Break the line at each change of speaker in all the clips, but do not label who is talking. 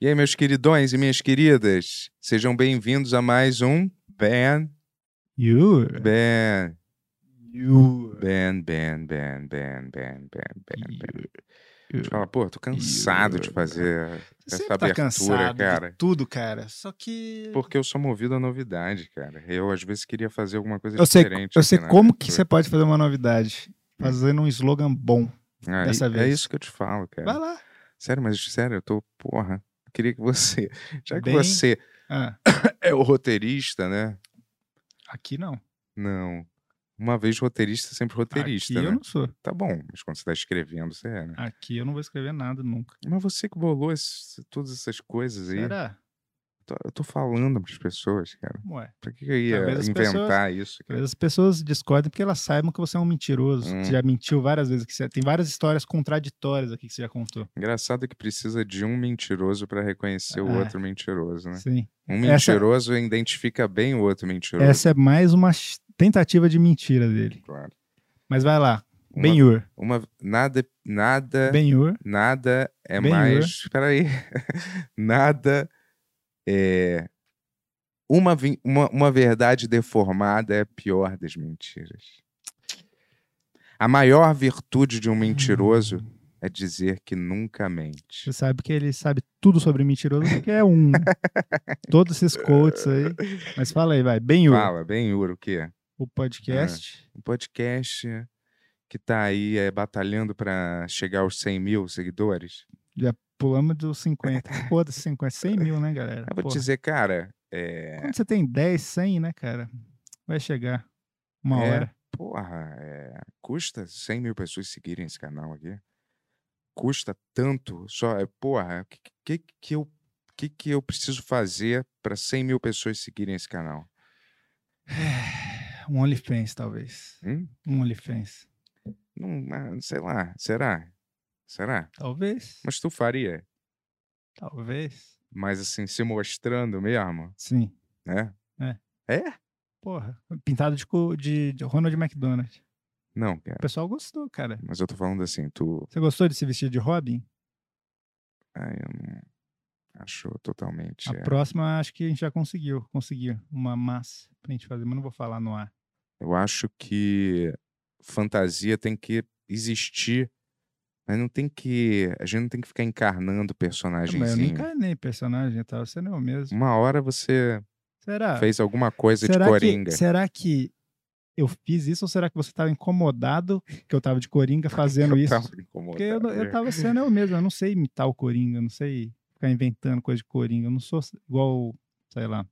E aí, meus queridões e minhas queridas, sejam bem-vindos a mais um Ben,
You.
Ben,
You.
Ben, Ben, Ben, Ben, Ben, Ben, Ben, Ben.
You.
Fala, pô, tô cansado de fazer
Você
essa
sempre tá
abertura,
cansado
cara.
de tudo, cara. Só que.
Porque eu sou movido à novidade, cara. Eu, às vezes, queria fazer alguma coisa
Eu sei,
diferente. assim, né,
eu sei
aqui na
como que você
abertura.
pode fazer uma novidade. Fazendo um slogan bom.
Aí-
dessa
É
vez.
isso que eu te falo, cara.
Vai lá.
Sério, mas sério, eu tô, porra, queria que você, já que
Bem-
você
Ah,
é o roteirista, né?
aqui não.
Não. Uma vez roteirista, sempre roteirista,
aqui
né?
eu não sou.
Tá bom, mas quando você tá escrevendo, você é, né?
Aqui eu não vou escrever nada nunca.
Mas você que bolou esse- todas essas coisas aí.
Será?
Tô- eu tô falando pras pessoas, cara.
Ué.
Pra que, que eu ia
Talvez as
inventar isso? cara?
Talvez as pessoas discordem porque elas saibam que você é um mentiroso.
Hum.
Você já mentiu várias vezes. Que você... Tem várias histórias contraditórias aqui que você já contou.
Engraçado que precisa de um mentiroso pra reconhecer o
Ah.
outro mentiroso, né?
Sim.
Um
Essa-
mentiroso identifica bem o outro mentiroso.
Essa é mais uma ch- tentativa de mentira dele.
Claro.
Mas vai lá.
Uma- É.
Ben-Hur.
Uma, nada, nada,
Ben-Hur.
nada é
Ben-Hur.
mais. Peraí. nada é. Uma, vin- uma, uma verdade deformada é a pior das mentiras. A maior virtude de um mentiroso é dizer que nunca mente.
Você sabe que ele sabe tudo sobre mentiroso, porque é um. né? Todos esses quotes aí. Mas fala aí, vai. Ben Hur,
Fala, bem, Uro, o quê?
o podcast.
Um podcast que tá aí é, batalhando para chegar aos 100 mil seguidores.
Pulamos dos 50. Foda-se, 50. 100 mil, né, galera?
Eu vou te
Porra.
dizer, cara, é,
Quando você tem 10, 100, né, cara? Vai chegar. Uma
É.
hora.
Porra, é, custa 100 mil pessoas seguirem esse canal aqui? Custa tanto? Só, é, porra, o que, que, que, eu, que, que eu preciso fazer para 100 mil pessoas seguirem esse canal?
Um OnlyFans, talvez.
Hum?
Um OnlyFans.
Não, ah, sei lá, será? Será?
Talvez.
Mas tu faria.
Talvez.
Mas assim, se mostrando mesmo,
Sim.
né?
Porra. Pintado de, co- de, de Ronald McDonald.
Não,
O
cara.
pessoal gostou, cara.
Mas eu tô falando assim, tu.
Você gostou de se vestir de Robin?
Ai, eu não. Acho totalmente.
A
é,
próxima, acho que a gente já conseguiu. Conseguiu uma massa pra gente fazer, mas não vou falar no ar.
Eu acho que fantasia tem que existir, mas não tem que. A gente não tem que ficar encarnando
Mas eu não
personagenzinho.
encarnei personagem e tal, você não é o mesmo.
Uma hora você
Será?
fez alguma coisa
É.
de
será Que, tá
coringa.
será que eu fiz isso ou será que você tava incomodado que eu tava de coringa fazendo isso?
Tava
Porque eu, não-
incomodado,
eu
né?
tava sendo eu mesmo, eu não sei imitar o coringa, eu não sei ficar inventando coisa de coringa, eu não sou igual, sei lá,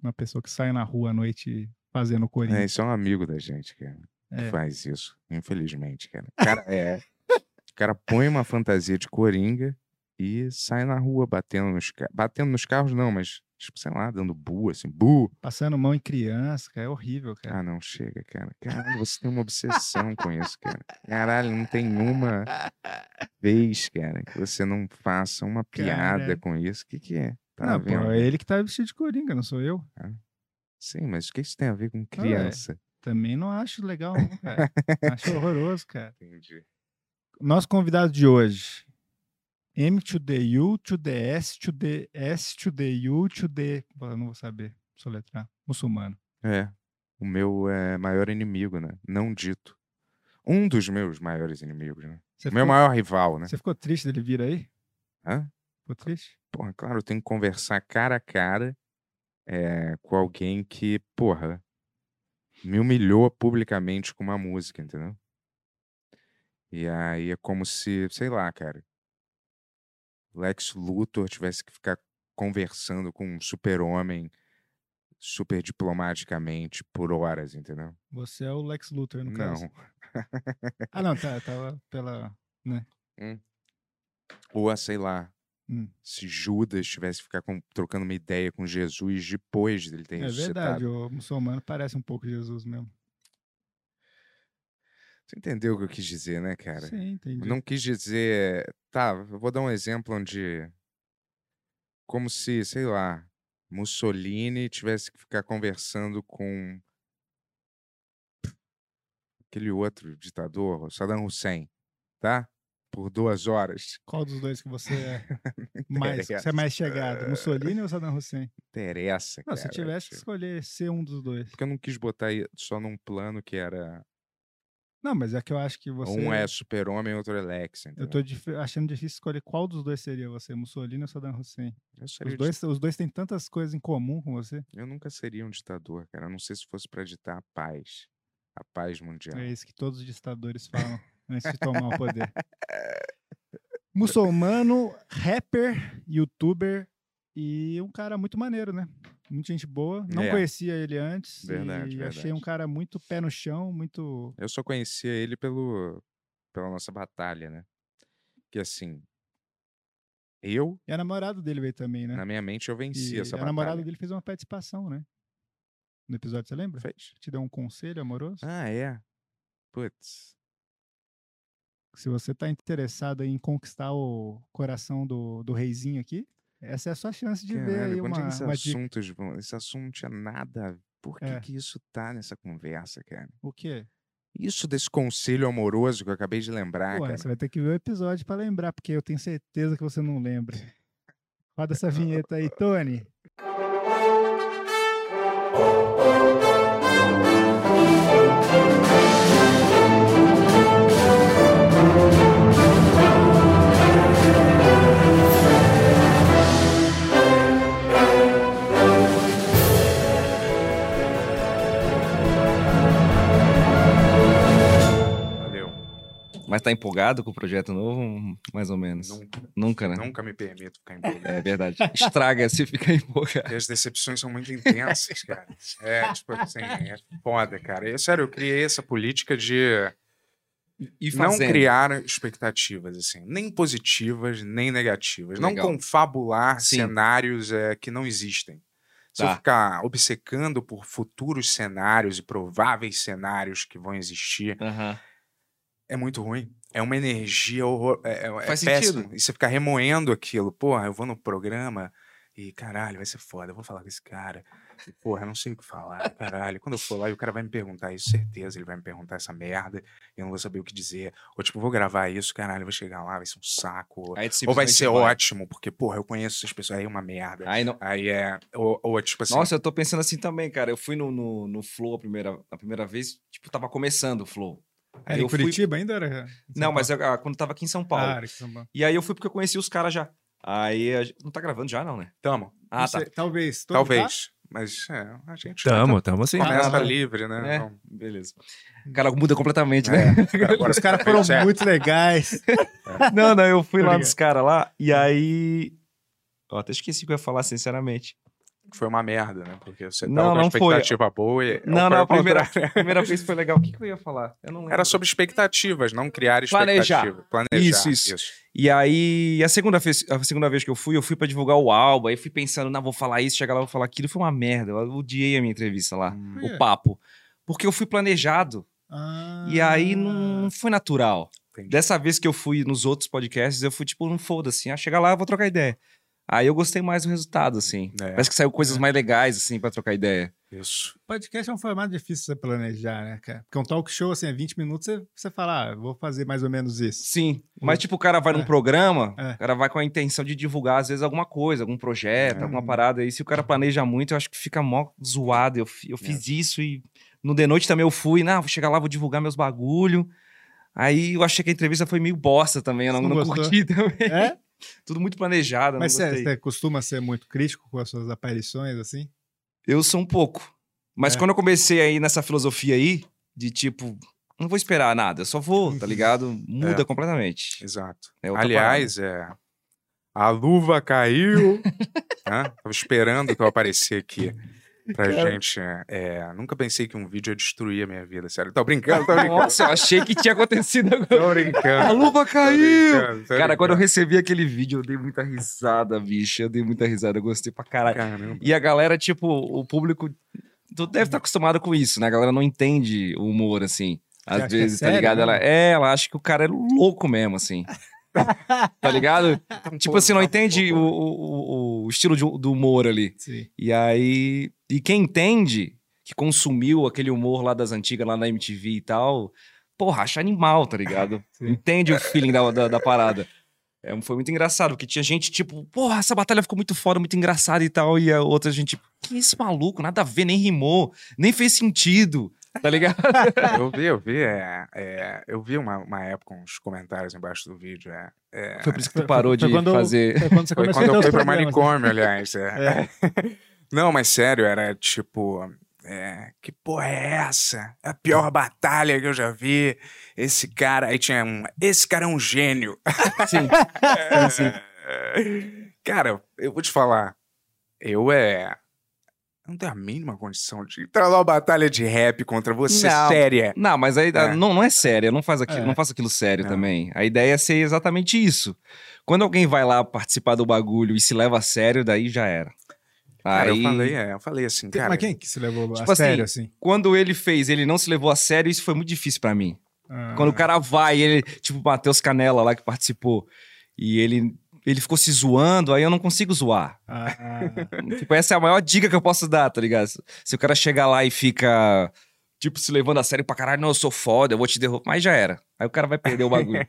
uma pessoa que sai na rua à noite fazendo
É,
coringa.
isso é um amigo da gente, cara. Que
É.
faz isso, infelizmente, cara. O cara, é, o cara põe uma fantasia de coringa e sai na rua batendo nos carros. Batendo nos carros, não, mas, tipo, sei lá, dando bu, assim, bu.
Passando mão em criança, cara, é horrível, cara.
Ah, não, chega, cara. Caralho, você tem uma obsessão com isso, cara. Caralho, não tem uma vez, cara, que você não faça uma piada
Cara.
com isso. O que, que é? Tá
não,
vendo?
pô, é ele que tá vestido de coringa, não sou eu.
Sim, mas o que isso tem a
é.
ver com criança?
Também não acho legal, não, cara. acho horroroso, cara.
Entendi.
Nosso convidado de hoje. M to the U, to the S, to the S, to the U, to the. Pô, Eu não vou saber soletrar. Muçulmano.
É. O meu é, maior inimigo, né? Não dito. Um dos meus maiores inimigos, né?
Você
O meu maior rival, né?
Você ficou triste dele vir aí?
Hã?
Ficou triste?
Porra, claro, eu tenho que conversar cara a cara é, com alguém que, porra, me humilhou publicamente com uma música, entendeu? E aí é como se, sei lá, cara, Lex Luthor tivesse que ficar conversando com um super-homem super diplomaticamente por horas, entendeu?
Você é o Lex Luthor, no caso.
Não.
Ah, não, tá. Eu tava pela.
Ou, ah, sei lá,
Hum.
se Judas tivesse que ficar com- trocando uma ideia com Jesus depois dele ter
É
ressuscitado.
verdade, o muçulmano parece um pouco Jesus mesmo.
Você entendeu o que eu quis dizer, né, cara?
Sim, entendi.
Não quis dizer. Tá, eu vou dar um exemplo onde. Como se, sei lá, Mussolini tivesse que ficar conversando com. Aquele outro ditador, o Saddam Hussein, tá? por duas horas.
Qual dos dois que você é mais, que você é mais chegado? Mussolini ou Saddam Hussein?
É, Interessa,
Não,
cara. tipo,
se tivesse que escolher ser um dos dois.
Porque eu não quis botar aí só num plano que era...
Não, mas é que eu acho que você.
Um é super-homem, outro é Lex,
Eu
entendeu?
tô dif- achando difícil escolher qual dos dois seria você, Mussolini ou Saddam Hussein.
Eu, seria
Os
um
dois, os dois têm tantas coisas em comum com você.
di- eu nunca seria um ditador, cara. A não sei se fosse pra ditar a paz. A paz mundial.
É isso que todos os ditadores falam antes de tomar o poder. Muçulmano, rapper, youtuber e um cara muito maneiro, né? Muita gente boa. Não
É.
conhecia ele antes.
Verdade,
e
verdade.
achei um cara muito pé no chão, muito.
Eu só conhecia ele pelo, pela nossa batalha, né? Que assim, eu,
E a namorada dele veio também, né?
na minha mente, eu venci
E
essa
a
batalha.
namorada dele fez uma participação, né? No episódio, você lembra?
Fez?
Te deu um conselho amoroso?
Ah, é. Putz.
Se você tá interessado em conquistar o coração do, do reizinho aqui, essa é a sua chance de ver
Caralho,
aí
quando é
uma,
que esses
uma dica.
assuntos vão- Esse assunto não tinha nada. a ver. Por que,
É.
que isso tá nessa conversa, cara?
O quê?
Isso desse conselho amoroso que eu acabei de
Ah,
lembrar,
Ué,
cara.
você vai ter que ver o episódio pra lembrar, porque eu tenho certeza que você não lembra. Roda essa vinheta aí, Tony. é
Valeu.
Mas tá empolgado com o projeto novo? Mais ou menos.
Nunca,
Nunca, né?
nunca me permito ficar
É
empolgado.
verdade. Estraga se ficar empolgado.
Porque as decepções são muito intensas, cara. É, tipo assim, é foda, cara. Eu, sério, eu criei essa política de
E
não
fazendo.
criar expectativas, assim, nem positivas, nem negativas.
Legal.
Não confabular
Sim.
cenários é, que não existem. Se eu
Tá.
ficar obcecando por futuros cenários e prováveis cenários que vão existir,
Aham.
é muito ruim. É uma energia horror. É, é- é
Faz
péssimo.
sentido.
E você ficar remoendo aquilo. Porra, eu vou no programa e caralho, vai ser foda. Eu vou falar com esse cara. E, porra, eu não sei o que falar. Caralho, quando eu for lá e o cara vai me perguntar isso, certeza. Ele vai me perguntar essa merda e eu não vou saber o que dizer. Ou tipo, vou gravar isso, caralho, eu vou chegar lá, vai ser um saco.
Aí
Ou vai
simplesmente
ser ótimo, porque, porra, eu conheço essas pessoas. Aí é uma merda.
Aí não...
Aí é. Ou, ou, tipo assim.
Nossa, eu tô pensando assim também, cara. Eu fui no, no, no Flow a primeira, a primeira vez, tipo, tava começando o Flow. Aí
Era É, em
eu fui-
Curitiba ainda? ou Era... em São
tá
Não, mas
Paulo?
eu- ah, quando tava aqui em São Paulo.
Ah, era em São Paulo.
E aí eu fui porque eu conheci os caras já. Aí. a gente- Não tá gravando já, não, né?
Tamo.
Ah,
Não
tá.
sei, Talvez. Tony, tá?
Talvez. Mas é, a gente.
Tamo, tamo sim.
Começa
Ah, tá.
livre, né?
É.
Não-
Beleza. Cara, muda completamente,
É.
né?
Agora
Os caras foram muito legais.
Não, não, eu fui
Tô
lá
ligado.
dos caras lá, e aí. Eu até esqueci o que eu ia falar, sinceramente.
Foi uma merda, né? Porque você
Não,
tava com a
não foi.
expectativa boa e.
Não,
foi
não,
ao
a primeira,
contrário.
a primeira vez foi legal. O que, que eu ia falar? Eu não lembro.
Era sobre expectativas, não criar
Planejar.
expectativa. Planejar.
Isso, isso. E aí, a segunda, vez, a segunda vez que eu fui, eu fui pra divulgar o álbum. Aí eu fui pensando, não, vou falar isso, chegar lá, vou falar aquilo. Foi uma merda. Eu odiei a minha entrevista lá,
Hum,
o papo. Porque eu fui planejado.
Ah.
E
Ah.
aí não foi natural.
entendi.
Dessa vez que eu fui nos outros podcasts, eu fui tipo, não foda-se. Ah, chega lá, eu vou trocar ideia. Aí eu gostei mais do resultado, assim.
É.
Parece que saiu coisas mais legais, assim, pra trocar ideia.
Isso.
Podcast é um formato difícil de você planejar, né, cara? Porque um talk show, assim, é 20 minutos, você, você fala, ah, vou fazer mais ou menos isso.
Sim. Mas, tipo, o cara vai
É.
num programa,
É.
o cara vai com a intenção de divulgar, às vezes, alguma coisa, algum projeto,
É.
alguma parada. E se o cara planeja muito, eu acho que fica mó zoado. Eu,
É.
fi- eu fiz isso e no The Noite também eu fui, não, vou chegar lá, vou divulgar meus bagulho. Aí eu achei que a entrevista foi meio bosta também, eu não,
Não
não
gostou?
curti também.
É?
Tudo muito planejado, eu
Mas
não
você,
gostei.
você costuma ser muito crítico com as suas aparições, assim?
Eu sou um pouco. Mas
É.
quando eu comecei aí nessa filosofia aí, de tipo, não vou esperar nada, eu só vou,
Uhum.
tá ligado? Muda
É.
completamente.
Exato.
É outra
Aliás, é. A luva caiu. Hã? Tava esperando que eu aparecer aqui. Pra gente. É, nunca pensei que um vídeo ia destruir a minha vida, sério. Tô brincando, tô
parada.
brincando.
Nossa, eu achei que tinha acontecido agora.
Tô brincando.
A luva
tô
caiu!
brincando, tô
Cara, quando
brincando.
eu recebi aquele vídeo, eu dei muita risada, bicho. Eu dei muita risada, eu gostei pra caralho.
Caramba.
E a galera, tipo, o público. Tu deve estar acostumado com isso, né? A galera não entende o humor, assim.
Você acha
Às
que é
vezes, tá
sério
ligado? Ela,
mesmo?
é, ela acha que o cara é louco mesmo, assim. tá ligado? Tipo assim,
tá
tá
não entende o, o- o- o estilo de- do humor ali.
Sim.
E aí. E quem entende, que consumiu aquele humor lá das antigas, lá na MTV e tal, porra, acha animal, tá ligado?
Sim.
Entende o feeling da, da, da parada. É, foi muito engraçado, porque tinha gente tipo, porra, essa batalha ficou muito foda, muito engraçada e tal. E a outra gente, tipo, que esse maluco, nada a ver, nem rimou, nem fez sentido, tá ligado?
Eu vi, eu vi. é- é, eu vi uma, uma época uns comentários embaixo do vídeo. É, é,
Foi por isso que tu
Foi-
parou
foi
de
quando eu-
fazer.
É quando você
Foi
começou
quando
a ter
eu
os
fui pro
problemas, né?
manicômio, aliás. é. Não, mas sério, era tipo. é, que porra é essa? É a pior batalha que eu já vi. Esse cara. Aí tinha um. Esse cara é um gênio.
Sim, sim, sim.
Cara, eu vou te falar. Eu é. Não tenho a mínima condição de entrar numa batalha de rap contra você,
Não.
séria.
Não, mas aí
É.
não, não é sério, não faz aquilo,
É.
não faça aquilo sério
Não.
também. A ideia é ser exatamente isso. Quando alguém vai lá participar do bagulho e se leva a sério, daí já era.
Cara,
Aí-
eu falei, é, eu falei assim,
Tem-
cara.
Mas quem que se levou
Tipo
a
assim,
sério, assim?
quando ele fez, ele não se levou a sério, isso foi muito difícil pra mim.
Ah,
Quando o cara vai, ele, tipo, Matheus Canela lá que participou, e ele, ele ficou se zoando, aí eu não consigo zoar.
ah,
tipo, essa é a maior dica que eu posso dar, tá ligado? Se o cara chegar lá e fica, tipo, se levando a sério pra caralho, não, eu sou foda, eu vou te derrubar, mas já era. Aí o cara vai perder o bagulho.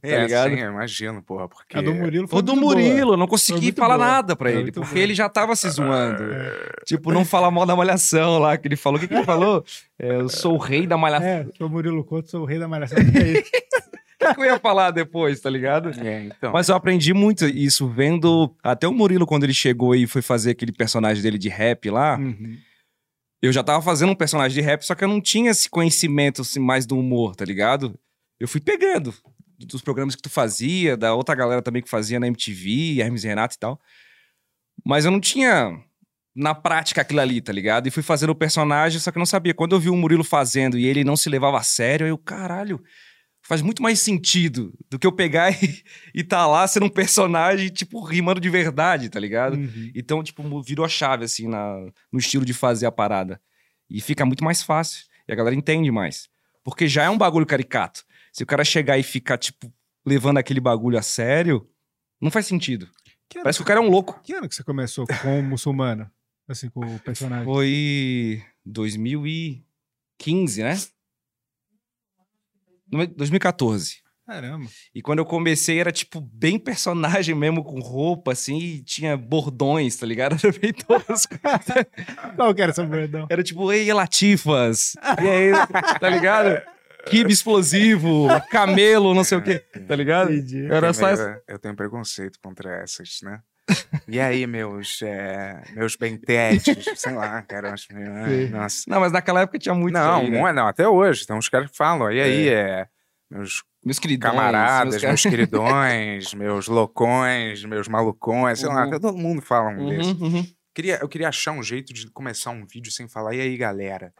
é,
tá ligado?
assim, eu imagino, porra, porque.
a ah, do Murilo foi
Ou do
muito boa.
Murilo, eu não
Foi
consegui
muito
falar
boa.
nada pra
Foi
ele,
muito
porque
boa.
ele já tava se zoando.
É,
Tipo, não falar mal da malhação lá, que ele falou. O que, que ele falou? É, eu sou o rei da malhação.
É, sou o Murilo Couto, sou o rei da malhação. que é isso?
O que eu ia falar depois, tá ligado?
É, então.
Mas eu aprendi muito isso vendo. Até o Murilo, quando ele chegou e foi fazer aquele personagem dele de rap lá,
Uhum.
eu já tava fazendo um personagem de rap, só que eu não tinha esse conhecimento assim, mais do humor, tá ligado? Eu fui pegando dos programas que tu fazia, da outra galera também que fazia na MTV, Hermes e Renato e tal. Mas eu não tinha na prática aquilo ali, tá ligado? E fui fazendo o personagem, só que eu não sabia. Quando eu vi o Murilo fazendo e ele não se levava a sério, eu, caralho, faz muito mais sentido do que eu pegar e, e tá lá sendo um personagem, tipo, rimando de verdade, tá ligado?
Uhum.
Então, tipo, mu- virou a chave, assim, na, no estilo de fazer a parada. E fica muito mais fácil. E a galera entende mais. Porque já é um bagulho caricato. Se o cara chegar e ficar, tipo, levando aquele bagulho a sério, não faz sentido.
Que, ano,
Parece que o cara é um louco.
que ano que você começou com o muçulmano? Assim, com o personagem?
Foi 2015, né? No- 2014.
Caramba.
E quando eu comecei, era tipo bem personagem mesmo, com roupa, assim, e tinha bordões, tá ligado? Era bem tosco.
Qual que era essa verdão?
Era tipo, ei, Latifas. E aí, tá ligado? Kibe explosivo, camelo, não sei o quê. Tá ligado?
Entendi.
Era
Eu
só
tenho-
essa.
é Eu tenho preconceito contra essas, né? E aí, meus, é, meus bentetes, sei lá, cara, eu acho meio, ah,
Sim.
nossa.
Não, mas naquela época tinha muito.
não,
isso aí, né?
não é não, até hoje, tem uns caras que falam, e aí, é, meus
Meus queridões.
camaradas,
meus
meus,
car-
queridões, meus loucões, meus malucões, sei lá,
Uhum.
até todo mundo fala um desses.
Uhum, uhum.
Queria, eu queria achar um jeito de começar um vídeo sem falar, e aí, galera?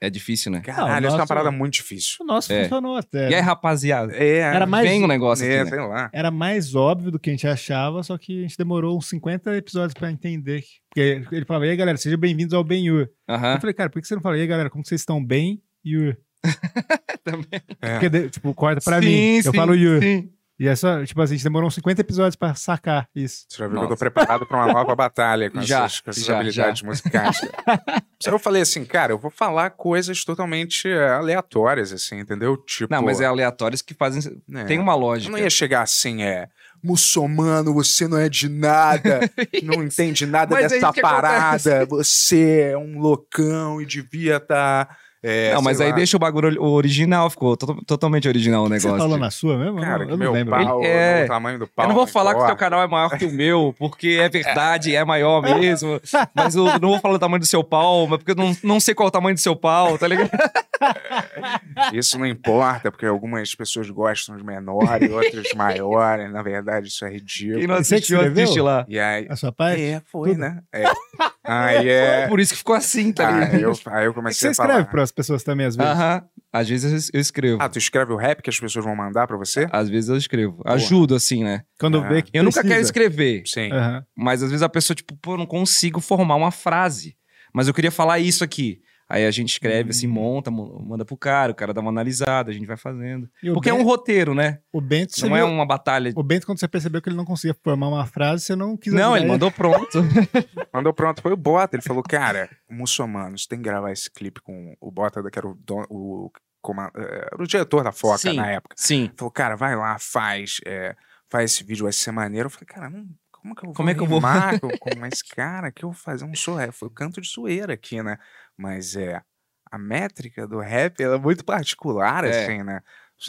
É difícil, né?
Caralho, isso é uma
nosso-
parada muito difícil.
O nosso
É.
funcionou até.
E aí, rapaziada?
É,
Era mais-
Vem um negócio
é,
aqui, né?
sei lá.
Era mais óbvio do que a gente achava, só que a gente demorou uns 50 episódios pra entender. que- Porque ele falava, e aí, galera, sejam bem-vindos ao Ben Yur.
Aham.
Eu falei, cara, por que você não fala, e aí, galera, como que vocês estão bem? Yur.
Também.
É.
Porque, de- tipo, corta pra
Sim,
mim. eu
sim,
falo Yur.
sim.
E é só, tipo assim, a gente demorou uns 50 episódios pra sacar isso.
Você já viu que eu
Nossa.
tô preparado para uma nova batalha com
Já,
essas, com essas
já,
habilidades musicais. cara. Só que eu falei assim, cara, eu vou falar coisas totalmente é, aleatórias, assim, entendeu? Tipo.
Não, mas é aleatórios que fazem.
né,
Tem uma
Eu
lógica.
não ia chegar assim, é. Muçulmano, você não é de nada, não entende nada
Mas é
dessa
isso que acontece.
parada, você é um loucão e devia estar. Tá, é,
não, mas
sei
aí
lá,
deixa o bagulho original, ficou to- totalmente original o
Você
negócio.
falou na sua mesmo? Eu não-
Cara, que
eu não
meu
lembro.
pau,
É.
o tamanho do pau.
Eu não vou falar que o
importa.
teu canal é maior que o meu, porque é verdade, é maior mesmo. Mas eu não vou falar o tamanho do seu pau, mas porque eu não, não sei qual é o tamanho do seu pau, tá ligado?
Isso não importa, porque algumas pessoas gostam de menor e outras maiores. Na verdade, isso é
Quem
ridículo.
não
Você que
assistiu,
escreveu?
assiste lá.
E aí.
A sua parte?
É, foi,
tudo.
né? É. Aí é.
Por isso que ficou assim, tá ligado?
Aí eu, aí eu
É que
comecei
você
a falar.
escreve pras pessoas também, às vezes.
Aham. Às vezes eu escrevo.
Ah, tu escreve o rap que as pessoas vão mandar pra você?
Às vezes eu escrevo. Ajudo, assim, né?
Quando
Ah.
vê que
Eu nunca
precisa.
quero escrever,
Sim.
Aham.
mas às vezes a pessoa, tipo, pô, eu não consigo formar uma frase. Mas eu queria falar isso aqui. Aí a gente escreve, assim,
Hum.
monta, mo- manda pro cara, o cara dá uma analisada, a gente vai fazendo.
E o
Porque é
Ben-
um roteiro, né?
O Bento, você
Não é
viu-
uma batalha.
O Bento, quando você percebeu que ele não conseguia formar uma frase, você não quis
Não,
ajudar
ele mandou pronto.
Mandou pronto, foi o Bota. Ele falou, cara, muçulmano, você tem que gravar esse clipe com o Bota, que era o, don- o coman- eh, era o diretor da Foca
Sim.
na época.
Sim.
Falou, cara, vai lá, faz, eh, faz esse vídeo, vai ser maneiro. Eu falei, cara, não- como que eu vou
Como é que eu vou-
rimar com, com esse cara? Que eu vou fazer um show, foi canto de zoeira aqui, né? Mas é, a métrica do rap, ela é muito particular,
É.
assim, né?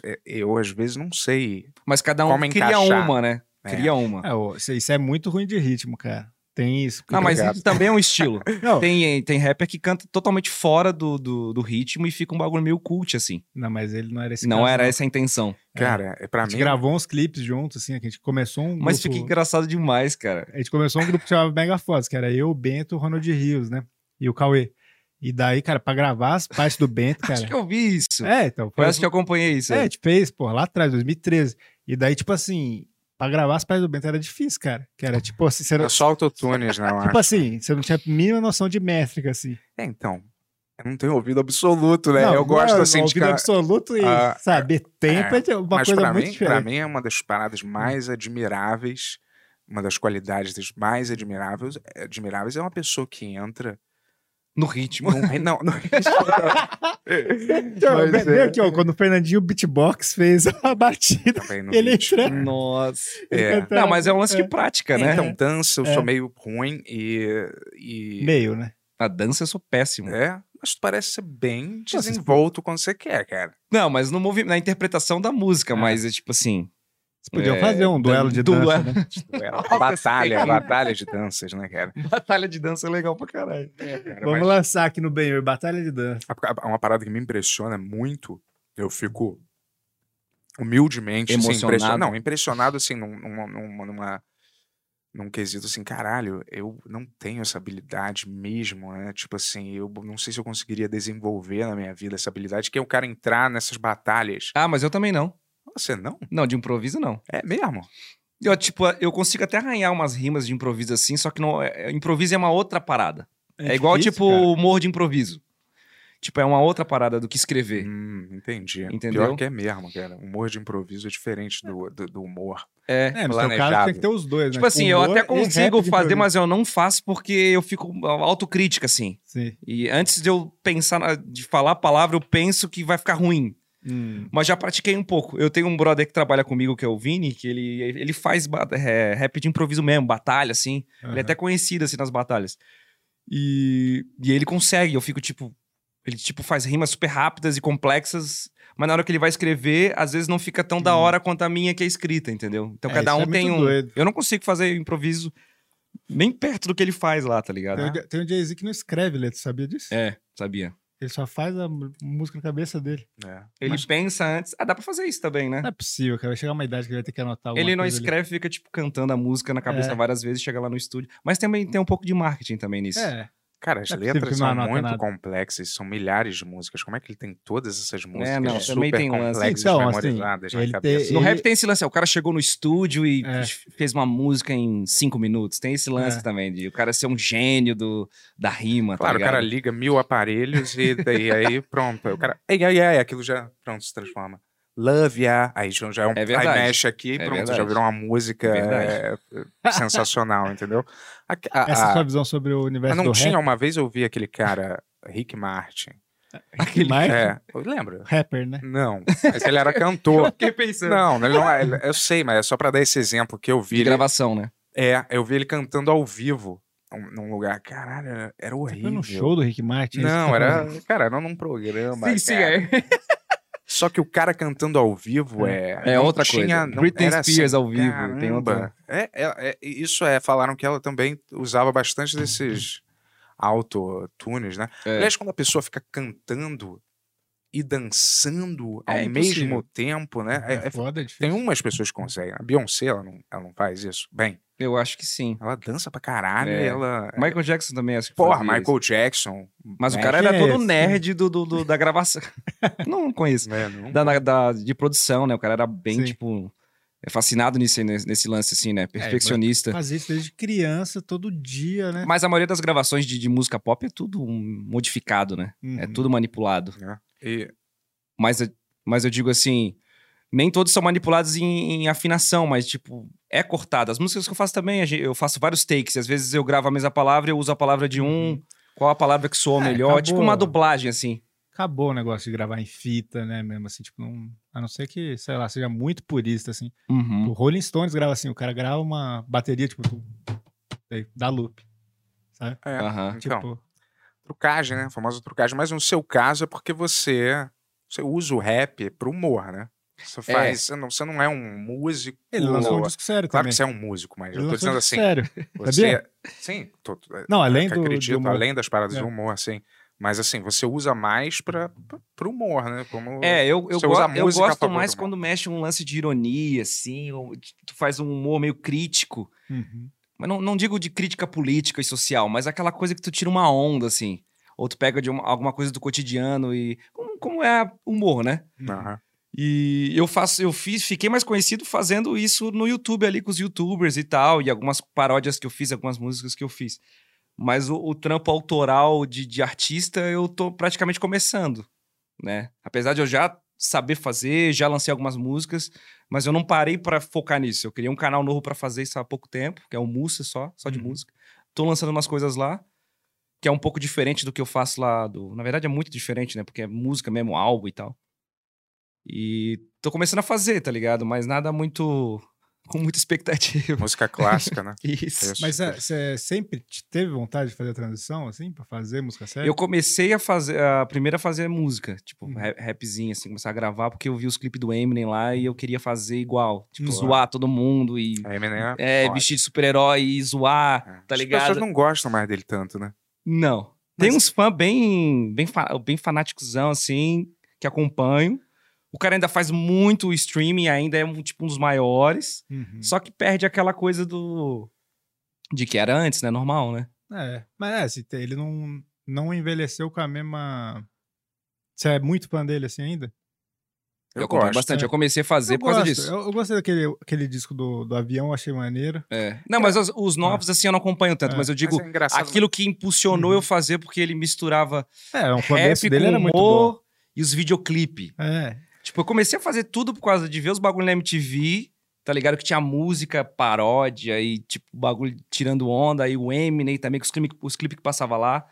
É, Eu, às vezes, não sei.
Mas cada um
Como
queria
encaixar.
uma, né?
É.
Queria uma.
É, ô, isso- isso é muito ruim de ritmo, cara. Tem isso.
Não, mas
Obrigado.
isso também é um estilo.
Não,
Tem, tem rapper que canta totalmente fora do, do, do ritmo e fica um bagulho meio cult, assim.
não, mas ele não era esse
não
caso,
era essa a intenção.
Cara, é, pra
A gente
mim...
gravou uns clipes juntos, assim, que a gente começou um
Mas
grupo...
fica engraçado demais, cara.
A gente começou um grupo que chamava Mega Fotos, que era eu, o Bento, o Ronald Rios, né? E o Cauê. E daí, cara, pra gravar as partes do Bento,
Acho
cara...
que eu vi isso.
É, então...
Eu
foi-
acho que eu acompanhei isso.
É, a
aí.
gente fez, pô, lá atrás, 2013. E daí, tipo assim, pra gravar as partes do Bento era difícil, cara. Que era, tipo assim, você não-
É só autotunes, né? eu
Tipo
acho.
assim, você não tinha a mínima noção de métrica, assim.
É, então, eu não tenho ouvido absoluto, né?
Não,
eu gosto,
não,
assim, de...
ouvido
cara.
absoluto e
Ah,
saber tempo é, uma
Mas
coisa
pra
muito
mim, pra
diferente. Hum.
mim é uma das paradas mais admiráveis, uma das qualidades das mais admiráveis, admiráveis é uma pessoa que entra
No ritmo.
num re- não, não,
Então,
Mas
vê- vê
é-
aqui, ó, quando o Fernandinho Beatbox fez a batida,
também no
Ele
ritmo,
entra-
né?
Nossa.
É.
cantando
Não, mas é um lance de prática, né?
Então, dança, eu
É.
sou meio ruim e. e-
meio, né?
Na dança eu sou péssimo.
É, mas tu parece ser bem
vocês-
desenvolto quando você quer, cara.
Não, mas no movi- na interpretação da música,
É.
mas é tipo assim.
Vocês podiam
É,
fazer um duelo de
duelo.
dança, né?
É uma batalha, batalha de danças, né, cara?
Batalha de dança é legal pra caralho.
Cara,
É. Vamos
mas-
lançar aqui no Benhur, Batalha de Dança.
a- a- uma parada que me impressiona muito, eu fico humildemente assim,
Emocionado.
impressionado. Não, impressionado assim, num, numa, numa, numa- num quesito assim, caralho, eu não tenho essa habilidade mesmo, né? Tipo assim, eu não sei se eu conseguiria desenvolver na minha vida essa habilidade, que é o cara entrar nessas batalhas.
Ah, mas eu também não.
Você não?
Não, de improviso não.
É mesmo?
Eu, tipo, eu consigo até arranhar umas rimas de improviso assim, só que não. é- é- improviso é uma outra parada. É, igual,
difícil,
tipo,
cara.
humor de improviso. Tipo, é uma outra parada do que
Uhum.
escrever.
Hum, entendi.
Entendeu?
Pior que é mesmo, cara. Humor de improviso é diferente do, do, do humor.
É.
É, no seu caso
planejado.
tem que ter os dois, né?
Tipo assim, eu
Humor
até
e rap
consigo
de
fazer,
improviso.
mas eu não faço porque eu fico autocrítica, assim.
Sim.
E antes de eu pensar, na- de falar a palavra, eu penso que vai ficar ruim.
Hum.
Mas já pratiquei um pouco. Eu tenho um brother que trabalha comigo, que é o Vini, que ele, ele faz ba- é, rap de improviso mesmo, batalha, assim. Ele é até conhecido, assim, nas batalhas. E, e ele consegue, eu fico tipo. Ele, tipo, faz rimas super rápidas e complexas, mas na hora que ele vai escrever, às vezes não fica tão da
Hum.
hora quanto a minha que é escrita, entendeu? Então
É,
cada
isso
um
é
tem
muito
um.
doido.
Eu não consigo fazer improviso nem perto do que ele faz lá, tá ligado?
Tem, o- tem o Jay-Z que não escreve letra, sabia disso?
É, sabia.
Ele só faz a mu- música na cabeça dele.
né?
Ele pensa antes. Ah, dá pra fazer isso também, né?
Não é possível, cara. Vai chegar uma idade que ele vai ter que anotar alguma
Ele não
coisa ali.
escreve, fica, tipo, cantando a música na cabeça
É.
várias vezes, chega lá no estúdio. Mas também tem um pouco de marketing também nisso.
É,
Cara, as
Não é possível que
letras
não
são
anota
muito
nada.
complexas, são milhares de músicas. Como é que ele tem todas
É,
essas músicas
não, também
super
tem um lance.
complexas
Então, assim,
memorizadas na
ele
cabeça?
tem-
No
Ele-
rap tem esse lance, ó, o cara chegou no estúdio e
É.
fez uma música em cinco minutos. Tem esse lance
É.
também, de o cara ser um gênio do, da rima,
Claro, o
tá
cara
Então,
ligado?
liga mil aparelhos e daí aí pronto. aí O cara, ei, ai, ai, aquilo já, pronto, se transforma. Love ya. Aí já já é um.
É
aí
verdade.
mexe aqui e
É
pronto, já
verdade.
virou uma música
Verdade.
é, sensacional, entendeu? A- a-
essa é a
a-
Ah,
sua visão sobre o universo
Mas não
do
tinha,
rap,
uma vez eu vi aquele cara, Rick Martin.
Aquele...
mas-
É, lembra?
rapper, né?
Não, mas ele era cantor.
Fiquei pensando.
Não, ele não é- ele- eu sei, mas é só pra dar esse exemplo que eu vi.
De
ele-
gravação, né?
é, eu vi ele cantando ao vivo num, num lugar. Caralho, era, era
Você foi
Tá um
horrível.
no show do Rick Martin? Isso que
Não,
tá
era,
falando?
cara, era num programa. cara.
é.
Só que o cara cantando ao vivo é.
É
não
outra
tinha,
coisa.
Não,
Britney
era assim,
Spears ao vivo. Tem
Caramba.
outra...
É, é- é- isso é, falaram que ela também usava bastante desses autotunes, né?
É.
Aliás, quando a pessoa fica cantando e dançando ao
É impossível.
mesmo tempo, né? É-
É
é-
foda, é difícil.
tem umas pessoas que conseguem. A Beyoncé, ela não, ela não faz isso. Bem,
Eu acho que sim.
ela dança pra caralho,
É.
ela...
Michael Jackson também acho que
Porra,
fazia isso.
Michael Jackson.
Mas o
né?
cara
Quem
era
é
todo
esse?
nerd do, do- do- da gravação. não conheço.
É, não-
da, na- da- de produção, né? O cara era bem,
Sim. É,
tipo, é fascinado nisso, aí, nesse, nesse lance, assim, né? Perfeccionista.
Fazer isso desde criança, todo dia, né?
mas... a maioria das gravações de, de música pop é tudo um modificado, né? É
Uhum.
tudo manipulado.
E-
Mas, eu- mas eu digo assim, nem todos são manipulados em, em afinação, mas, tipo, é cortado. As músicas que eu faço também, a gen- eu faço vários takes. Às vezes
Uhum. É,
eu gravo a mesma palavra, eu uso a palavra de um, qual a palavra que soa melhor.
acabou.
Tipo uma dublagem, assim.
acabou o negócio de gravar em fita, né? Mesmo assim, tipo, não, a não ser que, sei lá, seja muito purista, assim.
Uhum.
O Rolling Stones grava assim, o cara grava uma bateria, tipo, tu- aí, dá loop.
É,
Aham.
então,
tipo,
trucagem, né? A famosa trucagem. Mas no seu caso é porque você, você usa o rap pro humor, né? Você, faz, você, não, você não é um músico.
ele lançou um disco sério
Claro
também.
que você é um músico, mas
Ele
eu tô
lançou um
dizendo
disco
assim.
Sério.
Você, sim, tô, tô-
Não, além
que
do,
acredito,
do humor.
além das paradas
É.
de humor, assim. Mas assim, você usa mais pra, pra,
Uhum.
pro humor, né? Como,
É, eu, eu,
Você
go-
usa a
eu
música a
gosto
favor
mais
do mal.
quando mexe um lance de ironia, assim, ou de- tu faz um humor meio crítico.
Uhum.
Mas não, não digo de crítica política e social, mas aquela coisa que tu tira uma onda, assim. Ou tu pega de uma- alguma coisa do cotidiano e. Como, como é humor, né?
Aham.
E eu faço, eu fiz, fiquei mais conhecido fazendo isso no YouTube ali com os youtubers e tal, e algumas paródias que eu fiz, algumas músicas que eu fiz. Mas o, o trampo autoral de, de artista eu tô praticamente começando, né? Apesar de eu já saber fazer, já lancei algumas músicas, mas eu não parei pra focar nisso. Eu criei um canal novo pra fazer isso há pouco tempo, que é o Mussa só, só de
Uhum.
música. Tô lançando umas coisas lá, que é um pouco diferente do que eu faço lá do, na verdade é muito diferente, né? Porque é música mesmo, álbum e tal. E tô começando a fazer, tá ligado? Mas nada muito. com muita expectativa.
Música clássica, né?
Isso.
Isso.
Mas é, você sempre te teve vontade de fazer a transição, assim, pra fazer música séria?
Eu comecei a fazer. A primeira a fazer música, tipo,
Hum.
ra- rapzinho, assim, começar a gravar, porque eu vi os clipes do Eminem lá e eu queria fazer igual. Tipo,
Hum.
zoar todo mundo e.
A Eminem
É,
foda.
vestir de super-herói e
É.
zoar, tá
As pessoas
ligado? Não.
não gostam mais dele tanto, né?
Tem
Mas-
uns fãs bem, bem, fa- bem fanáticozão, assim, que acompanho. O cara ainda faz muito streaming, ainda é um, tipo, um dos maiores.
Uhum.
Só que perde aquela coisa do. De que era antes, né? Normal, né?
É, mas é, se te- ele não, não envelheceu com a mesma. Você é muito fã dele assim ainda?
Eu,
acompanho
gosto.
bastante.
é.
Eu comecei a fazer
eu
por causa
gosto.
disso.
Eu, eu gostei daquele aquele disco do, do avião, achei maneiro.
É. Não, mas os, os novos, assim, eu não acompanho tanto,
É.
mas né? eu digo.
Mas é engraçado,
Aquilo que impulsionou
Uhum.
eu fazer, porque ele misturava
É, um começo
rap
dele
com
era muito bom.
humor e os videoclipes.
É,
Tipo, eu comecei a fazer tudo por causa de ver os bagulho na MTV, tá ligado? Que tinha música, paródia e, tipo, bagulho tirando onda, aí o Eminem também, com os clipes os clipe que passava lá.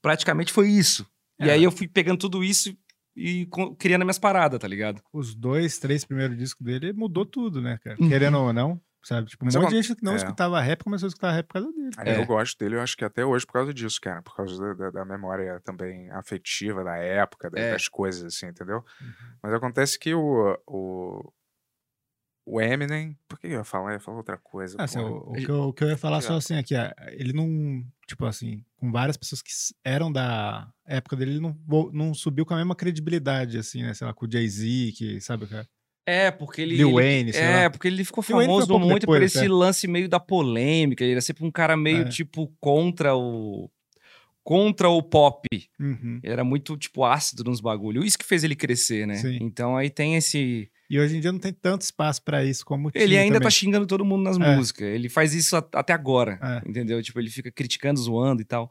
Praticamente foi isso. E
É.
aí eu fui pegando tudo isso e co- criando minhas paradas, tá ligado?
os dois, três primeiros discos dele mudou tudo, né, cara?
Uhum.
Querendo ou não, sabe? Tipo, um
Mas
monte
acon-
de gente que não
é.
escutava rap começou a escutar rap por causa dele.
Cara,
É.
Eu gosto dele, eu acho que até hoje por causa disso, cara. Por causa da, da- da memória também afetiva da época, da-
É. Uhum.
das coisas, assim, entendeu? Mas acontece que o, o, o Eminem. Por que eu ia falar? Eu ia falar outra coisa.
Ah, assim,
porra.
o, o que eu, o que eu ia falar
Sei
só
lá.
assim aqui, ele não, tipo assim, com várias pessoas que s- eram da época dele, ele não, vo- não subiu com a mesma credibilidade, assim, né? Sei lá, com o Jay-Z, que sabe, cara?
É, porque ele.
Lil
ele-
Wayne, sei
é,
lá.
porque ele ficou
Lil Wayne foi um
famoso
pouco
muito por
depois,
esse
é.
lance meio da polêmica. Ele era sempre um cara meio,
É.
tipo, contra o. Contra o pop.
Uhum.
Ele era muito, tipo, ácido nos bagulhos. Isso que fez ele crescer, né?
Sim.
Então aí tem esse.
E hoje em dia não tem tanto espaço pra isso como tinha.
Ele ainda tá
também.
xingando todo mundo nas
É.
músicas. Ele faz isso a- até agora.
É.
Entendeu? Tipo, ele fica criticando, zoando e tal.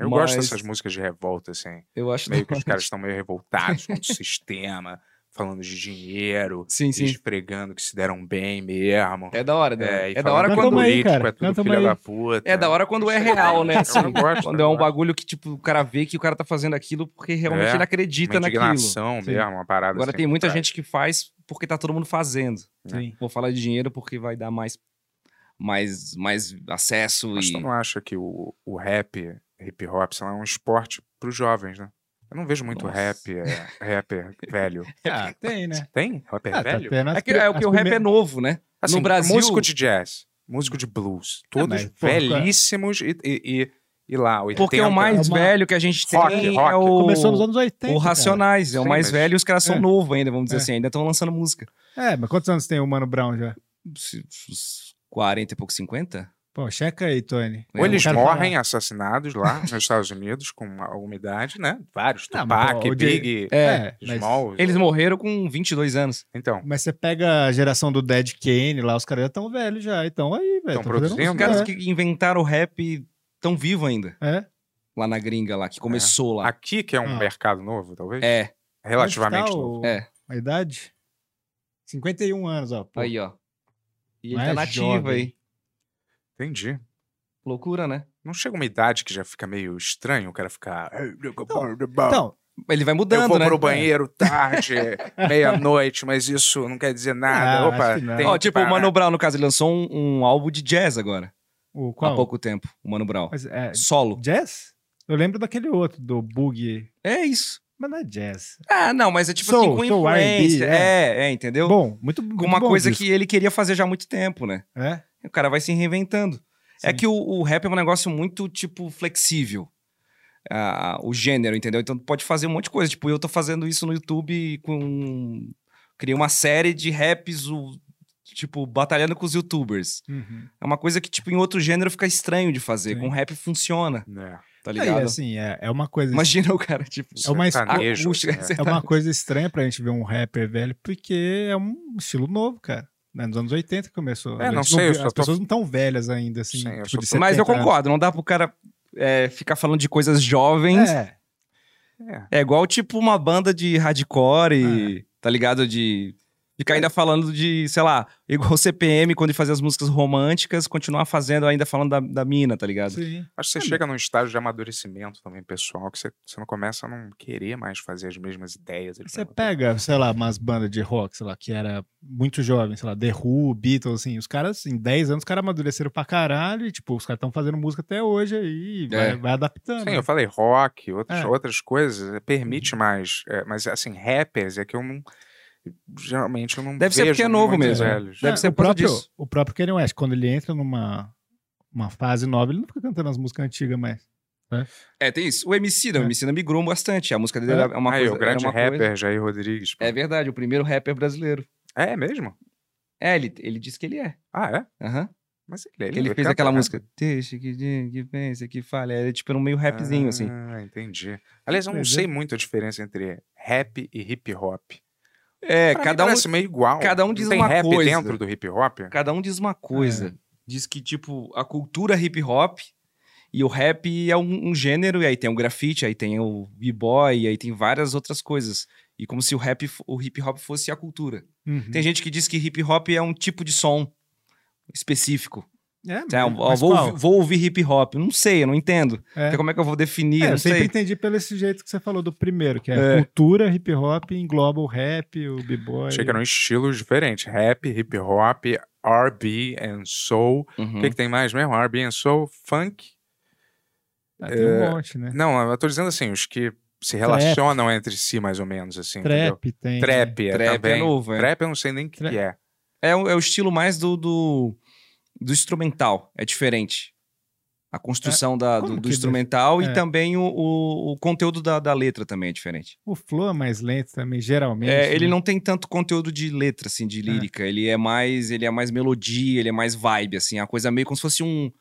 eu
mas-
gosto dessas músicas de revolta, assim.
Eu acho.
Meio que os caras estão meio revoltados com o sistema, falando de dinheiro,
Sim, sim.
despregando que se deram bem mesmo.
É da hora, né?
É, e
É da
falando
hora
que
Canta
quando.
uma aí,
político
cara,
é tudo
canta uma
filha
aí.
da puta.
É da hora quando é real, né?
Eu não
Assim,
gosto,
quando
eu
é um
gosto.
bagulho que, tipo, o cara vê que o cara tá fazendo aquilo porque realmente
É,
ele acredita
Uma
naquilo.
indignação
Sim.
mesmo, uma parada
Agora
assim
tem
por
muita
trás.
gente que faz porque tá todo mundo fazendo.
Sim.
Vou falar de dinheiro porque vai dar mais, mais, mais acesso
Mas
e...
tu não acha que o, o rap, hip hop, sei lá, é um esporte pros jovens, né? Eu não vejo muito
Nossa.
rap, é, rapper velho.
Ah, tem, né?
Tem? Rapper
Ah, tá
velho?
tendo as
É que,
pri-
é o
as
que o rap é
primeiras-
novo, né?
Assim,
Brasil- É,
Músico de jazz, músico de blues, todos
mas, pô,
velhíssimos e, e, e, e lá, 80.
Porque o mais
É uma-
velho que a gente tem
um Rock, rock.
é o...
Começou nos anos 80.
o
cara.
Racionais, é o
Sim,
mais
mas-
velho e os caras são
É.
novos ainda, vamos dizer
É.
assim, ainda estão lançando música.
É, mas quantos anos tem o Mano Brown já?
Uns 40 e pouco, 50?
Pô, checa aí, Tony. É,
Ou eles
Eu quero
morrem assassinados lá nos Estados Unidos com alguma idade, né? Vários,
Não, mas,
Tupac,
pô, o Jay-
Big,
É, mas,
Small.
Eles morreram com 22 anos.
Então,
mas você pega a geração do Dead Kane lá, os caras já estão velhos já, então aí,
Tão
velho. tão fazendo
produzindo,
uns-
Os caras
É.
que inventaram o rap estão vivos ainda.
É,
lá na gringa, lá, que começou lá.
aqui que é um
Ah.
mercado novo, talvez,
É,
relativamente
Mas tá
novo.
o-
É.
A idade? 51 anos, ó. pô.
aí, ó. E
Não
ele tá
é
nativa
jovem.
aí.
Entendi.
Loucura, né?
Não chega uma idade que já fica meio estranho o cara ficar.
Então, É.
Ele vai mudando,
eu vou
né?
pro banheiro tarde, meia-noite, mas isso não quer dizer nada.
Ah,
Opa,
acho que não.
tem
Ó,
que
tipo, o
parar.
Mano Brown, no caso, ele lançou um, um álbum de jazz agora.
O qual?
Há pouco tempo, o Mano Brown.
Mas, é,
Solo.
jazz? Eu lembro daquele outro, do Boogie.
É isso.
Mas não é jazz.
Ah, não, mas é tipo assim,
Soul,
com
soul, R&B,
influência. É, é, entendeu?
Bom, muito muito
com uma
bom
coisa
disco.
que ele queria fazer já há muito tempo, né?
É?
O cara vai se reinventando. É
Sim.
que o, o rap é um negócio muito, tipo, flexível. Ah, o gênero, entendeu? Então tu pode fazer um monte de coisa. Tipo, eu tô fazendo isso no YouTube com. Criei uma série de raps, o- tipo, batalhando com os youtubers.
Uhum.
É uma coisa que, tipo, em outro gênero fica estranho de fazer.
Sim.
Com rap funciona,
Né,
tá
E,
ligado?
assim, é, é uma coisa
Imagina o cara, tipo.
É uma escolha-
sertanejo,
Ah, o-
assim, né?
É uma coisa estranha pra gente ver um rapper velho, porque é um estilo novo, cara. Né, Nos anos 80 que começou.
É,
A
não
gente
sei, eu
vê-
só
as
tô-
pessoas não tão velhas ainda, assim.
Sim, eu
tipo, de
só tô-
Mas eu
70 anos.
concordo, não dá pro cara é, ficar falando de coisas jovens.
É,
É igual, tipo, uma banda de hardcore, e, tá ligado? De ficar ainda falando de, sei lá, igual o CPM, quando ele fazia as músicas românticas, continuar fazendo, ainda falando da, da mina, tá ligado?
É, sim.
Acho que você chega num estágio de amadurecimento também pessoal, que você, você não começa a não querer mais fazer as mesmas ideias. as
Você
mesmas-
pega, sei lá, umas bandas de rock, sei lá, que era muito jovem, sei lá, The Who, Beatles, assim, os caras, em 10 anos, os caras amadureceram pra caralho e, tipo, os caras estão fazendo música até hoje aí, e vai,
É.
vai adaptando.
Sim,
né?
eu falei rock, outras,
É.
outras coisas, eh, permite
Uhum.
mais. eh, mas, assim, rappers é que eu não. Geralmente eu não.
Deve ser
vejo
porque é novo
muito
mesmo, né?
velhos.
Deve
É,
É.
ser
o
por causa
próprio,
disso.
O próprio Kanye West, quando ele entra numa uma fase nova, ele não fica cantando as músicas antigas mais.
É, tem isso. O MC, não, o
É.
MC migrou bastante. A música dele
É.
era uma
Aí,
coisa.
o grande
era uma coisa-
rapper Jair Rodrigues. pô.
É verdade, o primeiro rapper brasileiro.
É mesmo?
É, ele, ele disse que ele é.
Ah, é?
Aham.
Mas ele,
Que ele fez
canta,
aquela
né?
música. Deixa que diga, que pensa, que fale. Era tipo era um meio rapzinho, assim.
Ah, entendi. Aliás, eu não
Pois é.
sei muito a diferença entre rap e hip hop.
É,
Pra mim
cada um,
parece meio igual.
cada um
Não
diz
tem
uma
rap
coisa.
dentro do hip hop?
cada um diz uma
É.
coisa. Diz que, tipo, a cultura hip hop e o rap é um, um gênero, e aí tem o grafite, aí tem o b-boy, e aí tem várias outras coisas. E como se o rap, fo- o hip hop fosse a cultura.
Uhum.
Tem gente que diz que hip hop é um tipo de som específico.
É,
Tá, eu- eu
mas
vou,
qual?
ouvir- vou ouvir hip hop, não sei, eu não entendo.
É.
Então, Como é que eu vou definir?
É,
não
eu sempre
sei.
entendi pelo esse jeito que você falou do primeiro, que é,
É.
cultura, hip hop, engloba o rap, o b-boy.
Achei que
um.
eram estilos diferentes. Rap, hip hop, R&B and soul.
Uhum.
O que, que tem mais mesmo? R&B and soul, funk.
Ah, tem
É.
um monte, né?
Não, eu tô dizendo assim, os que se
Trap.
relacionam entre si mais ou menos, assim, entendeu?
Trap tem. né?
Trap é
Trap é
também.
novo, é.
Trap eu não sei nem o que,
Trap.
que é.
É, o- é o estilo mais do, do, do instrumental, é diferente. A construção da-
É, como
do, do
que
instrumental
def-
e
é.
também o, o, o conteúdo da, da letra também é diferente.
O flow é mais lento também, geralmente.
É, ele
né?
não tem tanto conteúdo de letra, assim, de lírica. Ele é mais ele é mais melodia, ele é mais vibe, assim. É uma coisa meio como se fosse um...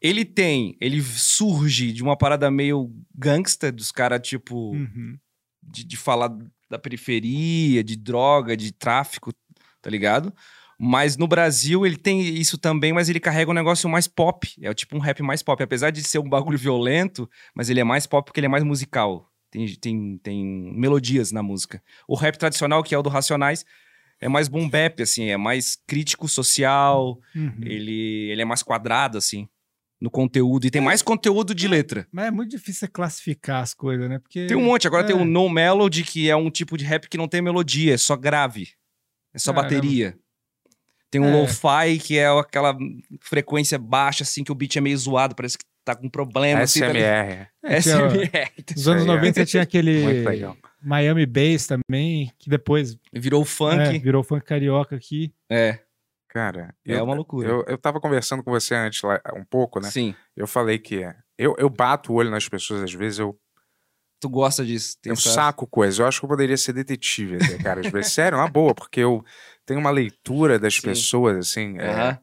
Ele tem, ele surge de uma parada meio gangsta, dos caras, tipo
Uhum.
de, de falar da periferia, de droga, de tráfico, tá ligado? Mas no Brasil ele tem isso também, mas ele carrega um negócio mais pop. É tipo um rap mais pop. Apesar de ser um bagulho violento, mas ele é mais pop porque ele é mais musical. Tem, tem, tem melodias na música. O rap tradicional, que é o do Racionais, é mais boom bap, assim. É mais crítico social,
Uhum.
ele, ele é mais quadrado, assim, no conteúdo. E tem mais conteúdo de letra.
Mas é muito difícil você classificar as coisas, né? Porque
Tem um monte. Agora tem
É.
o No Melody, que é um tipo de rap que não tem melodia, é só grave. É só
Caramba.
bateria. Tem um
É.
lo-fi, que é aquela frequência baixa, assim, que o beat é meio zoado, parece que tá com problema. assim, tá ligado?
SMR.
É, tinha-
SMR.
Nos anos
Isso aí é-
90 tinha aquele
Muito legal.
Miami Bass também, que depois
Virou
é,
funk.
virou funk carioca aqui.
É,
Cara,
é,
eu,
uma loucura.
eu, eu tava conversando com você antes lá, um pouco, né?
Sim.
Eu falei que eu, eu bato o olho nas pessoas, às vezes eu,
Tu gosta disso. Tem
eu
essa-
saco coisas. Eu acho que eu poderia ser detetive até, cara. Às vezes, sério, é uma boa, porque eu tenho uma leitura das
Sim.
pessoas, assim. é,
Aham. Ah,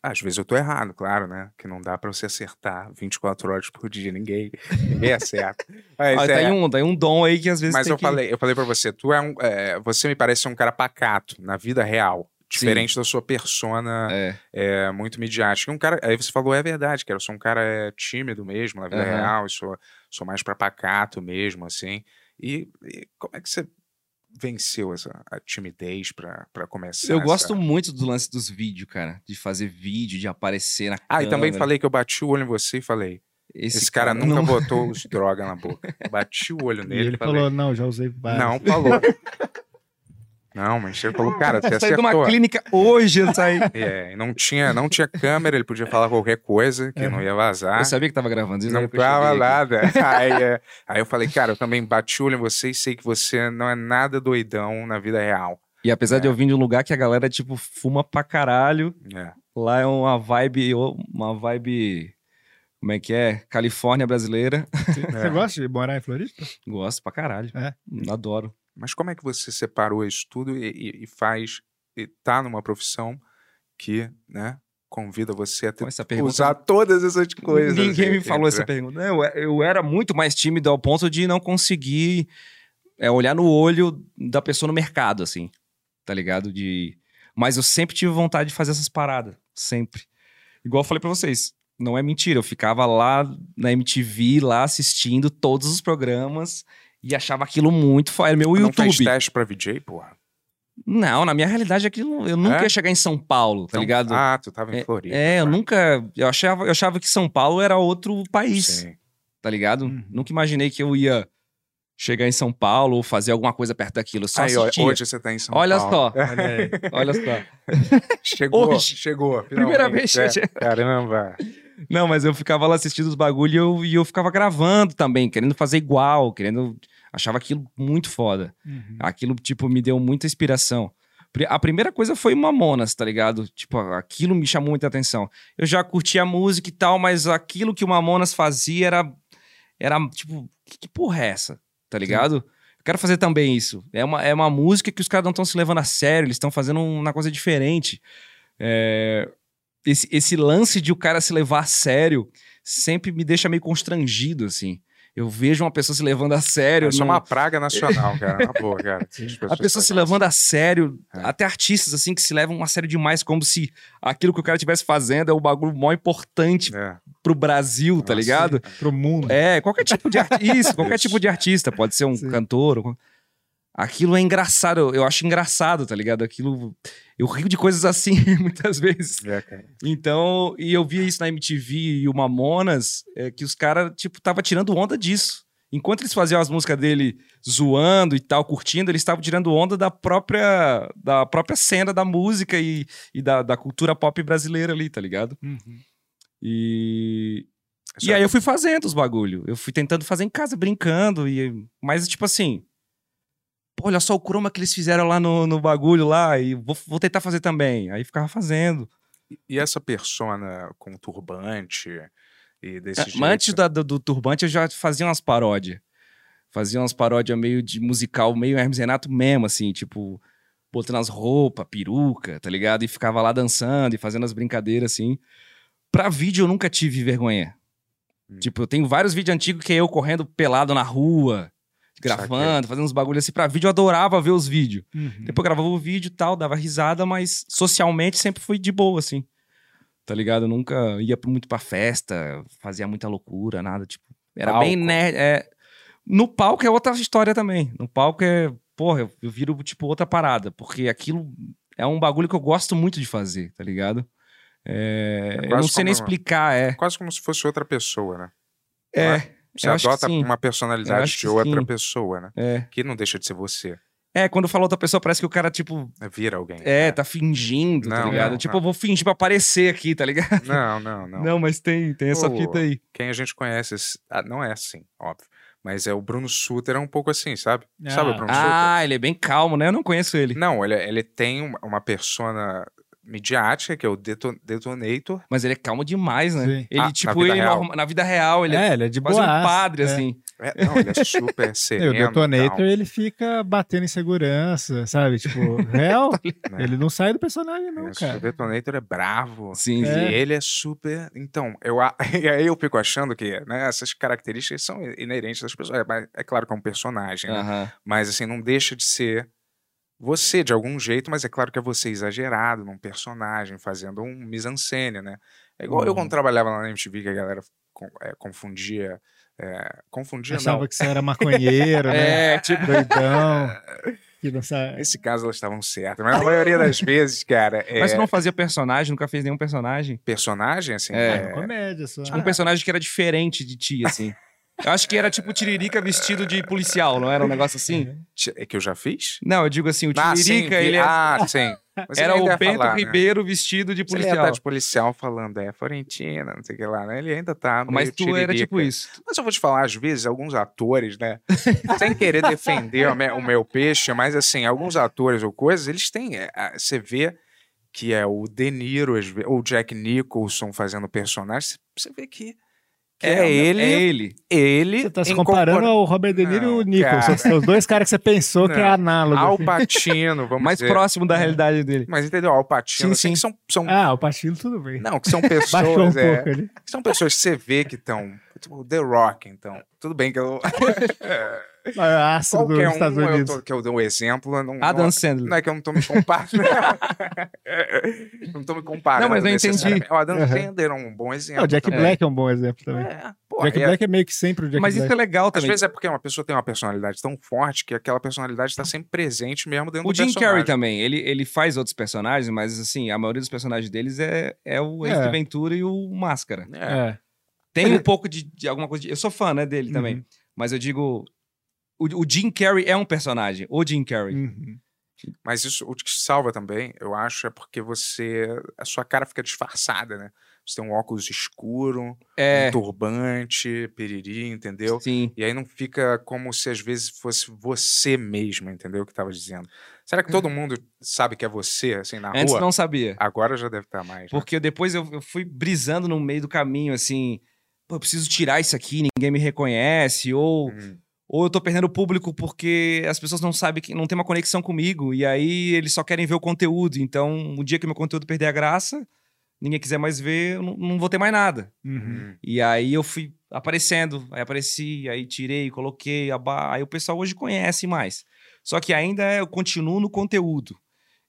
Às vezes eu tô errado, claro, né? Que não dá pra você acertar 24 horas por dia, ninguém, ninguém acerta. Mas,
Ah,
é,
Tá, em um, tá em um dom aí que às vezes
mas
tem
eu
que-
falei, eu falei para você, tu é um, é, você me parece ser um cara pacato na vida real,
Sim.
diferente da sua persona
É.
é, muito midiática. Um cara, aí você falou é verdade, cara, eu sou um cara é, tímido mesmo na vida
Aham.
real, eu sou sou mais pra pacato mesmo, assim. E, e como é que você venceu essa a timidez pra pra começar?
Eu
essa- é
gosto muito do lance dos vídeos, cara. De fazer vídeo, de aparecer na
Ah, e também
câmera.
falei que eu bati o olho em você e falei, Esse, cara, nunca
não-
botou os droga na boca. Bati o olho
E
nele
ele
falei,
falou, não, já usei vários.
Não, falou. não, mas ele falou, cara, você
Saí de uma
acertou.
clínica hoje, eu saí.
É, e não tinha, não tinha câmera, ele podia falar qualquer coisa,
É.
que não ia vazar.
Eu sabia que tava gravando isso.
Tá?
na
Não
hora que eu cheguei
tava
aqui.
nada. Aí, é, aí eu falei, cara, eu também bati o olho em você e sei que você não é nada doidão na vida real.
E apesar de eu vir de um lugar que a galera, tipo, fuma pra caralho,
É.
lá é uma vibe, uma vibe, como é que é? Califórnia brasileira.
Você, você gosta de morar em Floripa?
Gosto pra caralho.
É?
Adoro.
Mas como é que você separou isso tudo e, e- e faz, e tá numa profissão que, né, convida você a ter,
Com essa pergunta...
usar todas essas coisas? assim, é.
Ninguém me
entendeu?
falou essa pergunta. Eu, eu era muito mais tímido ao ponto de não conseguir é, olhar no olho da pessoa no mercado, assim. Tá ligado? De... Mas eu sempre tive vontade de fazer essas paradas. Sempre. Igual eu falei pra vocês. Não é mentira. Eu ficava lá na MTV, lá assistindo todos os programas e achava aquilo muito foda. Era meu
Não fez
YouTube.
teste pra VJ, porra?
Não, na minha realidade, aquilo, eu nunca
É?
ia chegar em São Paulo, tá
Então-
ligado?
Ah, tu tava em Floripa.
É, eu
tá.
nunca. Eu achava, eu achava que São Paulo era outro país,
Sim.
tá ligado?
Uhum.
Nunca imaginei que eu ia chegar em São Paulo ou fazer alguma coisa perto daquilo. Eu só
Aí, ó,
assistia.
hoje você tá em São
olha
Paulo.
só,
Olha aí.
olha só.
Chegou,
Hoje.
chegou.
Primeira
finalmente,
vez.
é.
gente.
Caramba.
Não, mas eu ficava lá assistindo os bagulhos e eu, e eu ficava gravando também, querendo fazer igual, querendo. Achava aquilo muito foda.
Uhum.
Aquilo, tipo, me deu muita inspiração. Pri- A primeira coisa foi Mamonas, tá ligado? Tipo, aquilo me chamou muita atenção. Eu já curtia a música e tal, mas aquilo que o Mamonas fazia era. Era, tipo, que, que porra é essa? Tá ligado? Eu quero fazer também isso. É uma, é uma música que os caras não estão se levando a sério, eles estão fazendo uma coisa diferente. É, Esse, esse lance de o cara se levar a sério sempre me deixa meio constrangido, assim. Eu vejo uma pessoa se levando a sério.
Isso é
não-
uma praga nacional, cara. Na boa, cara. As
a
pessoas assim.
pessoa se
fazem
levando a sério,
É.
até artistas assim que se levam a sério demais, como se aquilo que o cara estivesse fazendo é um bagulho mó importante
isso. É.
pro Brasil, tá
Nossa,
ligado?
Pro mundo.
É, qualquer tipo de artista, qualquer
Isso.
tipo de artista, pode ser um
Sim.
cantor. ou qual- Aquilo é engraçado, eu- eu acho engraçado, tá ligado? Aquilo. Eu rio de coisas assim muitas vezes.
É, cara.
Então, e eu via isso na MTV e o Mamonas, é, que os caras, tipo, tava tirando onda disso. Enquanto eles faziam as músicas dele zoando e tal, curtindo, eles estavam tirando onda da própria, da própria cena da música e, e da, da cultura pop brasileira ali, tá ligado?
Uhum.
E,
Isso
e
é
aí eu fui fazendo os bagulho. Eu fui tentando fazer em casa, brincando. E... Mas, tipo assim. Pô, olha só o croma que eles fizeram lá no, no bagulho lá. E vou, vou tentar fazer também. Aí ficava fazendo.
E essa persona com turbante e desse
Ah,
jeito.
Mas antes da- do, do turbante, eu já fazia umas paródias. Fazia umas paródias meio de musical, meio Hermes e Renato mesmo, assim, tipo, botando as roupas, peruca, tá ligado? E ficava lá dançando e fazendo as brincadeiras, assim. Pra vídeo eu nunca tive vergonha.
Hum.
Tipo, eu tenho vários vídeos antigos que é eu correndo pelado na rua,
Saquei.
gravando, fazendo uns bagulhos assim. Pra vídeo eu adorava ver os vídeos.
Uhum.
Depois eu gravava o vídeo e tal, dava risada, mas socialmente sempre fui de boa, assim. Tá ligado? Eu nunca ia pra- muito pra festa, fazia muita loucura, nada, tipo. Era
Palco.
bem nerd. é. No palco é outra história também. No palco é, porra, eu, eu viro, tipo, outra parada, porque aquilo é um bagulho que eu gosto muito de fazer, tá ligado? É,
É
eu
quase
não sei nem
como-
explicar, é.
Quase como se fosse outra pessoa, né?
É,
Você
eu acho que
adota
sim.
uma
Eu
personalidade
acho
de
que
outra
sim.
pessoa, né?
é.
Que não deixa de ser você.
É, quando fala outra pessoa, parece que o cara, tipo,
né? Vira alguém.
é,
né?
tá fingindo, tá
Não,
ligado?
não,
tipo,
não.
eu vou fingir pra aparecer aqui, tá ligado?
Não, não, não.
Não, mas tem, tem essa
Pô.
fita aí.
Quem a gente conhece s- ah, não é assim, óbvio. Mas é o Bruno Suter é um pouco assim, sabe? Sabe o
Ah.
Bruno Suter?
Ah, ele é bem calmo, né? Eu não conheço ele.
Não, ele, é, ele tem uma- uma persona midiática, que é o Deto- Detonator.
Mas ele é calmo demais, né?
Sim.
Ele,
Ah, na
tipo,
vida
ele
real.
norma- na vida real, ele é,
É, ele é de
quase
boa.
um padre, assim.
É, não, ele é super sereno.
o Detonator, é
tal,
ele fica batendo em segurança, sabe? Tipo, real,
né?
ele não sai do personagem, não,
Isso, O
cara.
Detonator é bravo.
Sim,
E
É.
ele é super. Então, eu, a- e aí eu fico achando que né, essas características são inerentes às pessoas. É, mas é claro que é um personagem,
sim.
né?
Aham.
mas assim, não deixa de ser você de algum jeito, mas é claro que é você exagerado num personagem, fazendo um mise-en-scène, né? É igual eu
Uhum.
quando trabalhava lá na MTV, que a galera con- é, confundia. é, confundia, não. é.
Achava que você era maconheiro, né?
É, tipo,
Doidão. que dançar.
Nesse caso, elas estavam certas. Mas a maioria das vezes, cara, é
Mas você não fazia personagem, nunca fez nenhum personagem?
personagem, assim,
É.
É uma comédia só.
Ah.
Tipo, um personagem que era diferente de ti, assim. Eu acho que era tipo o Tiririca vestido de policial, não era um negócio assim?
ti- é que eu já fiz?
Não, eu digo assim, o
Ah, sim,
Tiririca,
vi-
ele é-
Ah, sim. Mas
era
ele ainda
o
ia
Bento
falar, né?
Ribeiro vestido de
Você ia tá, tipo, estar
policial.
de policial falando, é, Florentina, não sei o que lá, né? Ele ainda tá meio
Mas tu era tipo
tiririca.
isso.
Mas eu vou te falar, às vezes, alguns atores, né? sem querer defender o meu, o meu peixe, mas assim, alguns atores ou coisas, eles têm. é, a- Você vê que é o De Niro, às ve- ou o Jack Nicholson fazendo personagem, você vê que, que é, ele,
É
ele.
ele.
Você tá se comparando
incorpor-
ao Robert De Niro e o
Não,
Nicholson.
cara.
São os dois caras que você pensou que é
Não,
análogo.
Al
assim.
Pacino, vamos
Mais
dizer.
próximo da realidade dele.
Mas entendeu? Al Pacino,
Sim,
assim,
sim.
que são. são
Ah, o Pachilo tudo bem.
Não, que são
Baixou um
pessoas. é,
pouco ali.
que são pessoas que você vê que estão. Tipo, The Rock, então. Tudo bem que eu.
A ácido dos
Qualquer um
Estados
eu
Unidos.
tô- que eu dou exemplo, eu não, não,
Adam Sandler.
Não é que eu não tô me comparando. não tô me comparando.
Não, mas eu entendi.
necessariamente. O Adam
Aham.
Sandler é um bom exemplo.
Ah, o Jack
também.
Black é um bom exemplo também.
É, pô,
Jack
é-
Black é meio que sempre o Jack
Mas isso
Black.
é legal
Às
também.
vezes é porque uma pessoa tem uma personalidade tão forte que aquela personalidade está sempre presente mesmo dentro
O
do
Jim Carrey
personagem.
também, ele, ele faz outros personagens, mas assim, a maioria dos personagens deles é, é o Ace
É.
de Ventura e o Máscara.
É.
É.
Tem
Ele-
um pouco de, de alguma coisa. de- Eu sou fã, né, dele
Uhum.
também. Mas eu digo. O, o Jim Carrey é um personagem. O Jim Carrey.
Uhum.
Mas isso, o que salva também, eu acho, é porque você. A sua cara fica disfarçada, né? Você tem um óculos escuro,
É.
um turbante, piriri, entendeu?
Sim.
E aí não fica como se às vezes fosse você mesmo, entendeu? O que tava dizendo. Será que todo mundo sabe que é você, assim, na
Uhum. Antes
rua? tá.
não sabia.
Agora já deve estar mais. né?
Porque depois eu, eu fui brisando no meio do caminho, assim. Pô, eu preciso tirar isso aqui, ninguém me reconhece. Ou,
Hum.
ou eu tô perdendo público porque as pessoas não sabem que não tem uma conexão comigo. E aí eles só querem ver o conteúdo. Então, um dia que meu conteúdo perder a graça, ninguém quiser mais ver, eu não- não vou ter mais nada.
Uhum.
Hum.
E aí eu fui aparecendo, aí apareci, aí tirei, coloquei, aba- aí o pessoal hoje conhece mais. Só que ainda eu continuo no conteúdo.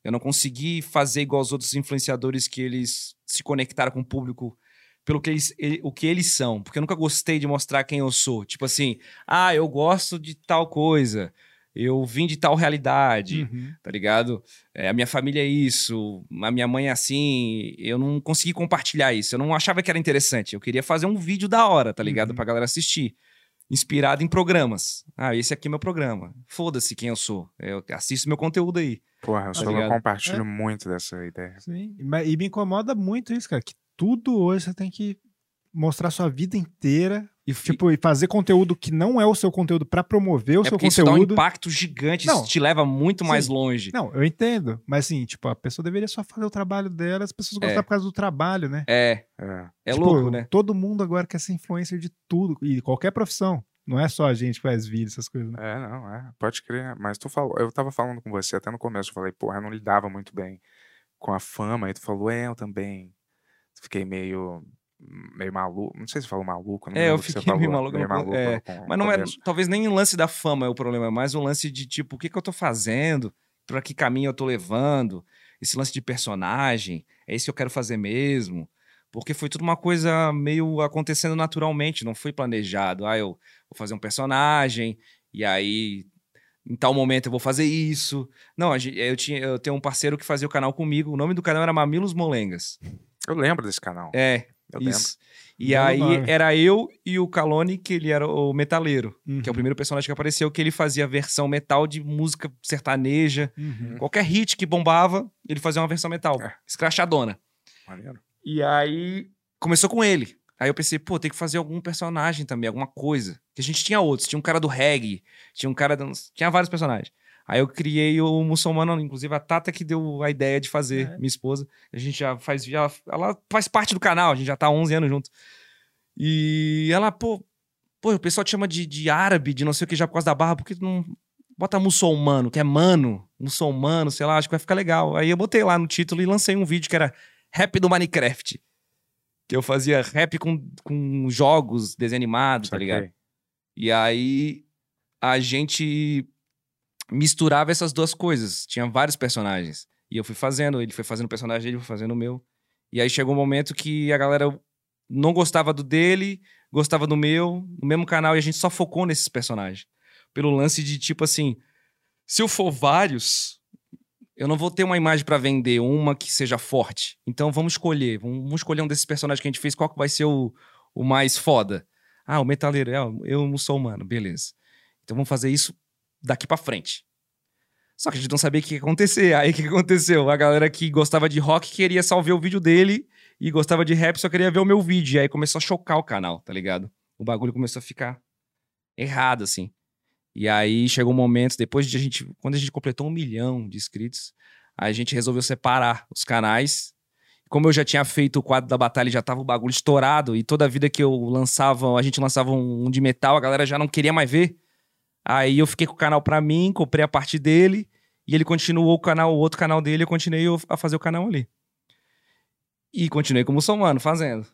Eu não consegui fazer igual os outros influenciadores que eles se conectaram com o público pelo que eles, e- o que eles são, porque eu nunca gostei de mostrar quem eu sou. Tipo assim, ah, eu gosto de tal coisa, eu vim de tal realidade,
Uhum.
tá ligado? É, a minha família é isso, a minha mãe é assim. Eu não consegui compartilhar isso. Eu não achava que era interessante. Eu queria fazer um vídeo da hora, tá ligado?
Uhum.
Pra galera assistir. Inspirado em programas. Ah, esse aqui é meu programa. Foda-se quem eu sou. Eu assisto meu conteúdo aí.
Porra, eu só não
Tá ligado? É.
compartilho muito dessa ideia.
Sim. Mas- E me incomoda muito isso, cara. Que tudo hoje você tem que mostrar sua vida inteira.
E
Tipo, e fazer conteúdo que não é o seu conteúdo pra promover o
é
seu
porque isso dá um
conteúdo.
impacto gigante.
Não.
Isso te leva muito
Sim.
mais longe.
Não, eu entendo. Mas assim, tipo, a pessoa deveria só fazer o trabalho dela, as pessoas
É.
gostam por causa do trabalho, né?
É,
É.
é
Tipo,
louco, né?
Todo mundo agora quer ser influencer de tudo, e qualquer profissão. Não é só a gente que faz vídeo, essas coisas, né?
É, não, é. Pode crer. Mas tu falou, eu tava falando com você até no começo, eu falei, porra, eu não lidava muito bem com a fama, e tu falou, é, eu também. Fiquei meio meio maluco, não sei se falou maluco, não
É, eu
lembro o que você
fiquei meio
falou,
maluco no co- é,
no
Mas não é,
começo.
talvez nem o lance da fama é o problema, é mais um lance de tipo, o que, que eu tô fazendo, pra que caminho eu tô levando, esse lance de personagem, é isso que eu quero fazer mesmo. Porque foi tudo uma coisa meio acontecendo naturalmente, não foi planejado. Ah, eu vou fazer um personagem, e aí em tal momento eu vou fazer isso. Não, a gen- eu, tinha, eu tenho um parceiro que fazia o canal comigo, o nome do canal era Mamilos Molengas.
Eu lembro desse canal.
É,
eu lembro.
isso. E
Belo
aí
nome.
era eu e o Calone, que ele era o metaleiro que é o
Uhum,
primeiro personagem que apareceu, que ele fazia versão metal de música sertaneja.
uhum.
Qualquer hit que bombava, ele fazia uma versão metal,
É.
escrachadona.
Maneiro.
E aí começou com ele. Aí eu pensei, pô, tem que fazer algum personagem também, alguma coisa. Que a gente tinha outros, tinha um cara do reggae, tinha um cara do... tinha vários personagens. Aí eu criei o muçulmano, inclusive a Tata que deu a ideia de fazer,
É.
minha esposa. A gente já faz, já, ela faz parte do canal, a gente já tá há 11 anos junto. E ela, pô, pô, o pessoal te chama de, de árabe, de não sei o que já por causa da barra, porque tu não bota muçulmano, que é mano, muçulmano, sei lá, acho que vai ficar legal. Aí eu botei lá no título e lancei um vídeo que era rap do Minecraft. Que eu fazia rap com, com jogos, desenho animado, tá
Saquei.
ligado? E aí a gente misturava essas duas coisas. Tinha vários personagens. E eu fui fazendo, ele foi fazendo o personagem dele, eu fui fazendo o meu. E aí chegou um momento que a galera não gostava do dele, gostava do meu, no mesmo canal, e a gente só focou nesses personagens. Pelo lance de tipo assim. Se eu for vários, eu não vou ter uma imagem pra vender, uma que seja forte. Então vamos escolher. Vamos vamos escolher um desses personagens que a gente fez, qual que vai ser o, o mais foda. Ah, o metaleiro, é, eu não sou humano, beleza. Então vamos fazer isso daqui pra frente. Só que a gente não sabia o que ia acontecer. Aí o que aconteceu? A galera que gostava de rock queria só ver o vídeo dele e gostava de rap só queria ver o meu vídeo. E aí começou a chocar o canal, tá ligado? O bagulho começou a ficar errado, assim. E aí chegou um momento, depois de a gente, quando a gente completou um milhão de inscritos, a gente resolveu separar os canais. Como eu já tinha feito o quadro da batalha, e já tava o bagulho estourado e toda vida que eu lançava, a gente lançava um, um de metal, a galera já não queria mais ver. Aí eu fiquei com o canal pra mim, comprei a parte dele e ele continuou o canal, o outro canal dele, eu continuei o- a fazer o canal ali. E continuei como somano, fazendo.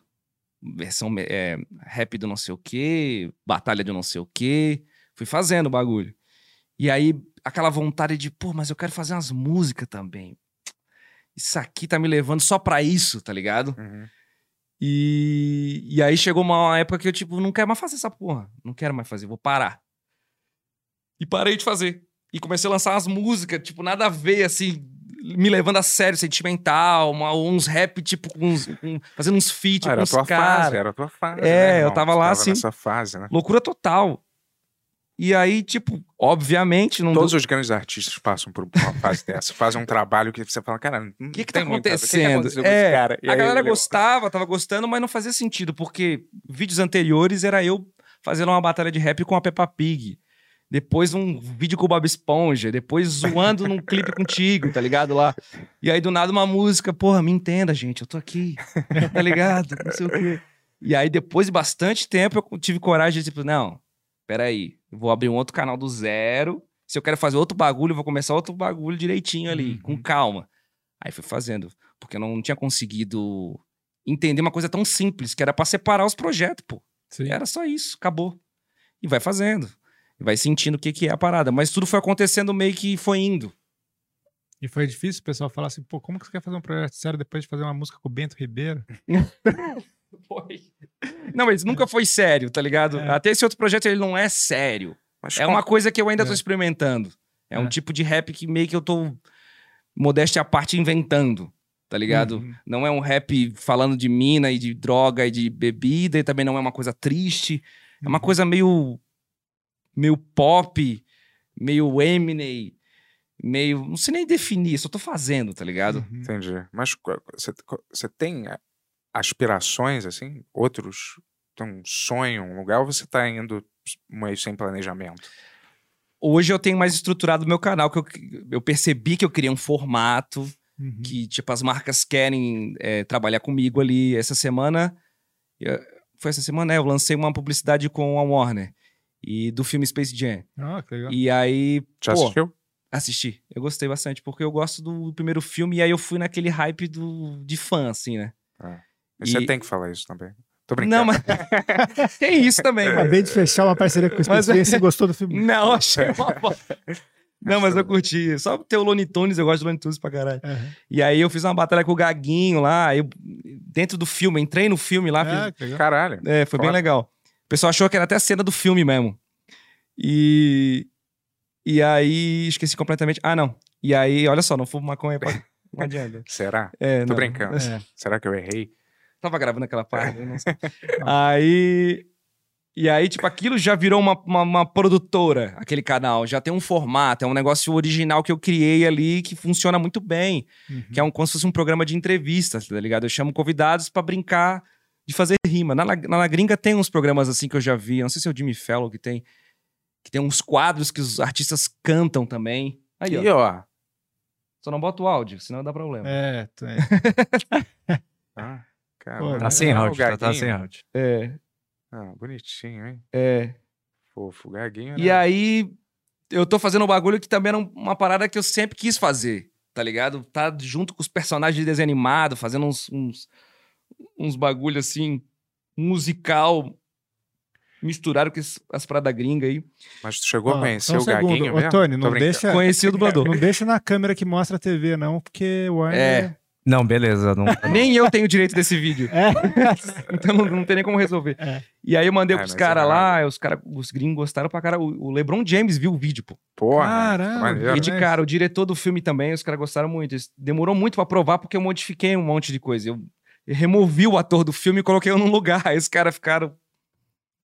Versão é, rap do não sei o quê, batalha do não sei o quê. Fui fazendo o bagulho. E aí, aquela vontade de, pô, mas eu quero fazer umas músicas também. Isso aqui tá me levando só pra isso, tá ligado?
Uhum.
E, e aí chegou uma época que eu, tipo, não quero mais fazer essa porra. Não quero mais fazer, vou parar. E parei de fazer. E comecei a lançar umas músicas, tipo, nada a ver, assim, me levando a sério, sentimental, uma- uns rap, tipo, com uns, com- fazendo uns
Ah,
feat com
era a
uns
tua
caras.
fase, era a tua fase.
Tipo, É,
né,
eu
irmão?
tava
Tu
lá, assim.
Nessa fase, né?
Loucura total. E aí, tipo, obviamente, não
Todos os grandes artistas passam por uma fase dessa. Fazem um trabalho que você fala, cara, o
que que tá acontecendo?
O que que aconteceu com
É,
esse cara? E
a
aí,
galera
ele-
gostava, tava gostando, mas não fazia sentido, porque vídeos anteriores era eu fazendo uma batalha de rap com a Peppa Pig. Depois um vídeo com o Bob Esponja, depois zoando num clipe contigo, tá ligado? Lá. E aí, do nada, uma música, porra, me entenda, gente, eu tô aqui, tá ligado? Não sei o quê. E aí, depois de bastante tempo, eu tive coragem de, tipo, não, peraí, eu vou abrir um outro canal do zero. Se eu quero fazer outro bagulho, eu vou começar outro bagulho direitinho ali,
Uhum.
com calma. Aí fui fazendo, porque eu não tinha conseguido entender uma coisa tão simples, que era pra separar os projetos, pô.
Sim.
Era só isso, acabou. E vai fazendo. E vai sentindo o que, que é a parada. Mas tudo foi acontecendo meio que foi indo.
E foi difícil o pessoal falar assim, pô, como que você quer fazer um projeto sério depois de fazer uma música com o Bento Ribeiro?
Foi. Não, mas nunca foi sério, tá ligado?
É.
Até esse outro projeto ele não é sério.
Mas
É uma coisa que eu ainda tô
É.
experimentando. É, um
É.
tipo de rap que meio que eu tô, modéstia à parte, inventando, tá ligado?
Uhum.
Não é um rap falando de mina e de droga e de bebida, e também não é uma coisa triste. É uma
Uhum.
coisa meio. meio pop, meio Eminem, meio. Não sei nem definir, só tô fazendo, tá ligado?
Uhum.
Entendi. Mas co- você co- você tem a- aspirações, assim? Outros? Tem um sonho, um lugar? Ou você tá indo meio sem planejamento?
Hoje eu tenho mais estruturado o meu canal, que eu, eu percebi que eu queria um formato.
Uhum.
que tipo as marcas querem é, trabalhar comigo ali essa semana eu- foi essa semana é, eu lancei uma publicidade com a Warner e do filme Space Jam
Ah, que legal.
e aí
Já
Pô.
assistiu?
assisti eu gostei bastante porque eu gosto do primeiro filme e aí eu fui naquele hype do de fã assim né
Você
E-
tem que falar isso também. Tô brincando.
não mas tem isso também mano.
Acabei de fechar uma parceria com o
Mas- é Uhum.
Space Você gostou do filme?
É.
não achei uma bosta. não mas eu curti só ter o Looney Tunes eu gosto do Looney Tunes pra caralho
É.
Aham.
e aí eu fiz uma batalha com o Gaguinho lá eu dentro do filme entrei no filme lá fiz
Ah, que legal.
Caralho.
É, foi bem
Foda.
legal. O pessoal achou que era até a cena do filme mesmo. E. E aí, esqueci completamente. Ah, não. E aí, olha só, não fumo maconha pra. Não adianta.
Será?
É,
Tô
não.
brincando.
É.
Será que eu errei?
Tava gravando aquela parte. eu não sei. aí. E aí, tipo, aquilo já virou uma, uma, uma produtora, aquele canal. Já tem um formato, é um negócio original que eu criei ali que funciona muito bem.
Uhum.
Que é um, como se fosse um programa de entrevistas, tá ligado? Eu chamo convidados pra brincar de fazer rima. Na, la- na, La gringa tem uns programas assim que eu já vi, eu não sei se é o Jimmy Fallon que tem, que tem uns quadros que os artistas cantam também. Aí, ó.
E ó.
Só não bota o áudio, senão dá problema.
É, tu é.
Ah,
Pô,
cara.
Tá sem
Ah, o
áudio, tá, tá
Gaguinho.
sem áudio.
É,
Ah, bonitinho, hein?
é.
Fofo, gaguinho.
E
né?
aí, eu tô fazendo um bagulho que também era um- uma parada que eu sempre quis fazer, tá ligado? Tá junto com os personagens de desenho animado, fazendo uns, uns, uns bagulho assim, musical, misturado com es- as paradas gringas aí.
Mas tu chegou
Ó,
a
só
conhecer
um
o gaguinho
segundo.
mesmo?
Ô, Tony,
Tô
não
brincando.
deixa,
Conheci o dublador.
não deixa na câmera que mostra a TV, não, porque o Warner...
É.
Não,
Tá
beleza. Não...
Nem eu tenho direito desse vídeo.
É.
Então não, não tem nem como resolver.
É.
E aí eu mandei
Ah,
pros
mas é
caras lá, os, cara, os gringos gostaram pra cara. O, o LeBron James viu o vídeo, pô.
Porra.
Caramba,
maneiro. né?
E de
Parece.
cara, o diretor do filme também, os caras gostaram muito. Isso Demorou muito pra aprovar porque eu modifiquei um monte de coisa. Eu eu removi o ator do filme e coloquei eu num lugar. Aí os caras ficaram.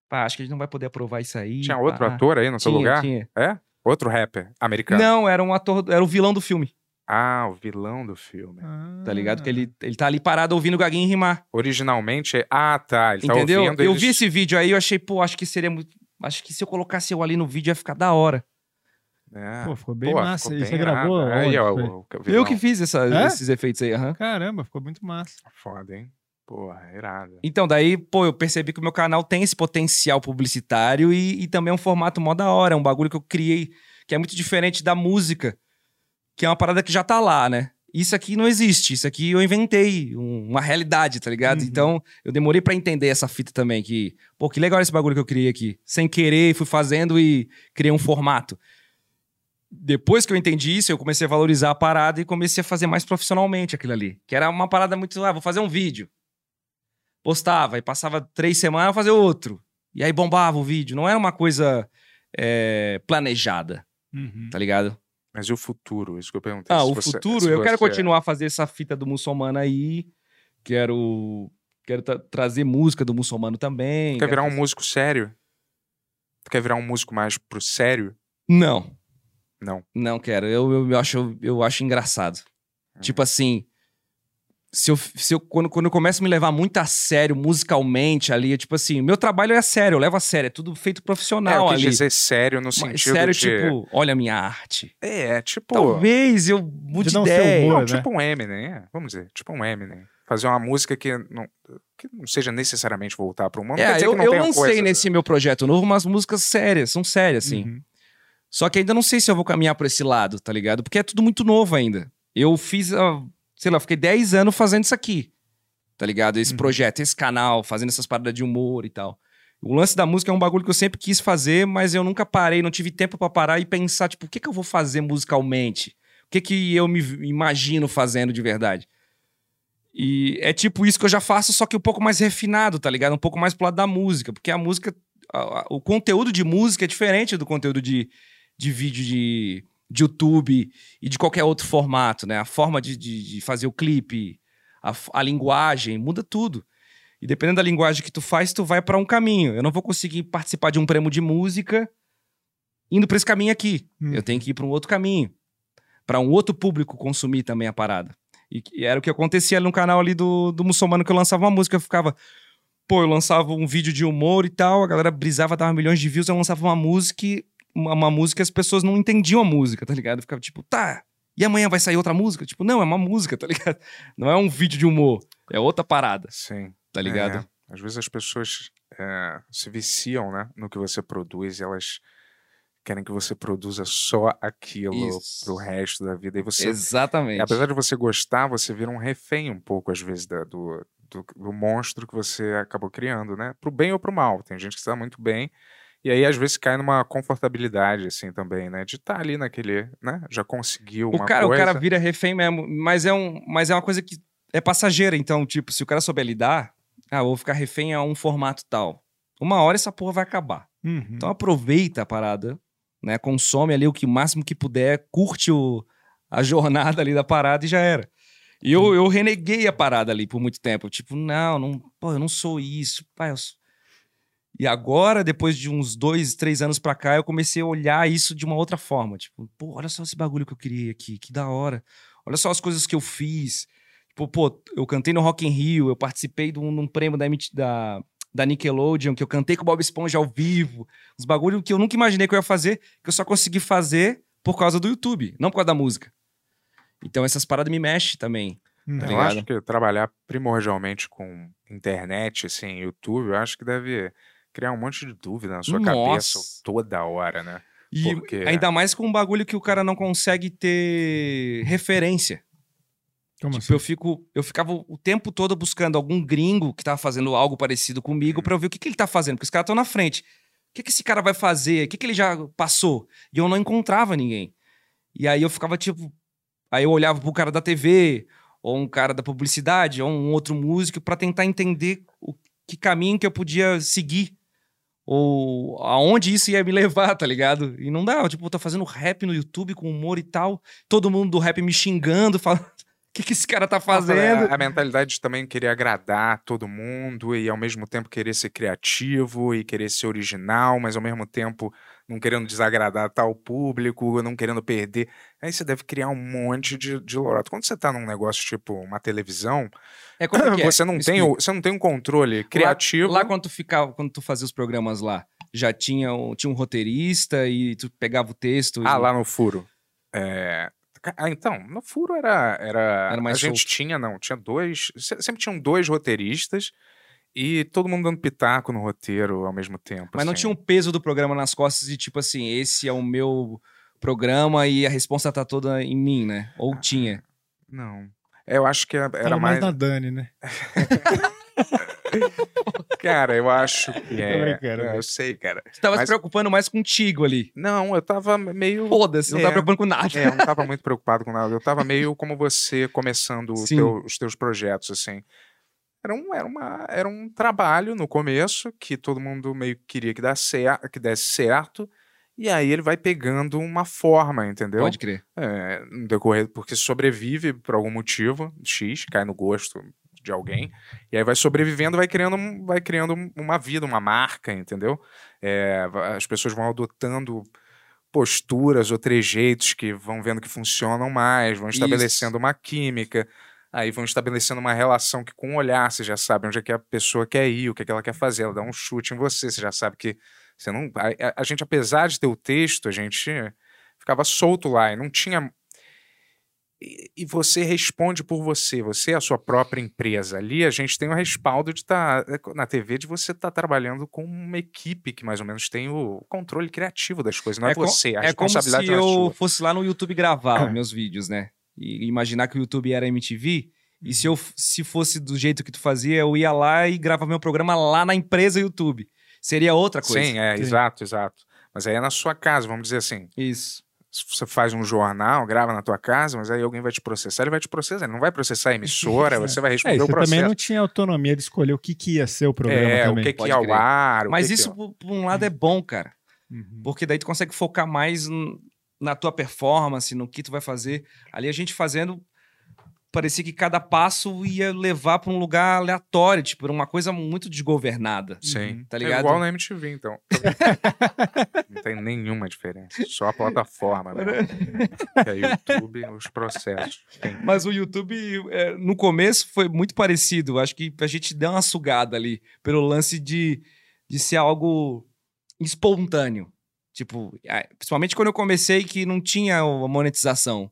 Pá, acho que a gente não vai poder aprovar isso aí.
Tinha
pá."
outro ator aí no seu
Ah, Tinha,
lugar?
tinha.
É? Outro rapper americano.
Não, era um ator, era o vilão do filme,
Ah, o vilão do filme.
tá ligado?
Ah.
Que ele, ele tá ali parado ouvindo o Gaguinho rimar.
Originalmente, é- ah, tá. Ele
entendeu?
tá ouvindo.
eu
eles-
vi esse vídeo aí, eu achei, pô, acho que seria muito. Acho que se eu colocasse eu ali no vídeo ia ficar da hora.
É.
Ah,
Pô, ficou bem
Pô,
massa.
ficou
E você
bem
gravou?
irado. Aí,
aonde
ó,
foi?
o, o
Eu
vilão.
que fiz essa-
É?
esses efeitos aí, aham.
Caramba, ficou muito massa.
Foda, hein? Porra, é irado.
Então, daí, pô, eu percebi que o meu canal tem esse potencial publicitário e, e também é um formato mó da hora, é um bagulho que eu criei, que é muito diferente da música, que é uma parada que já tá lá, né? Isso aqui não existe, isso aqui eu inventei, um- uma realidade, tá ligado?
Uhum.
Então, eu demorei pra entender essa fita também, que, pô, que legal esse bagulho que eu criei aqui. Sem querer, fui fazendo e criei um formato. Depois que eu entendi isso, eu comecei a valorizar a parada e comecei a fazer mais profissionalmente aquilo ali. Que era uma parada muito, ah, vou fazer um vídeo postava e passava três semanas eu fazia outro. E aí bombava o vídeo. Não era uma coisa é, planejada,
Uhum.
tá ligado?
Mas e o futuro? Isso que eu perguntei.
Ah,
se
o
você-
futuro,
se
eu quero
você- é
continuar a fazer essa fita do muçulmano aí. Quero. Quero tra- trazer música do muçulmano também.
Tu quer
quero
virar um
fazer-
músico sério? Tu quer virar um músico mais pro sério?
Não.
Não.
Não quero. Eu, eu, eu acho, eu acho engraçado.
Hum.
Tipo assim. Se eu, se eu, quando, quando eu começo a me levar muito a sério musicalmente ali, é tipo assim, meu trabalho é sério, eu levo a sério, é tudo
é,
feito
eu
profissional
quis
ali.
dizer sério no
Mas
sentido
sério,
de...
tipo, olha a minha arte.
É, tipo...
Talvez eu mude
De não ser
ideia.
humor.
Não,
né?
tipo um Eminem, é. Vamos dizer, tipo um Eminem. Fazer uma música que não, que não seja necessariamente voltar pro mundo.
É, eu,
que não
eu
tenha
lancei
coisas-
nesse meu projeto novo umas músicas sérias, são sérias, assim. sim.
Uhum.
Só que ainda não sei se eu vou caminhar por esse lado, tá ligado? Porque é tudo muito novo ainda. Eu fiz, ah, sei lá, fiquei 10 anos fazendo isso aqui, tá ligado? Esse
Uhum.
projeto, esse canal, fazendo essas paradas de humor e tal. O lance da música é um bagulho que eu sempre quis fazer, mas eu nunca parei, não tive tempo pra parar e pensar, tipo, o que, que eu vou fazer musicalmente? O que, que eu me v- imagino fazendo de verdade? E é tipo isso que eu já faço, só que um pouco mais refinado, tá ligado? Um pouco mais pro lado da música, porque a música, a- a- o conteúdo de música é diferente do conteúdo de, de vídeo de, de YouTube e de qualquer outro formato, né? A forma de, de, de fazer o clipe, a, f- a linguagem, muda tudo. E dependendo da linguagem que tu faz, tu vai pra um caminho. Eu não vou conseguir participar de um prêmio de música indo pra esse caminho aqui.
Hum.
Eu tenho que ir pra um outro caminho, Pra um outro público consumir também a parada. E, que- e era o que acontecia ali no canal ali do, do muçulmano que eu lançava uma música, eu ficava Pô, eu lançava um vídeo de humor e tal, a galera brisava, dava milhões de views, eu lançava uma música, e- uma, uma música e as pessoas não entendiam a música, tá ligado? Eu ficava tipo, tá, e amanhã vai sair outra música? Tipo, não, é uma música, tá ligado? Não é um vídeo de humor, é outra parada,
Sim.
tá ligado?
É. Às vezes as pessoas é, se viciam né, no que você produz e elas querem que você produza só aquilo
Isso.
pro resto da vida. E você,
Exatamente.
É, apesar de você gostar, você vira um refém um pouco, às vezes, da- do, do, do monstro que você acabou criando, né? Pro bem ou pro mal. Tem gente que está muito bem. E aí, às vezes, cai numa confortabilidade, assim, também, né? De estar ali naquele, né? Já conseguiu
O
uma
cara,
coisa.
o cara vira refém mesmo, mas é, um, mas é uma coisa que é passageira. Então, tipo, se o cara souber lidar, ah, eu vou ficar refém a um formato tal. Uma hora essa porra vai acabar.
Uhum.
Então aproveita a parada, né? Consome ali o que o máximo que puder, curte o, a jornada ali da parada e já era. E eu, eu reneguei a parada ali por muito tempo. Tipo, não, não pô, eu não sou isso. Pá, eu sou- E agora, depois de uns dois, três anos pra cá, eu comecei a olhar isso de uma outra forma. Tipo, pô, olha só esse bagulho que eu criei aqui, que da hora. Olha só as coisas que eu fiz. Tipo, pô, eu cantei no Rock in Rio, eu participei de um, de um prêmio da, MT da, da Nickelodeon, que eu cantei com o Bob Esponja ao vivo. Uns bagulho que eu nunca imaginei que eu ia fazer, que eu só consegui fazer por causa do YouTube, não por causa da música. Então essas paradas me mexem também.
Uhum.
Tá
Eu
ligado?
acho que trabalhar primordialmente com internet, assim, YouTube, eu acho que deve criar um monte de dúvida na sua cabeça
Nossa.
toda hora, né?
E
Por
é.
quê?
ainda mais com um bagulho que o cara não consegue ter referência.
Como
Tipo, eu
assim?
fico, eu ficava o tempo todo buscando algum gringo que tava fazendo algo parecido
Uhum.
comigo pra eu ver o que, que ele tá fazendo, porque os caras estão na frente. O que, que esse cara vai fazer? O que, que ele já passou? E eu não encontrava ninguém. E aí eu ficava tipo. Aí eu olhava pro cara da TV, ou um cara da publicidade, ou um outro músico, pra tentar entender o que caminho que eu podia seguir. Ou aonde isso ia me levar, tá ligado? E não dá, tipo, eu tô fazendo rap no YouTube com humor e tal, todo mundo do rap me xingando, falando, o que que esse cara tá fazendo?
né, A, a mentalidade de também querer agradar todo mundo e ao mesmo tempo querer ser criativo e querer ser original, mas ao mesmo tempo não querendo desagradar tal público, não querendo perder. Aí você deve criar um monte de, de lorota. Quando você tá num negócio tipo uma televisão,
É como que é?
você, não
Me
tem,
explica.
o- você não tem um controle criativo.
Lá quando tu ficava, quando tu fazia os programas lá, já tinha um, tinha um roteirista e tu pegava o texto. e-
Ah, lá no furo. É... ca- Ah, então, no furo era. era...
Era mais
a gente
solto.
tinha, não, tinha dois. se- Sempre tinham dois roteiristas e todo mundo dando pitaco no roteiro ao mesmo tempo.
Mas não
assim.
tinha um peso do programa nas costas de tipo assim, esse é o meu programa e a responsa tá toda em mim, né?
Ah,
Ou tinha.
Não. É, Eu acho que era, era
Tava
mais.
na Dani, né?
Cara, eu acho que é.
brincando,
eu
velho.
sei, cara.
Tu tava
Mas-
se preocupando mais contigo ali.
Não, eu tava meio.
Foda-se, não
É.
tava preocupando com nada.
É, eu não tava muito preocupado com nada. Eu tava meio como você começando o
Sim.
teu- os teus projetos, assim. Era um, era, uma, era um trabalho no começo que todo mundo meio que queria que, dá cer- que desse certo. E aí ele vai pegando uma forma, entendeu?
Pode crer.
É, no decorrer, porque sobrevive por algum motivo, X, cai no gosto de alguém, e aí vai sobrevivendo, vai criando, um- vai criando um- uma vida, uma marca, entendeu? É, va- as pessoas vão adotando posturas ou trejeitos que vão vendo que funcionam mais, vão
Isso.
estabelecendo uma química, aí vão estabelecendo uma relação que com o olhar você já sabe onde é que a pessoa quer ir, o que é que ela quer fazer, ela dá um chute em você, você já sabe que você não, a, a- a gente, apesar de ter o texto, a gente ficava solto lá e não tinha. E, e você responde por você, você é a sua própria empresa. Ali a gente tem o respaldo de estar na TV de você estar trabalhando com uma equipe que mais ou menos tem o controle criativo das coisas, não é,
É co-
você, a
é como se
responsabilidade é
eu
sua.
fosse lá no YouTube gravar os meus vídeos, né? E imaginar que o YouTube era MTV. E
Uhum.
se eu f- se fosse do jeito que tu fazia, eu ia lá e gravava meu programa lá na empresa YouTube. Seria outra coisa.
Sim, é,
Sim.
exato, exato. Mas aí é na sua casa, vamos dizer assim.
Isso.
se você faz um jornal, grava na tua casa, mas aí alguém vai te processar, ele vai te processar, ele não vai processar a emissora, você vai
É,
responder
e
o
você
processo.
também não tinha autonomia de escolher o que, que ia ser o programa
é, o
também.
que, que
Pode
é ao
crer.
ar, o
Mas
que
isso,
que...
por, por um lado, é bom, cara.
Uhum.
Porque daí tu consegue focar mais n- na tua performance, no que tu vai fazer. Ali a gente fazendo, parecia que cada passo ia levar pra um lugar aleatório, tipo, era uma coisa muito desgovernada.
Sim.
Tá ligado?
É igual na MTV, então. não tem nenhuma diferença. Só a plataforma, né? Que é YouTube, os processos. Tem-
Mas o YouTube, é, no começo, foi muito parecido. Acho que a gente deu uma sugada ali pelo lance de, de ser algo espontâneo. Tipo, ah, principalmente quando eu comecei, que não tinha a monetização.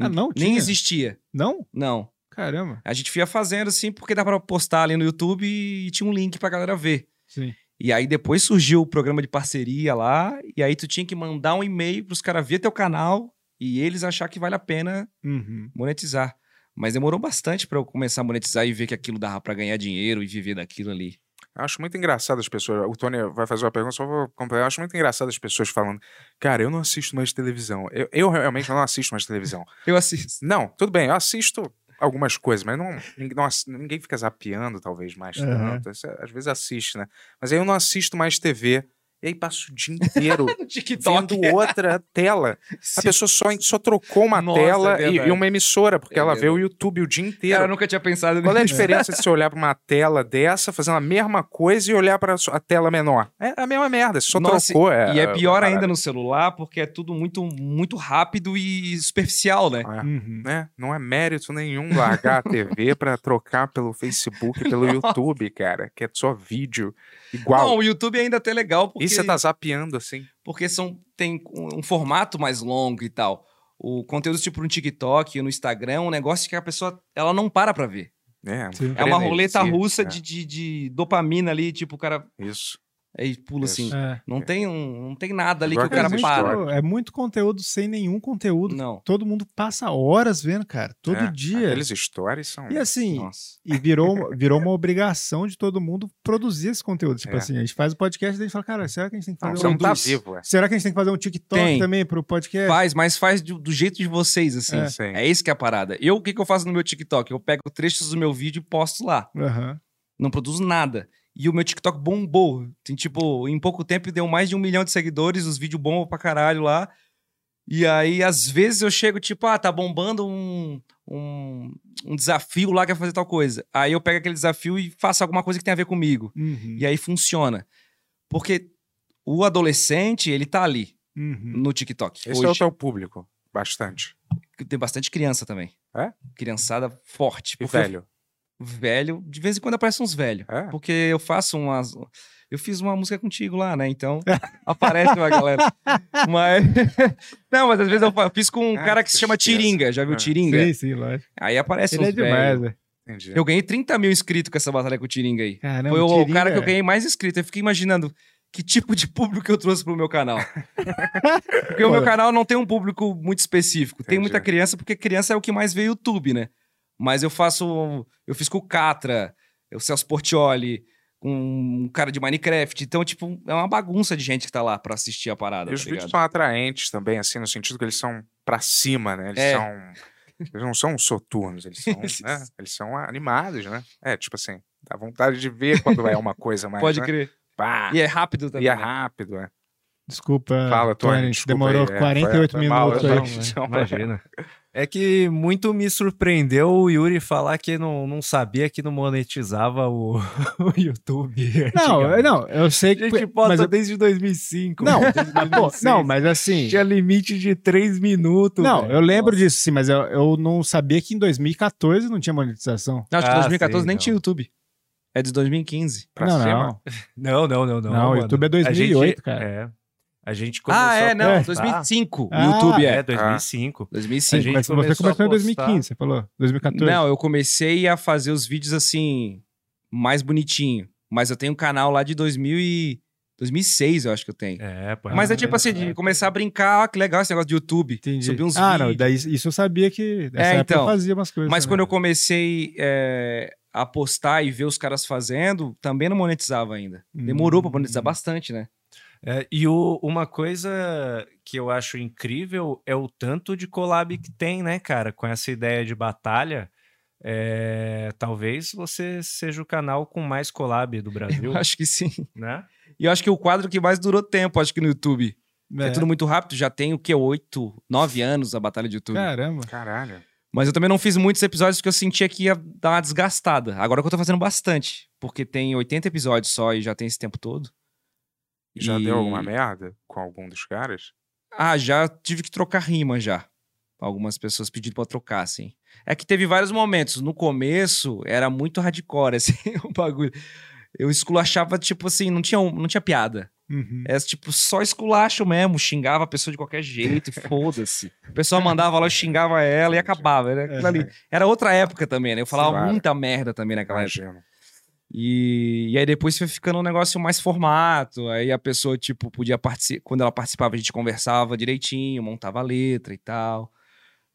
Ah, não
Nem
tinha?
existia.
Não?
Não.
Caramba.
A gente ia fazendo assim, porque dá pra postar ali no YouTube e tinha um link pra galera ver.
Sim.
E aí depois surgiu o programa de parceria lá, e aí tu tinha que mandar um e-mail pros caras ver teu canal e eles achar que vale a pena
Uhum.
monetizar. Mas demorou bastante pra eu começar a monetizar e ver que aquilo dava pra ganhar dinheiro e viver daquilo ali.
Acho muito engraçado as pessoas. O Tony vai fazer uma pergunta, só vou completar. Acho muito engraçado as pessoas falando: Cara, eu não assisto mais televisão. Eu, eu realmente não assisto mais televisão.
Eu assisto.
Não, tudo bem, eu assisto algumas coisas, mas não, nin- não ass- ninguém fica zapeando talvez mais
Aham.
tanto. Isso, Às vezes assiste, né? Mas aí eu não assisto mais TV. E aí passo o dia inteiro
TikTok.
vendo outra tela. A
Sim.
pessoa só, só trocou uma
Nossa,
tela
é
e- e,
verdade.
uma emissora, porque
É
ela vê o
verdade.
YouTube o dia inteiro.
Cara, eu nunca tinha pensado
Qual é a
nisso.
diferença de você olhar pra uma tela dessa, fazendo a mesma coisa e olhar para a tela menor? É a mesma merda, só
Nossa,
trocou. é-
E é pior
parada,
ainda no celular, porque é tudo muito, muito rápido e superficial, né?
É.
Uhum.
né? Não é mérito nenhum largar a TV pra trocar pelo Facebook, e pelo YouTube, cara, que é só vídeo
Não,
igual.
o YouTube ainda até é legal,
e
porque,
você tá zapeando assim.
porque são, tem um, um formato mais longo e tal. O conteúdo tipo no TikTok, no Instagram, é um negócio que a pessoa ela não para pra ver.
É, um
Sim.
É uma
frenesi,
roleta russa
né?
de, de, de dopamina ali, tipo, o cara
Isso.
Aí pula assim.
É.
Não
É.
tem, um, não tem nada ali
Igual
que o cara
aqueles
para.
stories.
muito, é muito conteúdo sem nenhum conteúdo.
Não.
Todo mundo passa horas vendo, cara. Todo
É,
dia.
Aqueles stories são.
E assim,
Nossa.
e virou, virou uma obrigação de todo mundo produzir esse conteúdo. Tipo
É.
assim, a gente faz o podcast e a gente fala, cara, será que a gente tem que
Não,
fazer
você
um...
não tá
produz.
vivo, é.
Será que a gente tem que fazer um TikTok
Tem.
também pro podcast?
Faz, mas faz do, do jeito de vocês, assim.
Sim, sim.
É isso que é a parada. Eu, o que, que eu faço no meu TikTok? Eu pego trechos do meu vídeo e posto lá.
Aham.
Não produzo nada. E o meu TikTok bombou. Tem, tipo, em pouco tempo deu mais de um milhão de seguidores, os vídeos bombam pra caralho lá. E aí, às vezes, eu chego, tipo, ah, tá bombando um, um, um desafio lá que é fazer tal coisa. Aí eu pego aquele desafio e faço alguma coisa que tem a ver comigo.
Uhum.
E aí funciona. Porque o adolescente, ele tá ali
é
Uhum.
no TikTok.
Esse é o teu público. Bastante.
Que Tem bastante criança também.
É?
Criançada forte.
E
porque
velho.
eu- velho, de vez em quando aparece uns velhos.
É?
Porque eu faço umas. Eu fiz uma música contigo lá, né? Então aparece uma galera. Mas. Não, mas às vezes eu fa- fiz com um
Ah,
cara
que
que se chama
tristeza.
Tiringa. Já viu
Ah.
Tiringa?
Sim, sim, lógico.
Aí aparece
Ele
uns
é demais,
velhos.
velho.
Entendi.
Eu ganhei 30 mil inscritos com essa batalha com o Tiringa aí.
Caramba,
Foi o
tiringa.
cara que eu ganhei mais inscrito. Eu fiquei imaginando que tipo de público eu trouxe pro meu canal. porque o meu
Olha.
canal não tem um público muito específico. Tem
Entendi.
muita criança, porque criança é o que mais vê YouTube, né? Mas eu faço. Eu fiz com o Catra, o Celso Portioli, com um cara de Minecraft. Então, tipo, é uma bagunça de gente que tá lá pra assistir a parada.
E os
tá
vídeos
ligado?
são atraentes também, assim, no sentido que eles são pra cima, né? Eles
É.
são. Eles não são soturnos, eles são, né? Eles são animados, né? É, tipo assim, dá vontade de ver quando é uma coisa mais.
Pode
né?
crer.
Pá,
E é rápido
e
também.
é
né?
rápido, é.
Desculpa,
Fala, Tony, desculpa
demorou
aí, é,
48
foi- foi mal,
minutos
eu
aí.
tava- Então,
Imagina. É que muito me surpreendeu o Yuri falar que não, não sabia que não monetizava o, o YouTube.
Não,
antigamente.
eu- não, eu sei
A
que...
gente bota
mas eu-
desde 2005.
Não, Pô,
desde 2006.
não, mas assim...
Tinha limite de 3 minutos.
Não,
velho.
eu lembro disso, sim, mas eu, eu não sabia que em 2014 não tinha monetização.
Não, acho que
Ah,
2014
sei,
nem
não.
tinha YouTube. É de 2015.
Pra
não,
cima.
não.
Não, não, não.
Não,
Não,
o
mano.
YouTube é
A
2008,
gente-
cara.
É. A gente começou
Ah,
a
é, não.
postar-
2005.
Ah,
o YouTube é.
É, 2005.
2005.
A gente
mas você
começou a
começou em
postar-
2015, você falou. 2014.
Não, eu comecei a fazer os vídeos assim, mais bonitinho. Mas eu tenho um canal lá de 2000 e... 2006, eu acho que eu tenho.
É,
Ah,
pode
Mas é
crer,
tipo assim, de
cara.
começar a brincar, ó, que legal esse negócio de YouTube.
Entendi.
Subir uns
ah,
vídeos.
não, daí isso eu sabia que nessa
É,
época
então.
eu fazia umas coisas.
Mas
né?
quando eu comecei é, a postar e ver os caras fazendo, também não monetizava ainda. Demorou pra monetizar
Hum.
bastante, né?
É, e o- uma coisa que eu acho incrível é o tanto de collab que tem, né, cara, com essa ideia de batalha. É, talvez você seja o canal com mais collab do Brasil,
Eu acho que sim.
né?
E eu acho que o quadro que mais durou tempo, acho que no YouTube. É,
É.
tudo muito rápido, já tem o quê? Oito, nove anos a batalha de YouTube.
Caramba.
Caralho.
Mas eu também não fiz muitos episódios porque eu sentia que ia dar uma desgastada. Agora que eu tô fazendo bastante, porque tem 80 episódios só e já tem esse tempo todo.
E já
E-
deu alguma merda com algum dos caras?
Ah, já tive que trocar rima já. Algumas pessoas pedindo pra trocar, assim. É que teve vários momentos. No começo, era muito hardcore, assim, o bagulho. Eu esculachava, tipo assim, não tinha, um- não tinha piada.
Uhum.
Era, tipo, só esculacho mesmo. Xingava a pessoa de qualquer jeito, e foda-se. A pessoa mandava lá, eu xingava ela e acabava. Era, aquilo ali. Era outra época também, né? Eu falava
Claro.
muita merda também naquela época.
Imagino.
E, e aí depois foi ficando um negócio mais formato. Aí a pessoa, tipo, podia participar. Quando ela participava, a gente conversava direitinho, montava a letra e tal.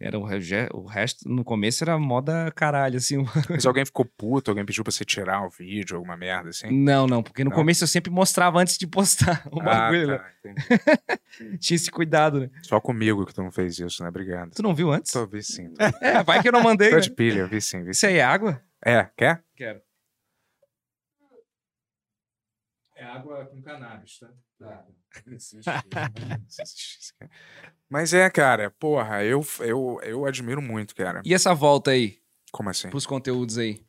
Era o, rege- o resto, no começo era moda caralho, assim.
Mas alguém ficou puto, alguém pediu pra você tirar o vídeo, alguma merda assim?
Não, não, porque no
Não.
começo eu sempre mostrava antes de postar o bagulho.
ah,
né?
tá, entendi.
Tinha esse cuidado, né?
Só comigo que tu não fez isso, né? Obrigado.
Tu não viu antes?
Tô vi sim. Tô,
É, vai que eu não mandei.
tô
né?
de pilha, vi sim, vi
Isso
sim.
aí é água?
É, quer?
Quero.
É água com cannabis, tá?
é né?
é
Mas é, cara, porra, eu, eu, eu admiro muito, cara.
E essa volta aí,
Como assim?
pros conteúdos aí?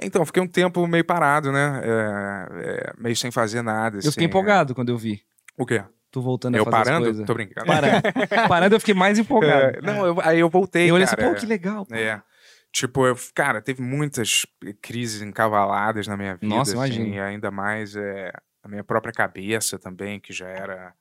Então, fiquei um tempo meio parado, né? É, é, meio sem fazer nada.
Eu fiquei
assim.
empolgado quando eu vi.
O quê?
Tu voltando
Eu
a fazer as
parando?
coisas.
Tô brincando.
Parando. Parando, eu fiquei mais empolgado.
É, não, eu- aí eu voltei.
eu olhei assim,
cara,
pô, que legal. pô.
É. Tipo, eu, cara, teve muitas crises encavaladas na minha vida.
Nossa,
assim,
imagino.
e ainda mais é, a minha própria cabeça também, que já era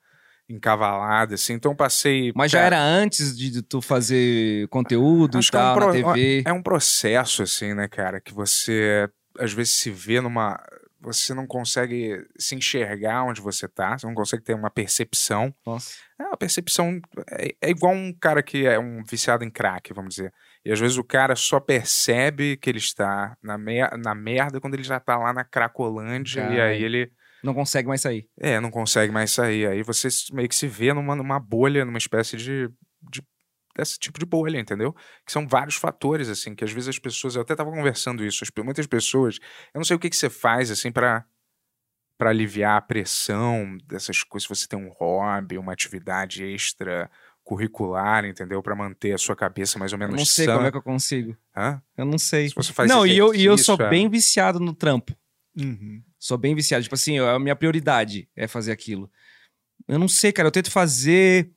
encavalada, assim. Então eu passei.
Mas já
cara,
era antes de tu fazer conteúdo e
Acho que é um
tal, na
pro-
TV.
É um processo, assim, né, cara? Que você às vezes se vê numa. você não consegue se enxergar onde você tá, você não consegue ter uma percepção.
Nossa.
É uma percepção. É, é igual um cara que é um viciado em crack, vamos dizer. E às vezes o cara só percebe que ele está na, mer na merda quando ele já tá lá na Cracolândia e
Caralho.
aí ele.
Não consegue mais sair.
É, não consegue mais sair. Aí você s- meio que se vê numa, numa bolha, numa espécie de, de- desse tipo de bolha, entendeu? Que são vários fatores, assim, que às vezes as pessoas. Eu até tava conversando isso. as pe- muitas pessoas. Eu não sei o que, que você faz, assim, para para aliviar a pressão dessas coisas. Se você tem um hobby, uma atividade extra curricular, entendeu? Para manter a sua cabeça mais ou
Eu
menos
não sei
sã.
como é que eu consigo.
Hã?
Eu não sei.
Se você faz
não, e eu, e eu sou
exercício, é.
bem viciado no trampo.
Uhum.
Sou bem viciado. Tipo assim, eu- a minha prioridade é fazer aquilo. Eu não sei, cara. Eu tento fazer.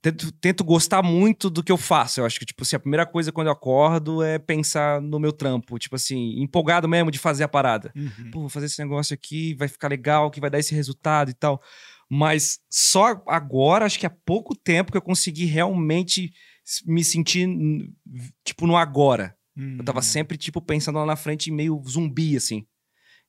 Tento, tento gostar muito do que eu faço. Eu acho que, tipo assim, a primeira coisa quando eu acordo é pensar no meu trampo. Tipo assim, empolgado mesmo de fazer a parada.
Uhum.
Pô, vou fazer esse negócio aqui, vai ficar legal, que vai dar esse resultado e tal. Mas só agora, acho que há pouco tempo que eu consegui realmente s- me sentir, n- tipo, no agora.
uhum,
Eu tava sempre, tipo, pensando lá na frente, meio zumbi, assim.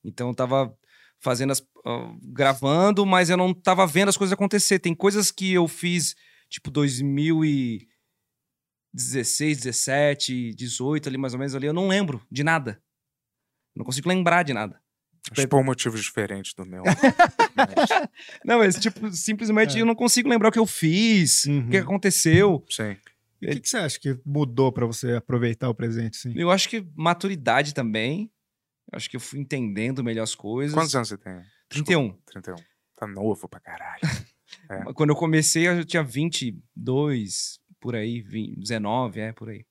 Então eu tava fazendo as. ó, gravando, mas eu não tava vendo as coisas acontecer. Tem coisas que eu fiz, tipo, 2016, 17, 18, ali mais ou menos ali, eu não lembro de nada. Não consigo lembrar de nada.
Mas por motivos diferentes do meu. né?
Não, mas, tipo, simplesmente
É.
eu não consigo lembrar o que eu fiz, o
Uhum.
que aconteceu.
Sim.
E O que, que você acha que mudou pra você aproveitar o presente,
Uhum.
assim? sim?
Eu acho que maturidade também. Eu acho que eu fui entendendo melhor as coisas.
Quantos anos você tem?
31.
31. Tá novo pra caralho. É.
Mas Quando eu comecei, eu já tinha 22, por aí, 20, 19, é, por aí.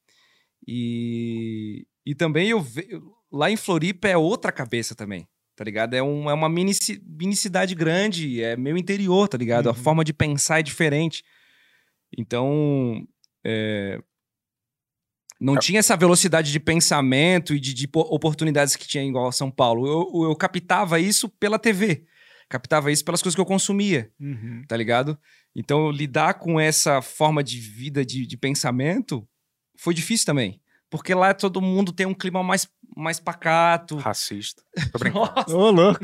E, e também eu ve- eu- lá em Floripa é outra cabeça também, tá ligado? É, um, é uma mini, ci- mini cidade grande, é meio interior, tá ligado? A
Uhum.
forma de pensar é diferente. Então, é, não tinha essa velocidade de pensamento e de, de po- oportunidades que tinha igual a São Paulo. Eu, eu captava isso pela TV, captava isso pelas coisas que eu consumia
Uhum.
tá ligado? Então, lidar com essa forma de vida, de, de pensamento, foi difícil também. Porque lá todo mundo tem um clima mais, mais pacato.
Racista. Tô brincando.
Nossa,
Ô, louco!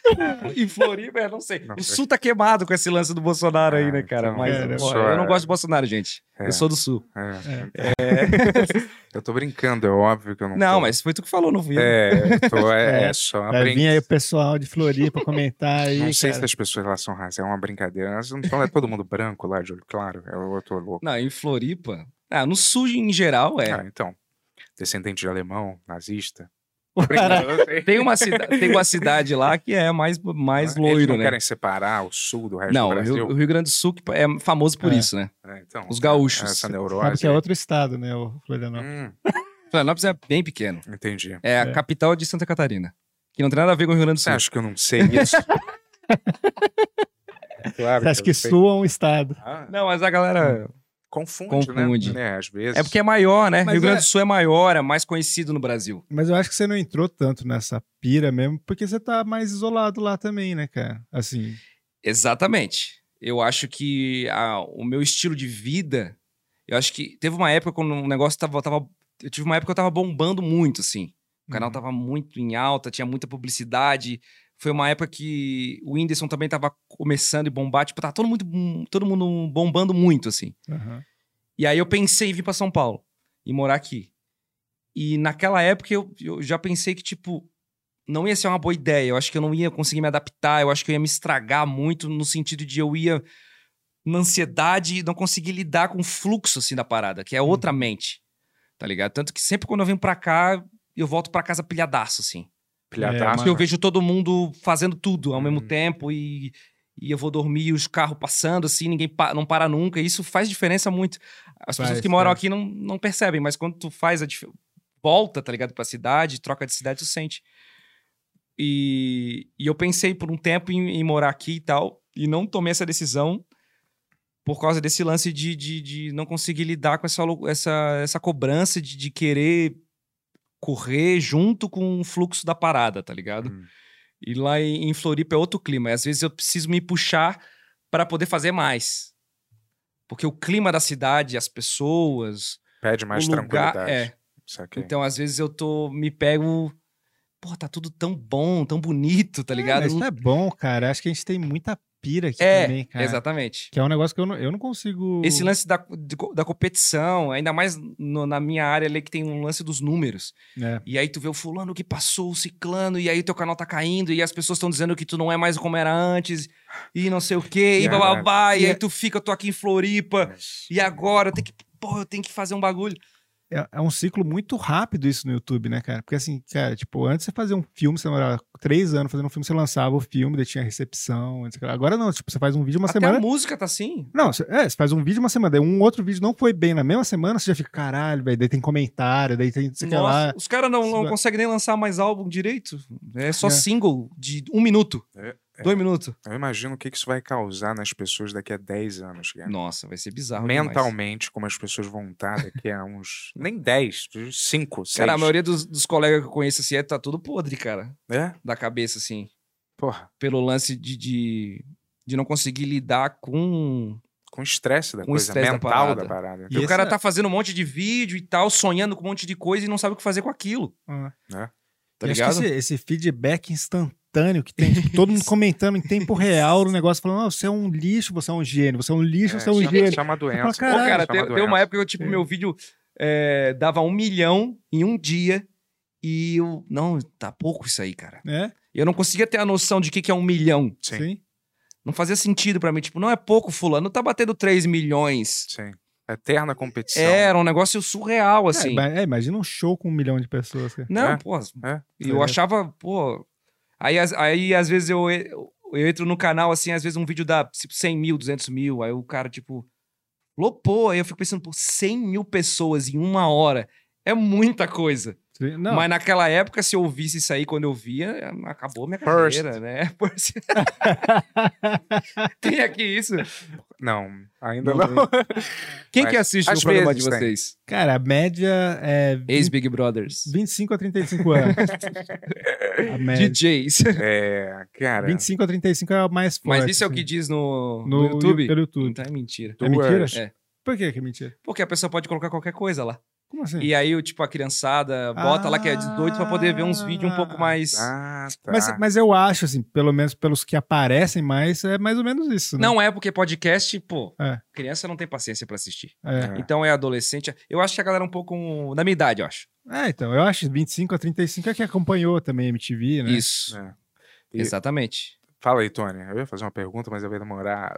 em Floripa, eu não sei.
Não
o
sei.
Sul tá queimado com esse lance do Bolsonaro aí,
Ah,
né, cara?
então,
Mas
é,
eu,
eu
sou-
eu não gosto de Bolsonaro, gente.
É,
Eu sou do Sul.
é. Eu tô brincando, é óbvio que eu não
Não,
tô.
mas foi tu que falou, não né? fui eu.
É, eu tô, é,
É.
é só
Vai
uma
vir aí o
brincadeira.
pessoal de Floripa comentar aí,
Não sei se
cara.
as pessoas lá são racistas, é uma brincadeira. Então é todo mundo branco lá, de olho claro. Eu, eu tô louco.
Não, em Floripa... Ah, no Sul em geral, é.
Ah, então, descendente de alemão, nazista.
Caralho.
Eu sei.
Tem, uma cida- tem uma cidade lá que é mais, mais
É. Eles
loiro,
não
né?
querem separar o sul do resto
Não,
do
o Rio,
Brasil.
o Rio Grande do Sul que é famoso por
É.
isso, né?
É, então,
os gaúchos.
Essa
Sabe
neurose.
que é outro estado, né, o Florianópolis.
Hum,
Florianópolis é bem pequeno.
entendi.
É a
É.
capital de Santa Catarina. Que não tem nada a ver com o Rio Grande do
Você
Sul.
acha que eu não sei isso? claro
Você acha
eu
que
sei.
Sul é um estado?
Ah,
Não, mas a galera.
Confunde,
Confunde.
né? É, às vezes.
É porque é maior, né?
Mas
Rio Grande
é-
do Sul é maior, é mais conhecido no Brasil.
Mas eu acho que você não entrou tanto nessa pira mesmo, porque você tá mais isolado lá também, né, cara? Assim,
Exatamente. Eu acho que a- o meu estilo de vida. Eu acho que teve uma época quando o negócio tava. tava- eu tive uma época que eu tava bombando muito, assim. O canal tava muito em alta, tinha muita publicidade. Foi uma época que o Whindersson também tava começando e bombar. Tipo, tava todo mundo, todo mundo bombando muito, assim.
aham.
E aí eu pensei em vir pra São Paulo e morar aqui. E naquela época eu, eu já pensei que, tipo, não ia ser uma boa ideia. Eu acho que eu não ia conseguir me adaptar, eu acho que eu ia me estragar muito no sentido de eu ia na ansiedade e não conseguir lidar com o fluxo, assim, da parada, que é outra mente, tá ligado? Tanto que sempre quando eu venho pra cá, eu volto pra casa pilhadaço, assim.
Pilhadaço.
Porque eu vejo todo mundo fazendo tudo ao mesmo
Uhum.
tempo e, e eu vou dormir e os carros passando assim, ninguém pa- não para nunca. e Isso faz diferença muito. As pessoas
Faz,
que moram
faz.
aqui não, não percebem, mas quando tu faz a dif- volta, tá ligado, pra cidade, troca de cidade, tu sente. E, e eu pensei por um tempo em, em morar aqui e tal, e não tomei essa decisão por causa desse lance de, de, de não conseguir lidar com essa, lou- essa, essa cobrança de, de querer correr junto com o fluxo da parada, tá ligado?
Hum.
E lá em, em Floripa é outro clima. E às vezes eu preciso me puxar para poder fazer mais. Porque o clima da cidade, as pessoas,
Pede mais
o lugar.
tranquilidade.
É.
Saquei.
Então, às vezes eu tô me pego pô, tá tudo tão bom, tão bonito, tá ligado?
mas isso é bom, cara. Acho que a gente tem muita pira aqui
É,
também, cara.
Exatamente.
Que é um negócio que eu não, eu não consigo.
Esse lance da, de co- da competição, ainda mais no- na minha área ali que tem um lance dos números.
É.
E aí tu vê o fulano que passou, o ciclano, e aí teu canal tá caindo, e as pessoas estão dizendo que tu não é mais como era antes, e não sei o quê, e
Caraca.
bababá, e
E
aí
é-
tu fica, eu tô aqui em Floripa, e agora eu tenho que, porra, eu tenho que fazer um bagulho.
É, é um ciclo muito rápido isso no YouTube, né, cara? Porque assim, cara, tipo, antes você fazia um filme, você demorava três anos fazendo um filme, você lançava o filme, daí tinha recepção, etc. Agora não, tipo, você faz um vídeo uma
Até
semana.
a música tá assim.
Não, cê- é, você faz um vídeo uma semana, daí um outro vídeo não foi bem na mesma semana, você já fica, caralho, velho, daí tem comentário, daí tem, não sei o que
Nossa,
lá.
os caras não, não
Isso-
conseguem nem lançar mais álbum direito. É só
É.
single de um minuto,
É, é.
dois minutos.
Eu imagino o que que isso vai causar nas pessoas daqui a 10 anos, cara.
Nossa, vai ser bizarro. demais.
É. Mentalmente, como as pessoas vão estar daqui a uns. Nem 10, 5, 6.
Cara, a maioria dos, dos colegas que eu conheço assim, é, tá tudo podre, cara,
É?
da cabeça, assim.
Porra,
Pelo lance de, de, de não conseguir lidar com.
com estresse da
Com
coisa,
estresse da
mental
parada.
da parada.
E
E o
esse
cara
é-
tá fazendo um monte de vídeo e tal, sonhando com um monte de coisa e não sabe o que fazer com aquilo.
Ah.
É.
Tá
Eu acho que
ligado?
Esse, esse feedback instantâneo que tem, tipo, todo mundo comentando em tempo real no negócio, falando, "Não, você é um lixo, você é um gênio, você é um lixo, você é um
chama,
gênio.
chama doença.
falo,
Pô,
Caralho,
cara,
chama né?
tem, tem
doença.
uma época que eu, tipo,
É.
meu vídeo é, dava um milhão em um dia e eu. Não, tá pouco isso aí, cara.
É,
Eu não conseguia ter a noção de o que, que é um milhão.
Sim.
sim.
Não fazia sentido pra mim. Tipo, não é pouco, Fulano tá batendo 3 milhões.
Sim. Eterna competição.
Era um negócio surreal,
É,
assim.
ima- é, imagina um show com um milhão de pessoas. cara.
Não,
É,
pô.
é.
E eu
É.
achava, pô. Aí, as- aí às vezes eu, e- eu entro no canal, assim, às vezes um vídeo dá tipo, 100 mil, 200 mil. Aí o cara, tipo, lopou. Aí eu fico pensando, pô, 100 mil pessoas em uma hora. É muita coisa.
Sim, Não,
Mas naquela época, se eu ouvisse isso aí quando eu via, acabou minha
First.
carreira, né? First. Tem aqui isso.
Não, ainda
Não
não.
Quem
Mas
que assiste o
às
programa de
vezes tem.
vocês?
cara, a média é
Ex-Big Brothers.
25 a 35 anos. a média.
DJs.
É, cara.
25 a 35 é a mais forte.
Mas isso é o que
assim.
diz no, no
no
YouTube?
Pelo YouTube.
Então é mentira.
É mentira?
duas-
É.
Por que que é mentira?
Porque a pessoa pode colocar qualquer coisa lá.
Como assim?
E aí, o tipo, a criançada bota lá que é 18 pra poder ver uns vídeos um pouco mais.
Ah, tá.
Mas, mas eu acho, assim, pelo menos pelos que aparecem mais, é mais ou menos isso. Né?
Não é porque podcast, pô,
É.
criança não tem paciência pra assistir.
É.
Então é adolescente. Eu acho que a galera é um pouco. um- Da minha idade, eu acho.
É, então, eu acho 25 a 35 é que acompanhou também a MTV, né?
Isso.
É. E-
Exatamente.
Fala aí, Tony. Eu ia fazer uma pergunta, mas eu ia demorar.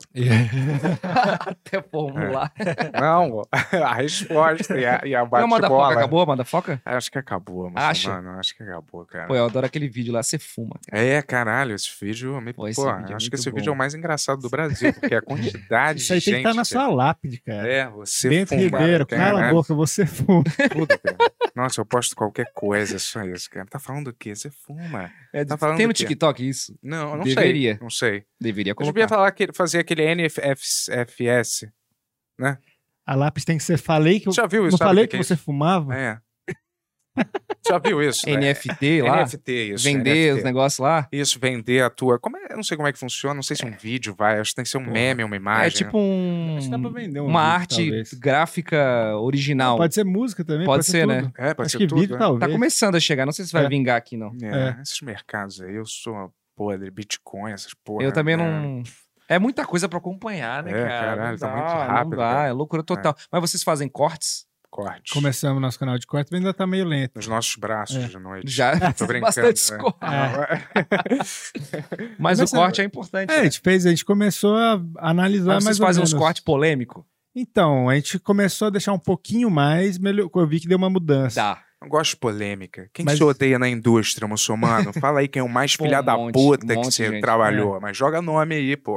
Até formular.
Não, a resposta e a, e a
É. Não, Madafoca
bate-bola.
acabou, Madafoca?
Acho que acabou, mas,
Acha?
mano, acho que acabou, cara.
Pô, eu adoro aquele vídeo lá, você fuma.
É, caralho, esse vídeo. Me...
Pô,
Pô,
esse vídeo é
acho
muito
que esse
bom.
vídeo é o mais engraçado do Brasil, porque a quantidade
Isso aí
de
tem
gente.
que estar na sua lápide, cara.
É, você
Bento
fuma,
Ribeiro, cala a
caralho,
boca, você fuma.
tudo, cara. Nossa, eu posto qualquer coisa, só isso, cara. Tá falando do quê? Você fuma.
É,
Tá falando
tem no
do quê?
TikTok isso?
Não, eu não
Deveria.
sei. Não sei.
Deveria
Eu devia
colocar.
falar que, fazer aquele NFFS.
A lápide tem que ser. Falei que eu.
Já viu
não
isso? Sabe o
falei que,
é
você fumava?
isso? É. Já viu isso? né?
NFT lá,
NFT, isso.
vender os
NFT.
negócios lá.
Isso, vender a tua. Como é, eu não sei como é que funciona, não sei se é um vídeo, vai. Acho que tem que ser um
Porra.
meme, uma
É
imagem. né?
tipo um.
Acho que dá pra vender um
uma
vídeo,
arte
talvez.
gráfica original.
Pode ser música também?
Pode ser, né?
tudo.
né? É, pode
Acho
ser
que
tudo.
vídeo,
né?
talvez.
Tá começando a chegar, não sei se vai
É.
vingar aqui, não.
É, Esses mercados aí, eu sou podre, Bitcoin, essas porra.
eu também
né?
não. É muita coisa pra acompanhar, né,
É,
cara?
caralho,
Não
tá
dá,
muito
não
rápido, né?
dá,
cara.
é loucura total. Mas vocês fazem cortes?
Corte.
Começamos nosso canal de corte, mas ainda tá meio lento.
Nos nossos braços
É.
de noite.
Já
Tô brincando,
bastante
né?
cortes.
Ah,
Mas o
Começa-
corte é importante.
É. É, a
né?
gente fez, a gente começou a analisar
Mas
mais
Ah, vocês
ou
fazem uns
menos.
cortes polêmicos?
Então, a gente começou a deixar um pouquinho mais, melhor, eu vi que deu uma mudança.
Dá.
Não gosto de polêmica. Quem
Mas-
que se odeia na indústria, muçulmano? Fala aí quem é o mais
Pô,
filha
um
da
monte, um
puta
monte
que
de
você
gente.
trabalhou. Mas joga nome aí, pô.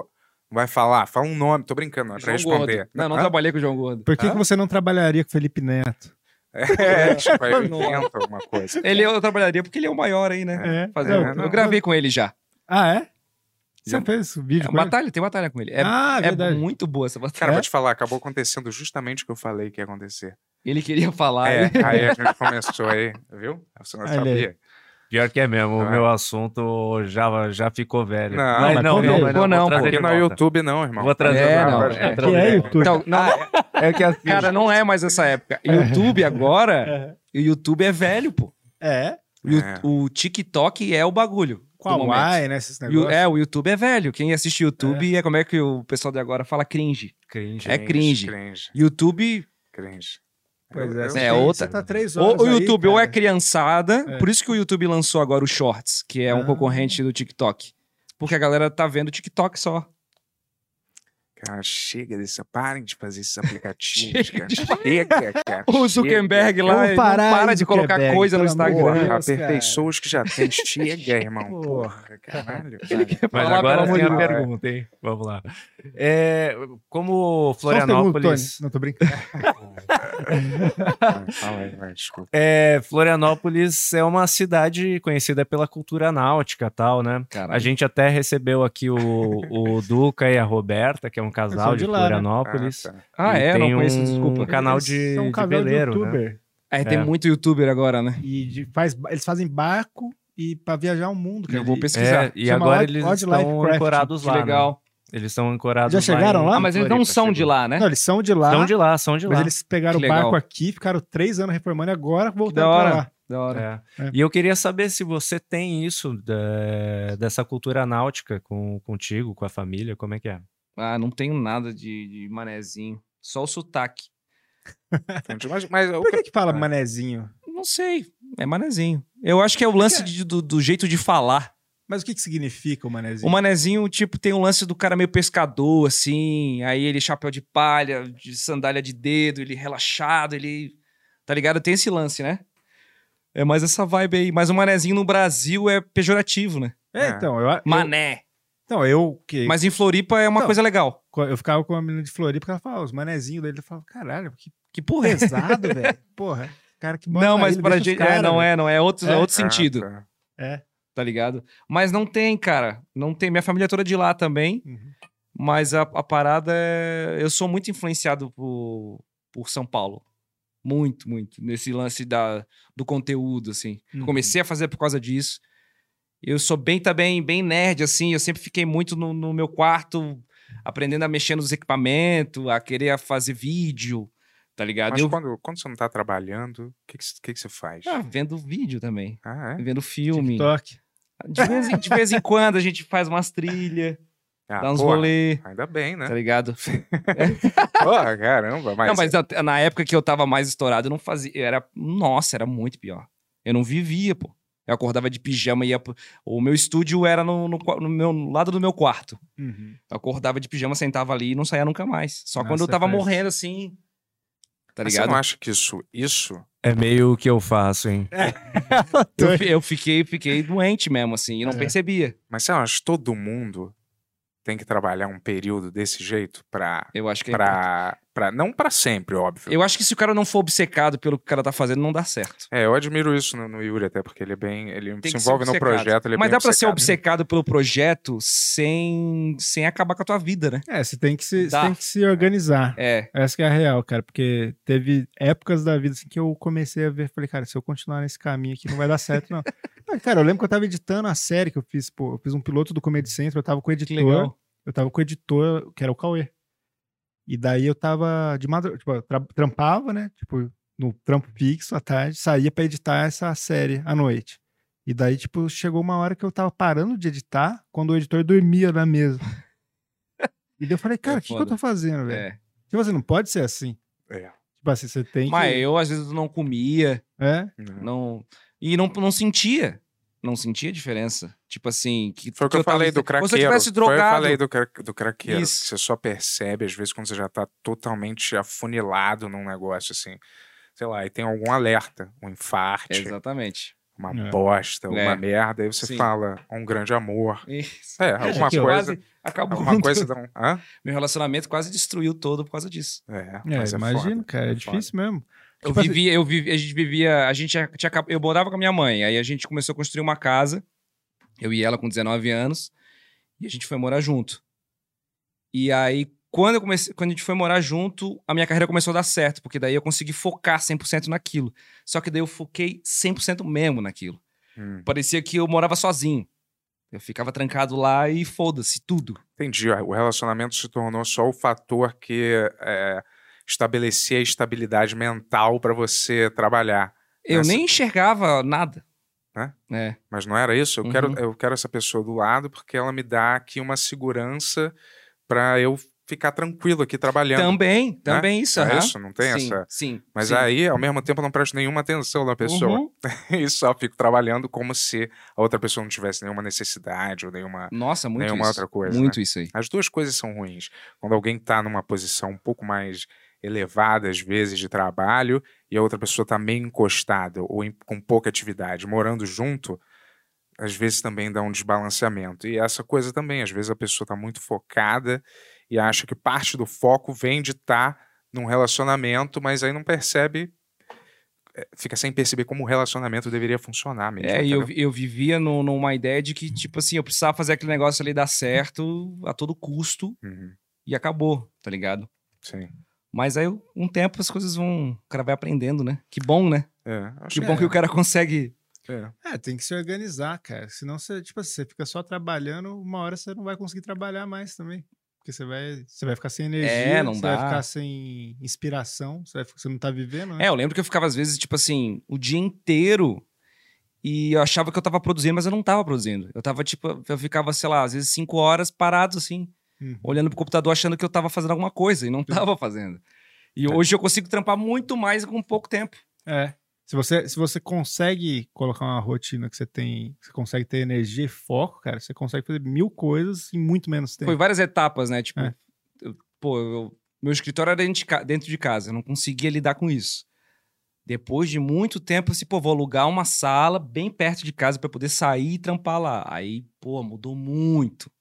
Não Vai falar, fala um nome. Tô brincando, não é pra
João Gordo.
responder.
Não, não
Hã?
trabalhei com o João Gordo.
Por que,
Hã?
que você não trabalharia com Felipe Neto?
É, tipo, aí eu
Não.
invento alguma coisa.
Ele eu trabalharia porque ele é o maior aí, né?
É.
Fazer-
Não,
eu
não.
gravei com ele já.
Ah, é? Você
Já-
fez o
É,
vídeo com ele?
batalha, tem batalha com ele. É,
Ah,
é
verdade.
muito boa essa batalha.
Cara,
É?
vou te falar, acabou acontecendo justamente o que eu falei que ia acontecer.
Ele queria falar.
É,
ele-
aí a gente começou aí, viu? Você não
Olha aí.
sabia.
Pior que é mesmo,
Ah.
o meu assunto já, já ficou velho.
Não,
mas
mas
não,
conta
não,
aí.
mas não,
Pô, não,
vou trazer
Porque
de
não é
volta.
YouTube, não, irmão.
Vou trazer
É,
de
não,
volta,
é.
vou trazer
Que
de
é
volta.
YouTube.
Então, não,
É que assim,
Cara, não é mais essa época. YouTube agora, o YouTube é velho, pô.
É.
E o-
É.
o, TikTok é o bagulho. do
Qual
momento.
ai, né? Esses
E o-
negócios.
é, o YouTube é velho. Quem assiste YouTube é. como é que o pessoal de agora fala cringe.
Cringe.
É
né?
cringe.
Cringe,
YouTube,
cringe.
Pois
Eu- eu-
é, você
é
tá-
outra.
Você tá três horas
ou o
aí,
YouTube ou é
cara.
criançada.
É.
Por isso que o YouTube lançou agora o Shorts, que é um
Ah.
concorrente do TikTok. Porque a galera tá vendo TikTok só.
Cara, chega dessa. Parem de fazer esses aplicativos, cara. Chega, cara.
O Zuckerberg lá ele não
parar,
para de colocar
Zuckerberg,
coisa no
pelo amor de
Instagram.
Deus,
Porra,
cara.
aperfeiçoa os que já tem. Chega, irmão.
Porra.
Porra, caralho. cara.
Mas
Fala,
agora
pelo
tem
amor
a
de Deus.
pergunta, hein? Vamos lá. É, como
Só um segundo,
Florianópolis.
Tony. Não, tô brincando.
Vai, Fala aí, vai, desculpa.
É, Florianópolis é uma cidade conhecida pela cultura náutica e tal, né?
Caralho.
A gente até recebeu aqui o, o Duca e a Roberta, que é um casal
são de
de,
lá, né?
Florianópolis.
Ah, tá.
Ah,
E
é?
tem
Não conheço,
um-
desculpa.
um canal de,
São um
de
casal de
veleiro, né?
youtuber.
É, tem
É.
muito youtuber agora, né?
E de- faz, eles fazem barco e pra viajar o mundo, cara.
Eu vou
E-
pesquisar.
É, e
Chama
agora
Odd-
eles
Odd
estão
Lifecraft,
ancorados
Que
lá. né?
legal.
Eles estão ancorados
Já chegaram
em-
lá?
Ah, mas eles
Floripa,
não são de
chegou.
lá, né?
Não, eles são de lá.
São de lá, são de
Mas
lá.
eles pegaram
Que
o barco
legal.
aqui, ficaram três anos reformando e agora voltaram
da
pra
hora.
lá.
Da hora.
É.
É.
E eu queria saber se você tem isso da- dessa cultura náutica com, contigo, com a família, como é que é?
Ah, não tenho nada de, de manezinho. Só o sotaque.
Mas, mas o
Por
que
que que fala manezinho?
Não sei. É manezinho. Eu acho que é o lance de- do, do jeito de falar.
Mas o que que significa o manezinho?
O manezinho, tipo, tem um lance do cara meio pescador, assim. Aí ele chapéu de palha, de sandália de dedo, ele relaxado, ele. Tá ligado? Tem esse lance, né? É mais essa vibe aí. Mas o manezinho no Brasil é pejorativo, né?
É, então, eu... eu-
Mané.
Então, eu que...
Mas em Floripa é uma
Então.
coisa legal.
Eu ficava com uma menina de Floripa, porque ela falava os manezinhos dele. Eu falava, caralho, que
Que porra é essa?
pesado, velho. Porra, cara que mora
Não,
na
mas
ilha,
pra
deixa os
gente. é,
cara,
não
velho.
é, não é. Outro,
É.
outro
Ah,
sentido,
tá.
tá ligado? Mas não tem, cara. Não tem. Minha família é toda de lá também.
Uhum.
Mas a, a parada é. Eu sou muito influenciado por, por São Paulo. Muito, muito. Nesse lance da, do conteúdo, assim. Eu
Uhum.
Comecei a fazer por causa disso. Eu sou bem também, bem nerd, assim. Eu sempre fiquei muito no, no meu quarto, aprendendo a mexer nos equipamentos, a querer a fazer vídeo, tá ligado?
Mas
eu
quando, quando você não tá trabalhando, o que, que, c- que que você faz?
ah, vendo vídeo também.
Ah, é?
Vendo filme.
TikTok.
De vez, em, de vez em quando a gente faz umas trilhas,
Ah,
dá uns
porra,
rolê,
Ainda bem, né?
tá ligado?
Porra, caramba, mas. é.
Não, mas tá na, na época que eu tava mais estourado, eu não fazia. eu Era, nossa, era muito pior. Eu não vivia, pô. Eu acordava de pijama e ia. pro- O meu estúdio era no, no qua- no meu, no lado do meu quarto.
Uhum.
Eu acordava de pijama, sentava ali e não saía nunca mais. Só
Nossa,
quando eu tava
parece-
morrendo assim. Tá
Mas Você não
ligado?
acha que isso, isso
É meio o que eu faço, hein?
Eu, fi- eu fiquei, fiquei doente mesmo, assim, e não percebia.
Mas você não acha que todo mundo tem que trabalhar um período desse jeito pra.
Eu acho que é importante.
pra, pra não pra sempre, óbvio.
Eu acho que se o cara não for obcecado pelo que o cara tá fazendo, não dá certo.
É, eu admiro isso no, no Yuri até, porque ele é bem. Ele
Tem
se
que ser
envolve no
obcecado.
projeto, ele é
Mas
bem
dá pra ser
obcecado.
obcecado pelo projeto sem, sem acabar com a tua vida, né?
É, você tem que se, você
Dá.
tem que se organizar.
É.
Essa que é a real, cara, porque teve épocas da vida assim, que eu comecei a ver, falei, cara, se eu continuar nesse caminho aqui não vai dar certo, não. Mas, cara, eu lembro que eu tava editando a série que eu fiz, pô, eu fiz um piloto do Comedy Central, eu tava com o
Que
editor,
legal.
eu tava com o editor, que era o Cauê. E daí eu tava de madrugada, tipo, eu tra- trampava, né, tipo, no trampo fixo à tarde, saía pra editar essa série à noite. E daí, tipo, chegou uma hora que eu tava parando de editar, quando o editor dormia na mesa. E daí eu falei, cara, o que, que eu
foda.
tô fazendo, velho?
É.
Tipo assim, não pode ser assim.
É.
Tipo assim, você tem
Mas
que.
eu, às vezes, não comia,
É?
Uhum.
não. E não, não sentia. Não sentia diferença. Tipo assim. Que,
Foi o que, eu
tava-
falei do craqueiro.
Ou se eu tivesse
Foi eu
drogado.
falei do, cra do craqueiro.
Isso.
Você só percebe, às vezes, quando você já tá totalmente afunilado num negócio, assim. Sei lá, e tem algum alerta, um infarte,
Exatamente.
uma
É.
bosta,
É.
uma merda. Aí você
Sim.
fala, um grande amor.
Isso.
É, alguma
que eu-
coisa.
Quase acabou.
Alguma coisa dá um. Hã?
Meu relacionamento quase destruiu todo por causa disso.
É,
É,
mas é
imagina,
foda.
cara, é,
É
difícil mesmo.
Eu
Tipo assim-
vivia, eu vivia, a gente vivia, a gente tinha, tinha acab- eu morava com a minha mãe, aí a gente começou a construir uma casa, eu e ela com 19 anos, e a gente foi morar junto. E aí, quando eu comecei, quando a gente foi morar junto, a minha carreira começou a dar certo, porque daí eu consegui focar 100% naquilo. Só que daí eu foquei 100% mesmo naquilo.
Hum,
Parecia que eu morava sozinho. Eu ficava trancado lá e foda-se tudo.
entendi. ó, O relacionamento se tornou só o fator que é, estabelecia a estabilidade mental pra você trabalhar.
Eu
Essa-
nem enxergava nada. É.
Mas não era isso? Eu,
Uhum.
quero, eu quero essa pessoa do lado porque ela me dá aqui uma segurança pra eu ficar tranquilo aqui trabalhando.
Também, também isso.
É
aham.
isso? Não tem
sim,
essa-
Sim.
Mas
sim.
aí, ao mesmo tempo, eu não presto nenhuma atenção na pessoa.
Uhum.
E só fico trabalhando como se a outra pessoa não tivesse nenhuma necessidade ou nenhuma
Nossa, muito
nenhuma
isso.
É outra coisa, né?
Muito isso aí.
As duas coisas são ruins. Quando alguém está numa posição um pouco mais elevada, às vezes, de trabalho, e a outra pessoa está meio encostada ou em- com pouca atividade, morando junto, às vezes também dá um desbalanceamento. E essa coisa também, às vezes a pessoa está muito focada e acha que parte do foco vem de estar num relacionamento, mas aí não percebe, eh, fica sem perceber como o relacionamento deveria funcionar mesmo.
É, e
entendeu?
eu, eu vivia no- numa ideia de que, tipo assim, eu precisava fazer aquele negócio ali dar certo a todo custo
Uhum,
e acabou, tá ligado?
sim.
Mas aí, um tempo, as coisas vão. O cara vai aprendendo, né? Que bom, né?
É, acho
Que bom que o cara consegue.
é.
É, tem que se organizar, cara. Senão você, tipo assim, você fica só trabalhando, uma hora você não vai conseguir trabalhar mais também. Porque você vai, você vai ficar sem energia,
É, não
você
dá.
vai ficar sem inspiração, você, vai fi- você não tá vivendo, né?
É, eu lembro que eu ficava, às vezes, tipo assim, o dia inteiro e eu achava que eu tava produzindo, mas eu não tava produzindo. Eu tava, tipo, eu ficava, sei lá, às vezes cinco horas parado, assim,
Uhum.
olhando pro computador achando que eu tava fazendo alguma coisa e não tava fazendo. E hoje eu consigo trampar muito mais com pouco tempo.
É. Se você, se você consegue colocar uma rotina que você tem, que você consegue ter energia e foco, cara, você consegue fazer mil coisas em muito menos tempo.
Foi várias etapas, né? Tipo,
É.
eu- pô, eu- meu escritório era dentro de, ca- dentro de casa, eu não conseguia lidar com isso. Depois de muito tempo, eu disse, pô, vou alugar uma sala bem perto de casa pra poder sair e trampar lá. Aí, pô, mudou muito.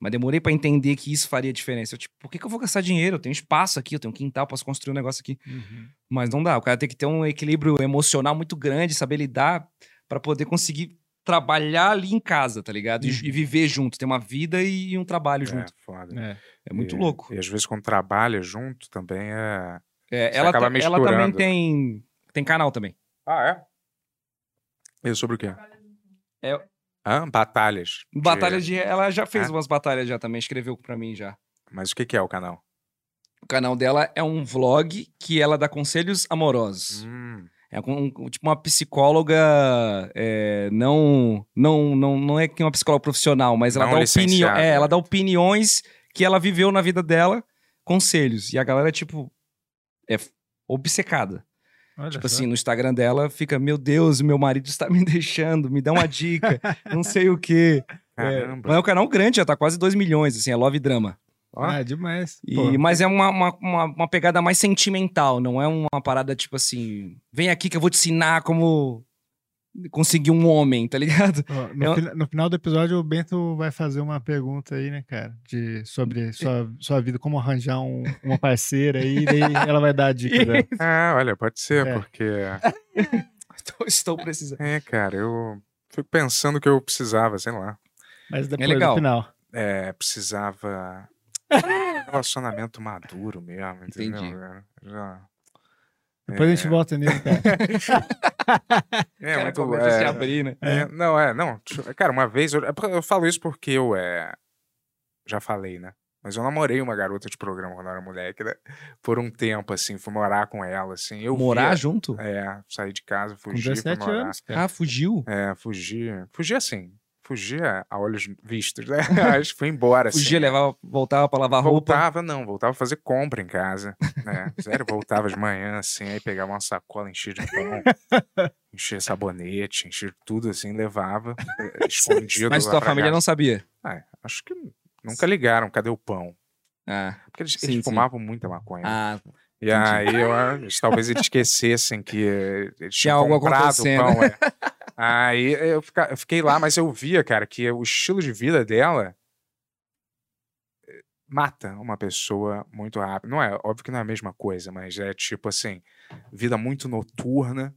Mas demorei pra entender que isso faria diferença. Eu, tipo, por que, que eu vou gastar dinheiro? Eu tenho espaço aqui, eu tenho um quintal, posso construir um negócio aqui.
Uhum.
Mas não dá. O cara tem que ter um equilíbrio emocional muito grande, saber lidar pra poder conseguir trabalhar ali em casa, tá ligado? E, ju- e viver junto, ter uma vida e um trabalho junto.
Uhum. É, foda.
É.
É muito
E-
louco.
E às vezes quando trabalha junto também é.
É,
você
ela,
acaba
ta- ela também
misturando. né?
tem, tem canal também.
Ah, é? E sobre o quê?
É-
Hã? Batalhas.
Batalha de. Ela já fez
É?
umas batalhas já também, escreveu pra mim já.
Mas o que que é o canal?
O canal dela é um vlog que ela dá conselhos amorosos.
Hum,
É com- com, tipo uma psicóloga. é, não, não, não, não é que é uma psicóloga profissional, mas ela
Não
dá opiniões.
licenciada,
É, ela
né?
dá opiniões que ela viveu na vida dela, conselhos. E a galera, tipo, é f- obcecada.
Olha
Tipo
só.
assim, no Instagram dela fica, meu Deus, meu marido está me deixando, me dá uma dica, não sei o quê. Mas
caramba.
é um canal grande, já tá quase 2 milhões, assim, é Love Drama.
ó.
Ah, demais.
E-
Pô,
mas é uma, uma, uma, uma pegada mais sentimental, não é uma parada tipo assim, vem aqui que eu vou te ensinar como conseguir um homem, tá ligado?
ó, no,
eu-
fina- no final do episódio, o Bento vai fazer uma pergunta aí, né, cara? De, sobre sua, sua vida, como arranjar um- uma parceira aí, daí ela vai dar a dica né? dela.
Ah, olha, pode ser,
É.
porque.
Então, estou precisando.
É, cara, eu fico pensando que eu precisava, sei lá.
Mas depois
legal.
no final.
É, precisava. Relacionamento maduro mesmo, entendeu?
Entendi.
cara? Já-
Depois a
É.
gente volta nele, cara.
É,
Cara,
muito
começa a se
é,
abrir, né?
É, não, é, não. tch- Cara, uma vez. Eu, é porque eu falo isso porque eu é, já falei, né? Mas eu namorei uma garota de programa quando eu era moleque, né? Por um tempo, assim, fui morar com ela, assim. Eu
Morar junto?
via, É, saí de casa,
Com
fugi, fui
17
morar.
anos, cara.
Ah, fugiu?
É, fugi. Fugi assim. Fugi a a olhos vistos, né? Mas fui embora, assim.
Fugia, levava, voltava pra lavar roupa.
Voltava, não, voltava a fazer compra em casa. né? Sério, voltava de manhã, assim, aí pegava uma sacola, enchia de pão, enchia sabonete, enchia de tudo, assim, levava, eh, escondido.
Mas
lá
tua
pra
família
casa.
não sabia.
Ah, acho que nunca ligaram, cadê o pão?
Ah,
Porque eles,
Sim,
eles
sim.
fumavam muita maconha.
ah
e aí, eu, ah, eles- talvez eles esquecessem que eh, eles
Tinha
tinham
algo
comprado o
acontecendo.
pão. é. Aí eu, fica- eu fiquei lá, mas eu via, cara, que o estilo de vida dela eh, mata uma pessoa muito rápido. Não é, óbvio que não é a mesma coisa, mas é tipo assim, vida muito noturna.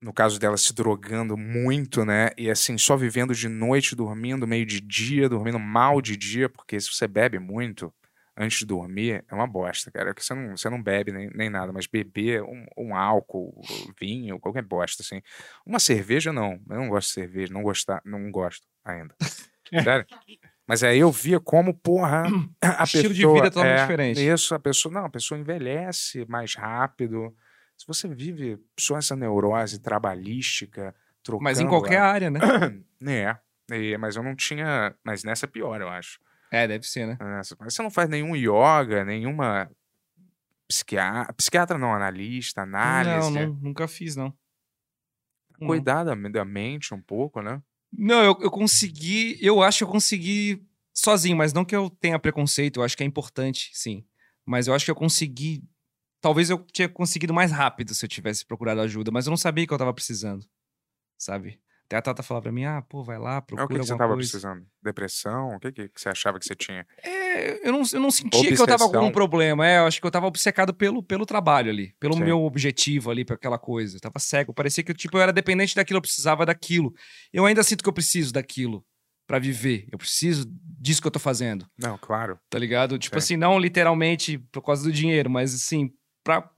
No caso dela, se drogando muito, né? E assim, só vivendo de noite, dormindo meio de dia, dormindo mal de dia, porque se você bebe muito antes de dormir, é uma bosta, cara. Porque você não, você não bebe nem, nem nada, mas beber um, um álcool, vinho, qualquer bosta, assim. Uma cerveja, não. Eu não gosto de cerveja, não, gostar, não gosto ainda. Sério? Mas aí eu via como, porra, a pessoa... é,
Estilo de vida totalmente diferente.
Isso, a pessoa... Não, a pessoa envelhece mais rápido. Se você vive só essa neurose trabalhística, trocando.
Mas em qualquer
lá.
área, né?
É, é, mas eu não tinha. Mas nessa é pior, eu acho.
É, deve ser, né?
Nessa- Mas você não faz nenhum yoga, nenhuma. Psiquiatra, psiquiatra não, analista, análise.
não, não, nunca fiz, não. Não.
Cuidar da, da mente um pouco, né?
Não, eu, eu consegui. Eu acho que eu consegui sozinho, mas não que eu tenha preconceito, eu acho que é importante, sim. Mas eu acho que eu consegui. Talvez eu tinha conseguido mais rápido se eu tivesse procurado ajuda, mas eu não sabia que eu tava precisando, sabe? Até a Tata falava pra mim: ah, pô, vai lá,
Mas
procura
É o que, que você
alguma
tava
coisa.
precisando? Depressão? O que, que que você achava que você tinha?
É, eu não, eu não sentia que eu tava com algum
Obsessão.
problema. É, eu acho que eu tava obcecado pelo, pelo trabalho ali, pelo
Sim.
meu objetivo ali, pra aquela coisa. Eu tava cego. Parecia que tipo, eu era dependente daquilo, eu precisava daquilo. Eu ainda sinto que eu preciso daquilo pra viver. Eu preciso disso que eu tô fazendo,
Não, claro.
tá ligado? Tipo
Sim.
assim, não literalmente por causa do dinheiro, mas assim, pra...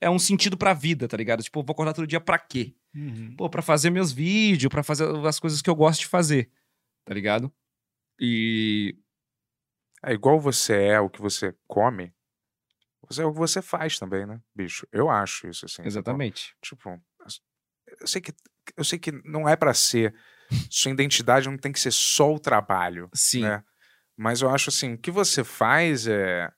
é um sentido pra vida, tá ligado? Tipo, eu vou acordar todo dia pra quê?
Uhum.
pô, pra fazer meus vídeos, pra fazer as coisas que eu gosto de fazer, tá ligado? E
É igual você é o que você come, você é o que você faz também, né, bicho? Eu acho isso, assim. sacou?
Exatamente.
Tipo, eu sei que, eu sei que não é pra ser. Sua identidade não tem que ser só o trabalho.
Sim.
né? Mas eu acho assim, o que você faz é,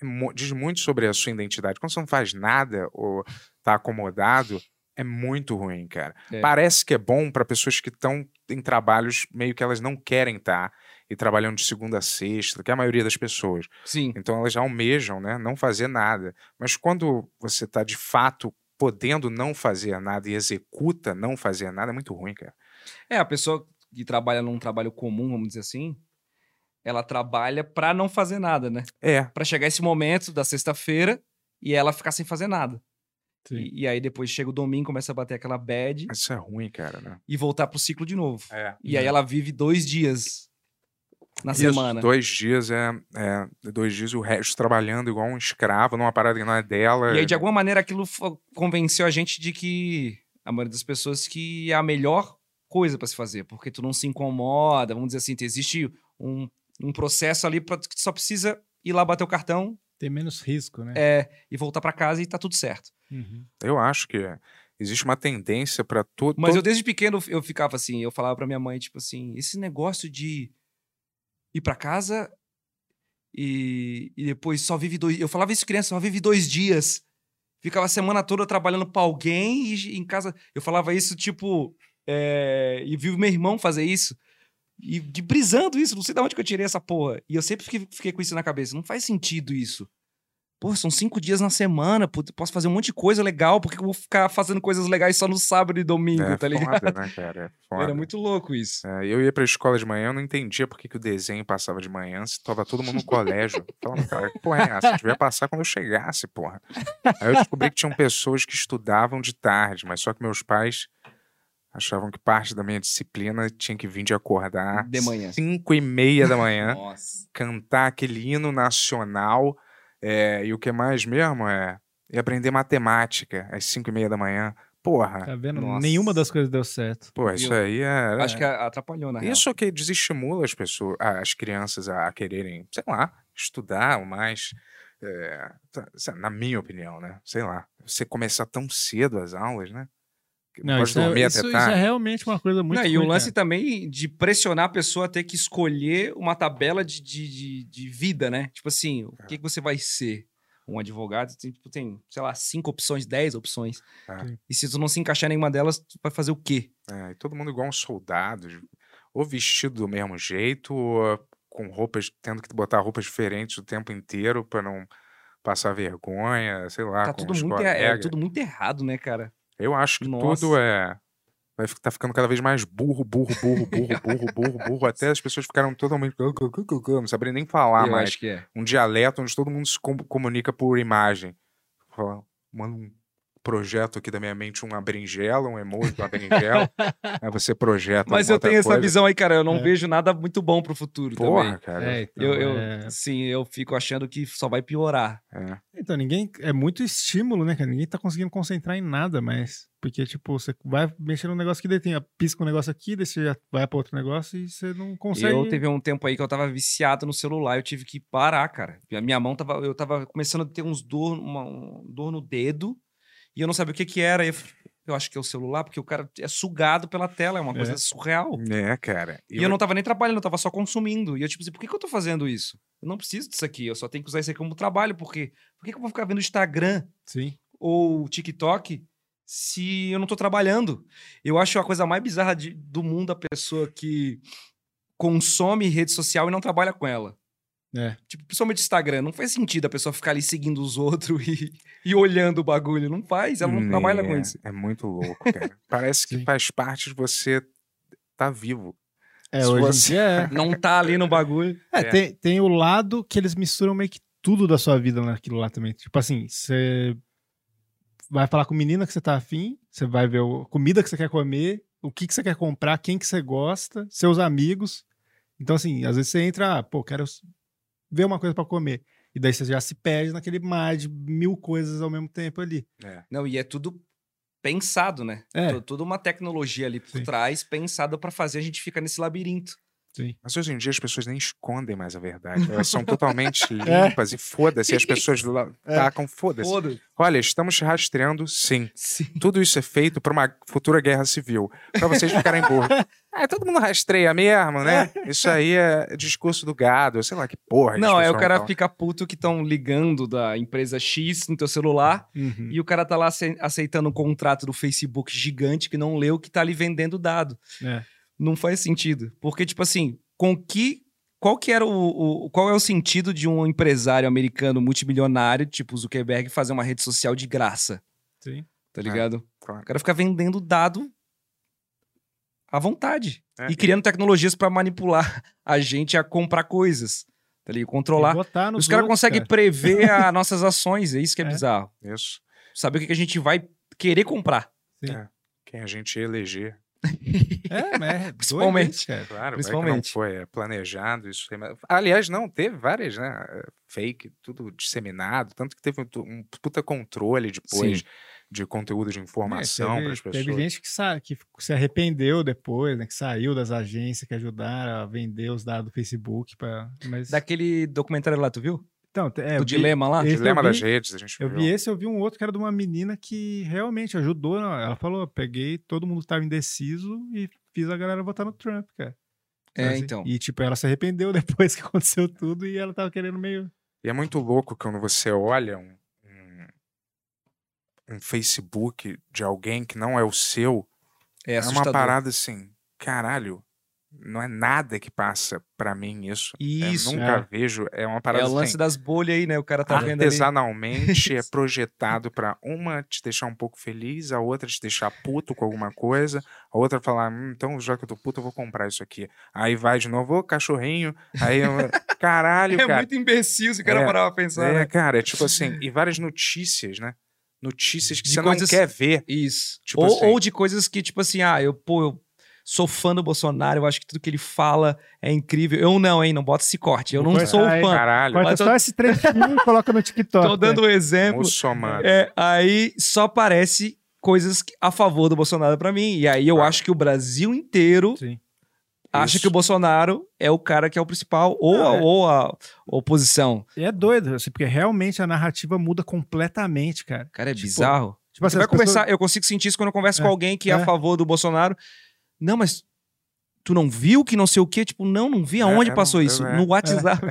é mu- diz muito sobre a sua identidade. Quando você não faz nada ou tá acomodado, é muito ruim, cara.
É.
Parece que é bom para pessoas que estão em trabalhos meio que elas não querem estar e trabalham de segunda a sexta, que é a maioria das pessoas.
Sim.
Então elas já almejam, né, não fazer nada. Mas quando você tá de fato podendo não fazer nada e executa não fazer nada, é muito ruim, cara.
É, a pessoa que trabalha num trabalho comum, vamos dizer assim, ela trabalha pra não fazer nada, né?
É,
Pra chegar esse momento da sexta-feira e ela ficar sem fazer nada.
Sim.
E, e aí depois chega o domingo, começa a bater aquela bad
isso é ruim, cara, né?
e voltar pro ciclo de novo.
É.
E aí ela vive dois dias na
Isso,
semana.
Dois dias é, é, Dois dias e o resto trabalhando igual um escravo, numa parada que não é dela.
E aí, de alguma maneira, aquilo fo- convenceu a gente de que a maioria das pessoas que é a melhor coisa pra se fazer, porque tu não se incomoda, vamos dizer assim, tu- existe um, um processo ali pra, que tu só precisa ir lá bater o cartão
Tem menos risco, né?
é, e voltar pra casa e tá tudo certo.
Uhum.
Eu acho que existe uma tendência pra todo.
Mas eu desde pequeno eu ficava assim, eu falava pra minha mãe, tipo assim, esse negócio de ir pra casa e, e depois só vive dois. Eu falava isso criança, só vive dois dias. Ficava a semana toda trabalhando pra alguém e em casa. Eu falava isso, tipo. é, e vi o meu irmão fazer isso. E de brisando isso, não sei de onde que eu tirei essa porra. E eu sempre fiquei, fiquei com isso na cabeça. Não faz sentido isso. Pô, são cinco dias na semana, pô, posso fazer um monte de coisa legal, porque eu vou ficar fazendo coisas legais só no sábado e domingo,
É
tá ligado?
foda, né, cara? É foda.
Era muito louco isso.
É, eu ia pra escola de manhã, eu não entendia por que, que o desenho passava de manhã, se tava todo mundo no colégio. Eu Falava, cara, que porra é essa? Devia passar quando eu chegasse, porra. Aí eu descobri que tinham pessoas que estudavam de tarde, mas só que meus pais achavam que parte da minha disciplina tinha que vir de acordar
De manhã.
cinco e meia da manhã.
Nossa.
cantar aquele hino nacional é, e o que mais mesmo é e aprender matemática às 5 e meia da manhã. Porra,
Tá vendo?
Nossa.
Nenhuma das coisas deu certo.
pô, isso aí é.
Acho que a- atrapalhou, na real.
isso é que desestimula as pessoas, a- as crianças a, a quererem, sei lá, estudar ou mais. é, tá- sei lá, na minha opinião, né? Sei lá. Você começar tão cedo as aulas, né? Que Não, pode
isso,
dormir
é,
até
isso, isso é
tarde.
realmente uma coisa muito
Não, e
ruim,
o lance também de pressionar a pessoa a ter que escolher uma tabela de, de, de, de vida, né? Tipo assim,
É.
o que, que você vai ser? Um advogado tem, tipo, tem, sei lá, cinco opções, dez opções.
É.
E se tu não se encaixar em nenhuma delas, tu vai fazer o quê?
É, e todo mundo igual um soldado, de- ou vestido do mesmo jeito, ou com roupas, tendo que botar roupas diferentes o tempo inteiro pra não passar vergonha, sei lá,
tá
Ah, com
tudo
os
muito, é- é
colegas.
tudo muito errado, né, cara?
Eu acho que tudo
Nossa.
é. Vai fi- tá ficando cada vez mais burro, burro, burro, burro, burro, burro, burro, até as pessoas ficaram totalmente. Não saberem nem falar
Eu
mais.
acho que é.
Um dialeto onde todo mundo se com- comunica por imagem. Falar, manda um projeto aqui da minha mente, uma berinjela, um emoji de uma berinjela. aí você projeta.
Mas
uma
eu
outra
tenho essa
coisa.
visão aí, cara. Eu não
É.
vejo nada muito bom pro futuro
Porra,
também.
cara.
É, então,
Eu, eu,
é-
Sim, eu fico achando que só vai piorar.
É.
Então, ninguém. É muito estímulo, né, cara? Ninguém tá conseguindo concentrar em nada mais. Porque, tipo, você vai mexer num negócio que daí tem, pisca um negócio aqui, daí você já vai pra outro negócio e você não consegue.
Eu teve um tempo aí que eu tava viciado no celular, eu tive que parar, cara. A minha mão tava, eu tava começando a ter uns dor, uma um- dor no dedo, e eu não sabia o que que era. e Eu, Eu acho que é o celular, porque o cara é sugado pela tela, é uma coisa surreal.
É, cara.
E eu não tava nem trabalhando, eu tava só consumindo. E eu, tipo assim, por que, que eu tô fazendo isso? Eu não preciso disso aqui, eu só tenho que usar isso aqui como trabalho, porque por que, que eu vou ficar vendo Instagram
Sim.
ou TikTok se eu não tô trabalhando? Eu acho a coisa mais bizarra de- do mundo a pessoa que consome rede social e não trabalha com ela.
É.
Tipo, principalmente Instagram, não faz sentido a pessoa ficar ali seguindo os outros e, e olhando o bagulho. Não faz, ela não
Né,
trabalha com isso.
É muito louco, cara. Parece que
Sim.
faz parte de você tá vivo.
É,
Se
hoje
você-
em dia é.
Não tá ali no bagulho.
É,
É.
Tem, tem o lado que eles misturam meio que tudo da sua vida naquilo lá também. Tipo assim, você vai falar com menina que você tá afim, você vai ver a comida que você quer comer, o que, que você quer comprar, quem que você gosta, seus amigos. Então, assim, às vezes você entra, ah, pô, quero s- ver uma coisa pra comer. E daí você já se perde naquele mar de mil coisas ao mesmo tempo ali.
Não, e é tudo pensado, né?
É.
Tu- Toda uma tecnologia ali por
Sim.
trás, pensada pra fazer a gente ficar nesse labirinto.
Mas hoje em dia as pessoas nem escondem mais a verdade. Elas são totalmente limpas e foda-se. As pessoas lá tacam foda-se.
É. Foda-se.
Olha, estamos rastreando, sim. Tudo isso é feito para uma futura guerra civil. Para vocês ficarem burros. Ah, todo mundo rastreia mesmo, né? Isso aí é discurso do gado. Sei lá que porra.
Não, aí
é
o cara fica puto que estão ligando da empresa X no teu celular
Uhum.
e o cara tá lá ace- aceitando um contrato do Facebook gigante que não leu, que tá ali vendendo dado.
É.
Não faz sentido. Porque, tipo assim, com que. Qual que era o, o- Qual é o sentido de um empresário americano multimilionário, tipo Zuckerberg, fazer uma rede social de graça?
Sim.
Tá
É.
ligado? O
Claro.
cara fica vendendo dado à vontade.
É.
E criando tecnologias pra manipular a gente a comprar coisas. Tá ligado? Controlar.
Botar nos
Os caras
outros,
conseguem
cara.
prever as nossas ações. É isso que é,
É.
bizarro.
Isso.
Saber o que que a gente vai querer comprar.
Quem a gente eleger.
É, mas é
Principalmente.
doido isso, cara.
Claro,
Principalmente.
principalmente. foi é, planejado isso. aí, mas- Aliás, não, teve várias, né? eh, Fake, tudo disseminado. Tanto que teve um, tu- um puta controle depois de conteúdo de informação
É,
para
teve,
as pessoas.
Teve gente que, sa- que fico- se arrependeu depois, né? Que saiu das agências que ajudaram a vender os dados do Facebook. Pra, mas,
Daquele documentário lá, tu viu?
então, te- é, eu
Do
vi-
dilema lá?
esse eu
Dilema
vi-
das redes, a gente
Eu vi esse, eu vi um outro que era de uma menina que realmente ajudou. né? Ela falou: peguei, todo mundo estava indeciso e fiz a galera votar no Trump, cara.
É,
Assim,
então.
E, tipo, ela se arrependeu depois que aconteceu tudo e ela tava querendo meio.
E é muito louco quando você olha um, um, um Facebook de alguém que não é o seu.
É
É,
assustador.
uma parada assim, caralho, não é nada que passa pra mim isso. Eu
Isso.
nunca
É.
vejo. É uma parada
É o lance
assim,
das bolhas aí, né? O cara tá vendo ali.
artesanalmente é projetado pra uma te deixar um pouco feliz, a outra te deixar puto com alguma coisa, a outra falar, "Hum, então já que eu tô puto, eu vou comprar isso aqui. Aí vai de novo, ô cachorrinho, aí eu, caralho,
É
cara.
muito imbecil se o cara
É.
parar pra pensar.
É,
né?
cara, é tipo assim, e várias notícias, né? Notícias que
De
você
coisas-
não quer ver.
Isso.
Tipo
ou,
assim.
ou de coisas que, tipo assim, ah, eu, pô, eu sou fã do Bolsonaro, eu acho que tudo que ele fala é incrível. Eu não, hein? Não bota esse corte. Eu não
Corta
sou
aí,
fã.
Caralho,
Corta
mas eu-
só esse trechinho e coloca no TikTok.
Tô dando um exemplo.
muçulmano.
É, aí só aparece coisas que- a favor do Bolsonaro pra mim. E aí eu
Claro.
acho que o Brasil inteiro
Sim.
acha
Isso.
que o Bolsonaro é o cara que é o principal, ou,
Não,
a,
é.
ou a oposição.
E é doido, assim, porque realmente a narrativa muda completamente, cara.
Cara, é
Tipo,
bizarro.
Tipo,
Você
assim,
vai
as pessoas-
conversar, eu consigo sentir isso quando eu converso
É,
com alguém que é, a
é.
favor do Bolsonaro. Não, mas tu não viu que não sei o quê? Tipo, não, não vi aonde
eu não-
passou
eu-
isso.
é.
No WhatsApp.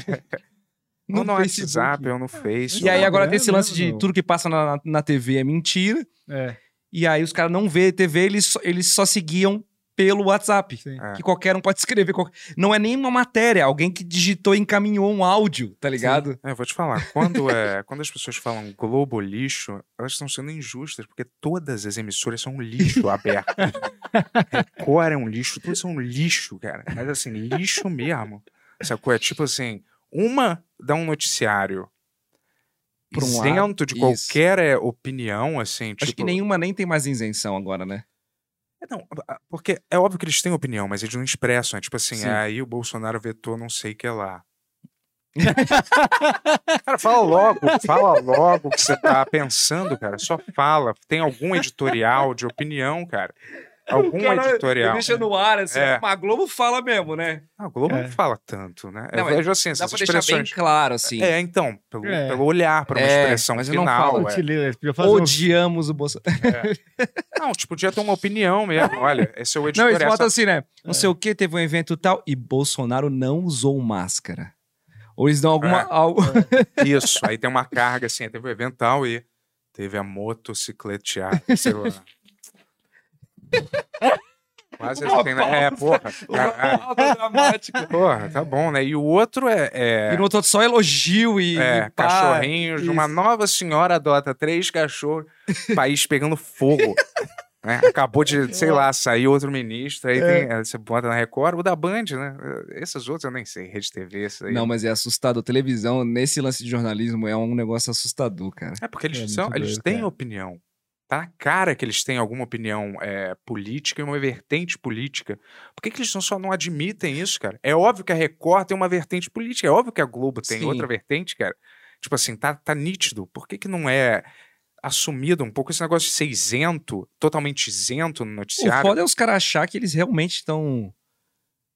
Ou no
é Facebook.
WhatsApp, ou no Face.
E aí
ou-
agora
É
tem esse lance
mesmo,
de
não.
tudo que passa na, na- na TV é mentira.
É,
E aí os caras não vê TV, eles só, eles só seguiam pelo WhatsApp.
sim.
É.
Que qualquer um pode escrever. qual- Não é nem uma matéria, alguém que digitou e encaminhou um áudio, tá ligado?
É, eu vou te falar, quando, é, quando as pessoas falam globo lixo, elas estão sendo injustas, porque todas as emissoras são um lixo aberto. Record é um lixo, todas são um lixo, cara. Mas assim, lixo mesmo. Sacou? É tipo assim, uma dá um noticiário
Pra um lado,
isento de
isso.
qualquer é, opinião, assim, tipo...
Acho que nenhuma nem tem mais isenção agora, né?
É, Não, a- a- porque é óbvio que eles têm opinião, mas eles não expressam. É tipo assim,
Sim.
aí o Bolsonaro vetou não sei o que lá. cara, fala logo, fala logo o que você tá pensando, cara. Só fala. Tem algum editorial de opinião, cara. algum
Cara,
editorial.
Deixa no ar, assim.
É.
Mas a Globo fala mesmo, né?
Ah, A Globo
É.
não fala tanto, né?
Não,
eu vejo assim,
Dá
essas
pra deixar bem
expressões.
claro, assim.
É, então, pelo,
É.
pelo olhar para uma
É,
expressão
mas eu não
final.
falo
é.
Prateleira, podia fazer um-
Odiamos o Bolsonaro.
Não, tipo, podia ter uma opinião mesmo. Olha, esse é o
Não,
editorial.
eles botam
essa- É.
assim, né? Não sei o que, teve um evento tal e Bolsonaro não usou máscara. Ou eles dão alguma.
É.
algo-
Isso, aí tem uma carga assim, teve o evento tal e teve a motocicleteada, sei lá. Quase assim, né? É, porra, caralho.
Algo dramático.
Porra, tá bom, né? E o outro é, é,
E no outro só elogio e.
é,
e pá.
cachorrinhos de uma
isso.
nova senhora adota três cachorros, país pegando fogo. né? Acabou de, sei lá, sair outro ministro, aí tem-
É.
aí você bota na Record, o da Band, né? Essas outras eu nem sei, Rede TV, isso aí.
Não, mas é assustador. Televisão, nesse lance de jornalismo, é um negócio assustador, cara.
É porque eles,
É
são,
muito
eles
doido,
têm
cara.
opinião. Tá na cara que eles têm alguma opinião é, política e uma vertente política. Por que, que eles não, só não admitem isso, cara? É óbvio que a Record tem uma vertente política, é óbvio que a Globo tem
Sim.
outra vertente, cara. Tipo assim, tá, tá nítido. Por que, que não é assumido um pouco esse negócio de ser isento, totalmente isento no
O
noticiário?
foda é os caras achar que eles realmente estão.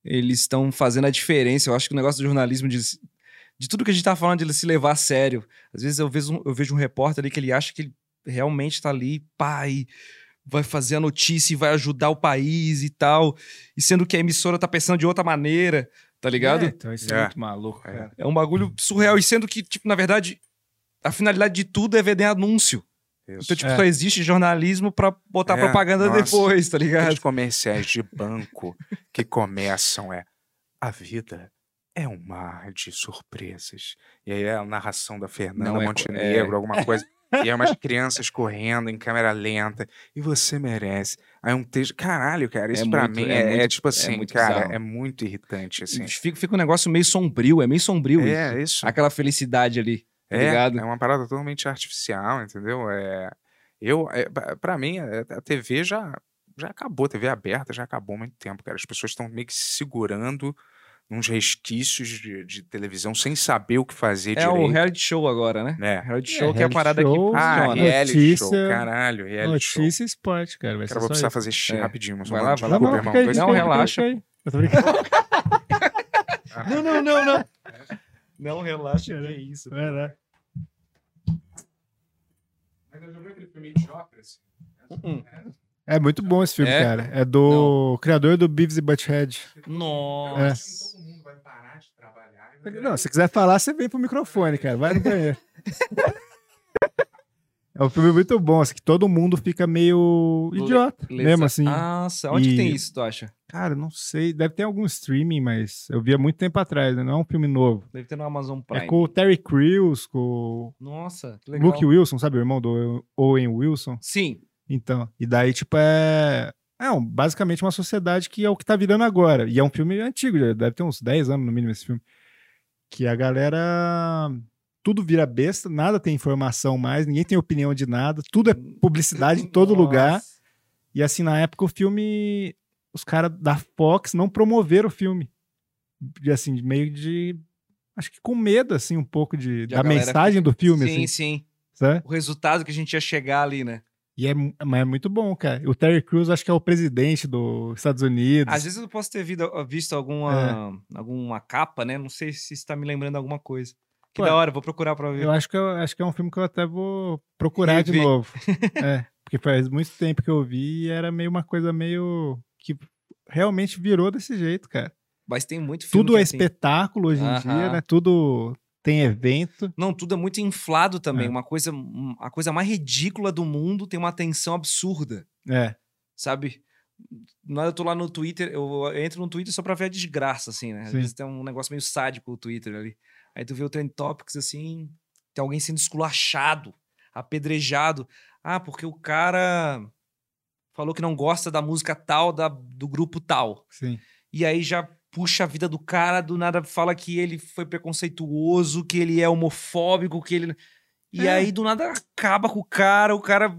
Eles estão fazendo a diferença. Eu acho que o negócio do jornalismo de, de tudo que a gente tá falando, de ele se levar a sério. Às vezes eu vejo, um- eu vejo um repórter ali que ele acha que ele realmente tá ali, pá, e vai fazer a notícia e vai ajudar o país e tal. E sendo que a emissora tá pensando de outra maneira, tá ligado?
É, então isso é,
É.
muito maluco,
É.
cara.
É um bagulho surreal. E sendo que, tipo, na verdade, a finalidade de tudo é vender anúncio.
Isso.
Então, tipo,
É.
só existe jornalismo pra botar
É,
propaganda
nossa. É tipo
depois, tá ligado?
Aqueles comerciais de banco que começam é a vida é um mar de surpresas. E aí é a narração da Fernanda
Não é co-
Montenegro, alguma coisa. E aí umas crianças correndo em câmera lenta. E você merece. Aí um texto. Caralho, cara, isso pra
muito-
mim
é
é, é
muito-
tipo assim,
muito
cara,
bizarro.
é muito irritante, assim.
Fica, fica um negócio meio sombrio, é meio sombrio isso.
É, isso.
Aquela felicidade ali, tá
É,
ligado?
é uma parada totalmente artificial, entendeu? É, eu, é, pra- pra mim, é, a TV já, já acabou, a TV aberta já acabou há muito tempo, cara. As pessoas estão meio que se segurando nos resquícios de, de televisão sem saber o que fazer
É
direito.
o reality show agora, né?
né?
Reality
É,
show que é a
reality
parada que
show,
Ah,
funciona.
é.
reality show,
Notícia-
caralho,
é
reality show.
Notícia e esporte, cara. Vai
Cara, eu vou
ser só
precisar
isso.
fazer xixi
É.
rapidinho, mas
Vai
um
lá,
monte de
vai lá,
desculpa,
fica
irmão.
aí,
Dois-
fica
Não,
aí,
relaxa.
fica aí. Eu tô brincando.
Não, não, não, não.
Não relaxa, é isso. Vai lá. É muito bom esse filme,
É?
cara. É do criador do Beavis e Butthead.
é.
Nossa.
assim. Todo mundo vai parar de trabalhar. e vai
Não, se quiser falar, você vem pro microfone, cara. Vai no banheiro. é um filme muito bom, assim, que todo mundo fica meio idiota,
Beleza.
mesmo assim.
Nossa, onde que
E-
tem isso, tu acha?
Cara, não sei, deve ter algum streaming, mas eu vi há muito tempo atrás, né? não é um filme novo.
Deve ter no Amazon Prime.
É com o Terry Crews, com
Nossa, que
o
legal.
Luke Wilson, sabe, o irmão do Owen Wilson.
Sim,
Então, e daí, tipo, é... É um- basicamente uma sociedade que é o que tá virando agora. E é um filme antigo, já deve ter uns 10 anos no mínimo esse filme. Que a galera... Tudo vira besta, nada tem informação mais, ninguém tem opinião de nada, tudo é publicidade em todo
Nossa.
lugar. E assim, na época o filme... Os caras da Fox não promoveram o filme. E assim, meio de... Acho que com medo, assim, um pouco de,
De a
da
galera
mensagem do filme,
sim,
assim.
sim.
Sabe?
O resultado que a gente ia chegar ali, né?
E é, mu- mas é muito bom, cara. O Terry Crews acho que é o presidente dos Estados Unidos.
Às vezes eu posso ter vido- visto alguma,
É.
alguma capa, né? Não sei se está me lembrando alguma coisa. Que
Ué.
da hora, vou procurar pra ver.
Eu acho que, eu, acho que é um filme que eu até vou procurar de
Rever.
novo. é, porque faz muito tempo que eu vi e era meio uma coisa meio que realmente virou desse jeito, cara.
Mas tem muito filme
Tudo
que
é
assim-
espetáculo hoje em dia,
Aham.
né? Tudo tem evento.
Não, tudo é muito inflado também.
É.
Uma coisa, um- a coisa mais ridícula do mundo tem uma atenção absurda,
É.
sabe? Na hora eu tô lá no Twitter, eu entro no Twitter só pra ver a desgraça, assim, né? Às
Sim.
vezes tem um negócio meio sádico o Twitter ali. Aí tu vê o Trend Topics, assim, tem alguém sendo esculachado, apedrejado. Ah, porque o cara falou que não gosta da música tal, da, do grupo tal.
Sim.
e aí já puxa a vida do cara, do nada fala que ele foi preconceituoso, que ele é homofóbico, que ele. E
É.
aí do nada acaba com o cara, o cara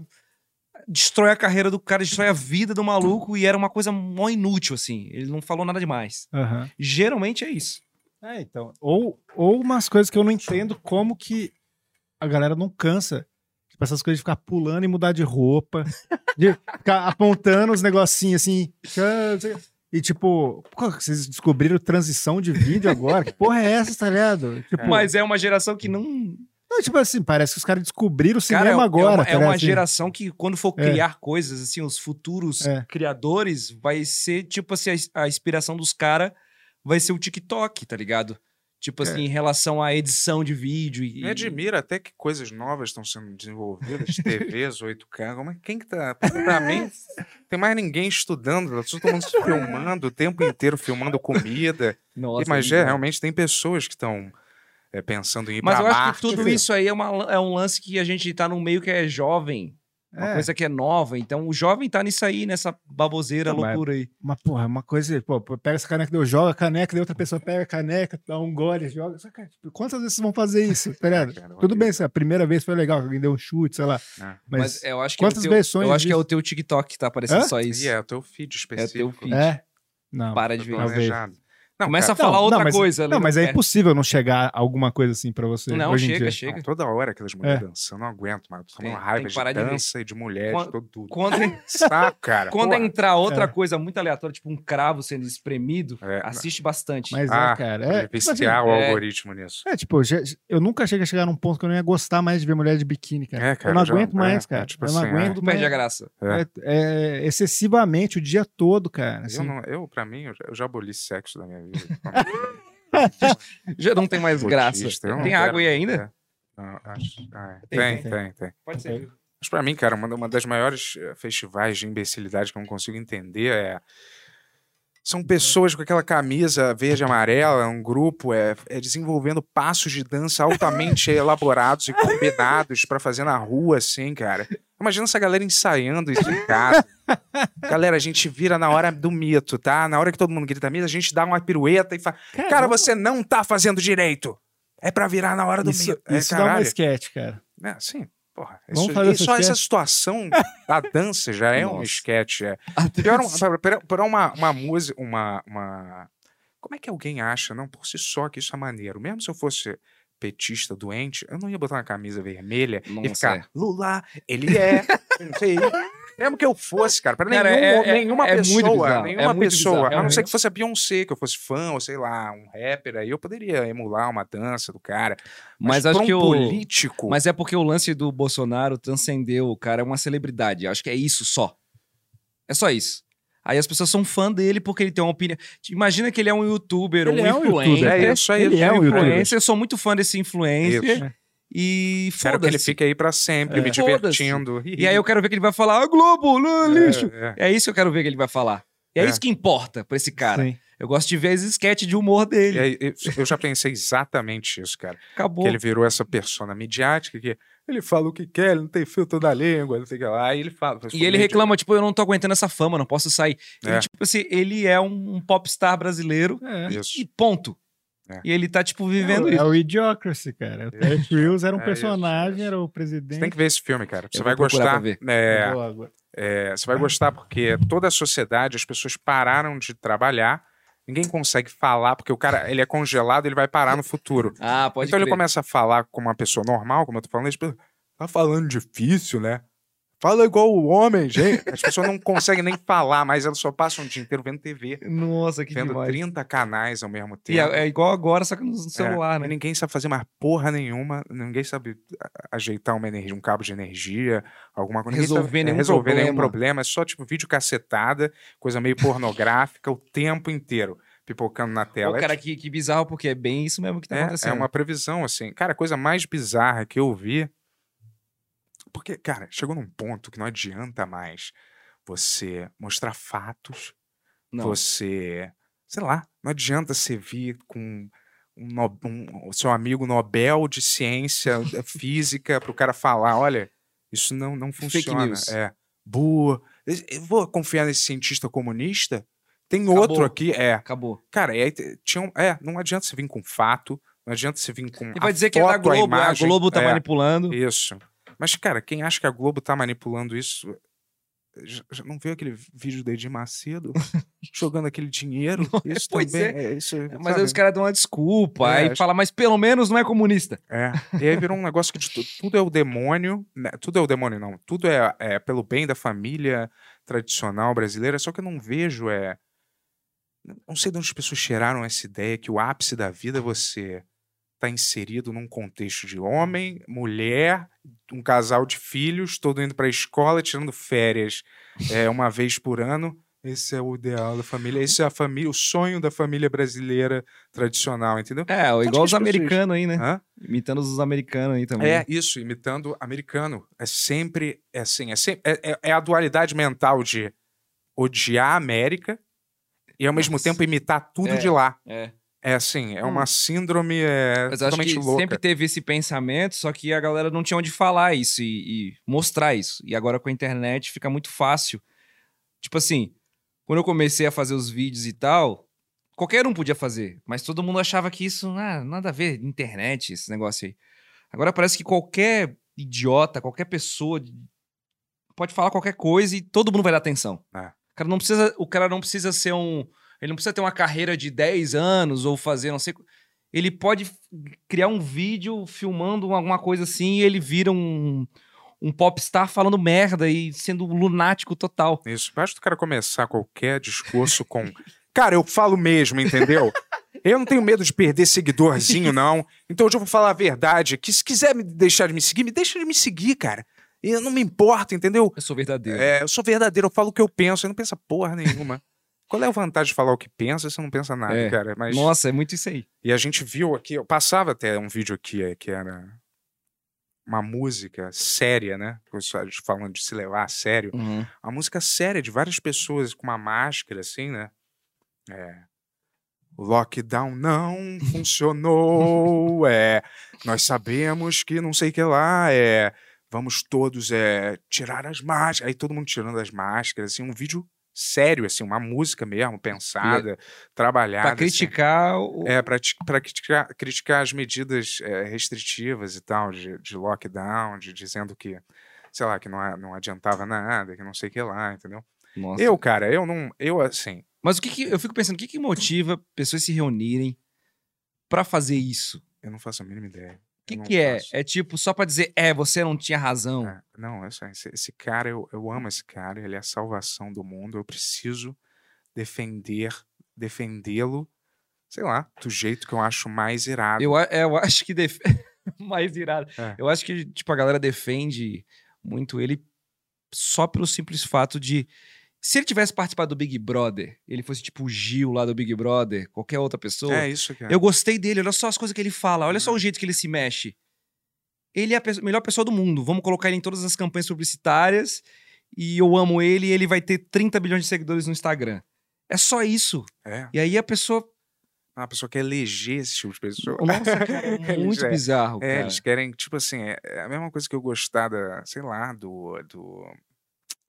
destrói a carreira do cara, destrói a vida do maluco e era uma coisa mó inútil, assim. Ele não falou nada demais.
Aham.
Geralmente é isso.
É, então. Ou, ou umas coisas que eu não entendo como que a galera não cansa. Tipo, Tipo, essas coisas de ficar pulando e mudar de roupa, de ficar apontando os negocinhos assim. tchan, não sei o quê. E tipo, pô, vocês descobriram transição de vídeo agora? Que porra é essa, tá ligado? Tipo,
Mas é uma geração que não.
não, tipo assim, parece que os caras descobriram o cinema
Cara, é, é
agora.
uma,
tá
é uma
ligado? Assim,
geração que, quando for
É.
criar coisas, assim, os futuros
É.
criadores, vai ser, tipo assim, a, a inspiração dos caras vai ser o TikTok, tá ligado? Tipo
É.
assim, em relação à edição de vídeo e.
Me admira até que coisas novas estão sendo desenvolvidas, TVs 8K, como é- quem que tá? Pra mim, tem mais ninguém estudando, tá todo mundo se filmando o tempo inteiro, filmando comida.
Nossa,
Mas
é
é, realmente tem pessoas que estão é, pensando em ir
Mas
pra
eu acho que
Marte. né?
tudo isso aí é, uma- é um lance que a gente tá num meio que é jovem, uma
É.
coisa que é nova. Então o jovem tá nisso aí, nessa baboseira,
Não, mas-
loucura aí.
Mas, porra, é uma coisa. Pô, pô, pega essa caneca, deu, joga a caneca, daí outra pessoa pega a caneca, dá um gole, joga. Só, cara, tipo, quantas vezes vocês vão fazer isso? Tá ligado?
Cara,
Tudo bem,
horrível.
se a primeira vez foi legal, que alguém deu um chute, sei lá.
Ah.
Mas,
Mas, eu acho que
quantas
é o teu,
versões
Eu acho que é
disso?
o teu TikTok que tá aparecendo
Hã?
só isso.
E é, o teu feed específico.
teu feed.
é. Não.
Para de
foi
ver.
Talvez.
planejado. Não,
Começa
cara,
a falar
não,
outra
mas-
coisa.
Não, mas é
Lucas.
impossível não chegar alguma coisa assim pra você.
Não,
hoje em
chega,
dia.
não,
chega.
toda hora
É.
aquelas mulheres dançando, eu não aguento, mas tô tomando
Tem- tem
raiva
que parar
de
de ver.
dança e de mulher,
Quan-
de todo tudo.
Quando,
Saco, cara.
quando
porra.
entrar outra coisa muito aleatória, tipo um cravo sendo espremido,
É,
assiste bastante.
Mas
Ah,
é, cara.
é,
É, tipo assim,
viciar o
assim, é.
algoritmo nisso.
é, tipo, já- eu nunca cheguei a chegar num ponto que eu não ia gostar mais de ver mulher de biquíni, cara.
É, cara,
eu não
eu já-
aguento
é,
mais,
é,
cara.
tipo
eu não
assim, é.
aguento
Tudo
mais.
perde a graça.
É, é, excessivamente o dia todo, cara.
Eu,
assim.
não, eu, pra mim, eu já, eu já aboli sexo da minha vida.
Já não tem mais graça.
Autista, eu não
Tem
quero.
água aí ainda?
um É. Não, acho- ah, é.
Tem,
Tem,
tem,
tem, tem,
Pode ser.
Mas pra mim, cara, uma, uma das maiores eh, festivais de imbecilidade que eu não consigo entender é.
Uhum.
São pessoas com aquela camisa verde e amarela, um grupo é, é desenvolvendo passos de dança altamente elaborados e combinados pra fazer na rua, assim, cara. Imagina essa galera ensaiando isso em casa. Galera, a gente vira na hora do mito, tá? Na hora que todo mundo grita mito, a gente dá uma pirueta e fala: Cara, você não tá fazendo direito. É pra virar na hora do
Isso,
mito. É,
isso dá uma
caralho.
sketch, cara.
Né, sim, porra.
Vamos
isso-
fazer
e só
esse
essa situação da dança já é um
Nossa.
sketch. É. Pior, um- pra- pra- pra uma, uma música, uma, uma- Como é que alguém acha, não, por si só, que isso é maneiro? Mesmo se eu fosse petista, doente, eu não ia botar uma camisa vermelha
Nossa,
e ficar,
é.
Lula, ele é, não sei. Mesmo que eu fosse, cara, pra
Cara,
nenhum-
é- é-
nenhuma
é muito
pessoa,
bizarro, é
nenhuma
muito
pessoa,
bizarro,
a não ser
realmente.
que fosse a Beyoncé, que eu fosse fã, ou sei lá, um rapper, aí eu poderia emular uma dança do cara.
Mas,
pra
acho
um
que o.
político...
Mas é porque o lance do Bolsonaro transcendeu, o cara é uma celebridade. Acho que é isso só. É só isso. Aí as pessoas são fã dele porque ele tem uma opinião. Imagina que ele é um youtuber ou um
Ele é um
influencer.
youtuber,
É isso, é
Ele
isso,
é um
influencer.
youtuber.
influencer. Eu sou muito fã desse influencer.
Isso.
E
Quero que ele
foda-se.
fique aí pra sempre,
É.
me divertindo.
E aí eu quero ver que ele vai falar, ah, Globo, lã, lixo.
É, é.
É isso que eu quero ver que ele vai falar. E é,
É.
isso que importa pra esse cara.
Sim.
Eu gosto de ver as sketches de humor dele.
E aí, eu- eu já pensei exatamente isso, cara.
Acabou.
Que ele virou essa persona midiática que ele fala o que quer, ele não tem filtro da língua, não sei o que lá. Aí ele fala.
E ele reclama, tipo, eu não tô aguentando essa fama, não posso sair. Ele,
É.
tipo assim, ele é um, um popstar brasileiro
É.
Isso.
e ponto.
É.
E ele tá, tipo, vivendo
é, o-
isso.
é o Idiocracy, cara. O Terry Crews era um
É isso,
personagem,
isso.
era o
Você
presidente.
tem que ver esse filme, cara. Você
Eu
vai
vou
gostar.
procurar pra ver.
É,
Eu vou agora.
É, você vai gostar porque toda a sociedade, as pessoas pararam de trabalhar, ninguém consegue falar, porque o cara ele é congelado, ele vai parar no futuro.
Ah, pode
então ele
crer.
começa a falar como uma pessoa normal, como eu tô falando, as pessoas, tá falando difícil, né? Fala igual o homem, gente. As pessoas não conseguem nem falar, mas elas só passam o dia inteiro vendo TV,
Nossa, que
vendo
demais.
30 canais ao mesmo
E
tempo.
é, é igual agora, só que no
assim, É,
celular,
e
né?
Ninguém sabe fazer mais porra nenhuma, ninguém sabe a- ajeitar uma energia, um cabo de energia, alguma coisa. ninguém
Resolver
sabe, é,
nenhum
resolver nenhum
problema.
problema, é só tipo vídeo cacetada, coisa meio pornográfica o tempo inteiro, pipocando na
Pô,
tela. É
cara, que, que bizarro, porque é bem isso mesmo que tá
é,
acontecendo.
é uma previsão, assim. Cara, a coisa mais bizarra que eu vi. Porque, cara, chegou num ponto que não adianta mais você mostrar fatos,
Não.
você. Sei lá, não adianta você vir com. Um, no- um- o seu amigo Nobel de ciência eh, física para o cara falar: olha, isso não, não
Fake
funciona.
news.
É. Boa. Eu vou confiar nesse cientista comunista? Tem
Acabou.
outro aqui. É.
Acabou.
Cara, e aí te- tinha um, é, não adianta você vir com fato, não adianta você vir com.
E vai
a
dizer que é da
foto, a
Globo,
imagem,
a Globo tá
é,
manipulando.
Isso. Mas, cara, quem acha que a Globo tá manipulando isso Já, já não viu aquele vídeo do Edir Macedo jogando aquele dinheiro? Isso
pois
também. É, isso,
Mas
sabe?
aí os caras dão uma desculpa,
É,
aí
acho-
fala, mas pelo menos não é comunista.
É. E aí virou um negócio que de tu- tudo é o demônio. né? Tudo é o demônio, não. Tudo é, é pelo bem da família tradicional brasileira, só que eu não vejo. É... Não sei de onde as pessoas tiraram essa ideia que o ápice da vida é você estar inserido num contexto de homem, mulher, um casal de filhos, todo indo para a escola, tirando férias é, uma vez por ano. Esse é o ideal da família, esse é a família, o sonho da família brasileira tradicional, entendeu?
É,
Onde que
igual
as
os
pessoas-
americanos aí, né?
Hã?
Imitando os americanos aí também. né?
É isso, imitando americano. É sempre é assim, é, sempre, é, é- é a dualidade mental de odiar a América e ao mesmo
Nossa.
tempo imitar tudo
É.
de lá.
É.
É assim, é uma síndrome é,
Mas acho
totalmente
que
louca.
sempre teve esse pensamento, só que a galera não tinha onde falar isso e, e mostrar isso. E agora com a internet fica muito fácil. Tipo assim, quando eu comecei a fazer os vídeos e tal, qualquer um podia fazer, mas todo mundo achava que isso, ah, nada a ver, internet, esse negócio aí. Agora parece que qualquer idiota, qualquer pessoa pode falar qualquer coisa e todo mundo vai dar atenção.
É.
O cara não precisa, o cara não precisa ser um, ele não precisa ter uma carreira de 10 anos ou fazer não sei qu- ele pode f- criar um vídeo filmando alguma coisa assim e ele vira um um popstar falando merda e sendo um lunático total.
Isso, basta o cara começar qualquer discurso com. Cara, eu falo mesmo, entendeu? Eu não tenho medo de perder seguidorzinho, não. Então hoje eu vou falar a verdade. Que se quiser me deixar de me seguir, me deixa de me seguir, cara. Eu não me importo, entendeu?
Eu sou verdadeiro.
É, eu sou verdadeiro, eu falo o que eu penso, eu não pensa porra nenhuma. Qual é a vantagem de falar o que pensa se você não pensa nada,
É.
cara? Mas,
Nossa, é muito isso aí.
E a gente viu aqui, eu passava até um vídeo aqui é, que era uma música séria, né? Pessoal Falando de se levar a sério. Uma música séria de várias pessoas com uma máscara, assim, né? É. Lockdown não funcionou, é. Nós sabemos que não sei o que lá, é. Vamos todos é, tirar as máscaras. Aí todo mundo tirando as máscaras, assim, um vídeo sério, assim, uma música mesmo, pensada, trabalhada.
Pra criticar o...
Assim. É, pra, ti- pra criticar, criticar as medidas é, restritivas e tal, de, de lockdown, de dizendo que, sei lá, que não, a- não adiantava nada, que não sei o que lá, entendeu?
Nossa.
Eu, cara, eu não. Eu, assim.
Mas o que, que- eu fico pensando, o que, que motiva pessoas se reunirem pra fazer isso? O
Eu não faço a mínima ideia. O
que, que é? É tipo só pra dizer, é, você não tinha razão.
É, não, eu sei, esse, esse cara, eu, eu amo esse cara, ele é a salvação do mundo, eu preciso defender, defendê-lo, sei lá, do jeito que eu acho mais irado.
Eu, a- é, eu acho que def... mais irado.
É.
Eu acho que tipo a galera defende muito ele só pelo simples fato de se ele tivesse participado do Big Brother, ele fosse tipo o Gil lá do Big Brother, qualquer outra pessoa,
É Uhum. isso, cara.
eu gostei dele, olha só as coisas que ele fala, olha só o jeito que ele se mexe. Ele é a pe- melhor pessoa do mundo. Vamos colocar ele em todas as campanhas publicitárias e eu amo ele e ele vai ter 30 bilhões de seguidores no Instagram. É só isso.
É.
E aí a pessoa.
Ah, a pessoa quer eleger esse tipo de pessoa.
Nossa, cara, é
Eles-
muito
é.
bizarro.
É,
cara.
eles querem, tipo assim, é é a mesma coisa que eu gostar da, sei lá, do. do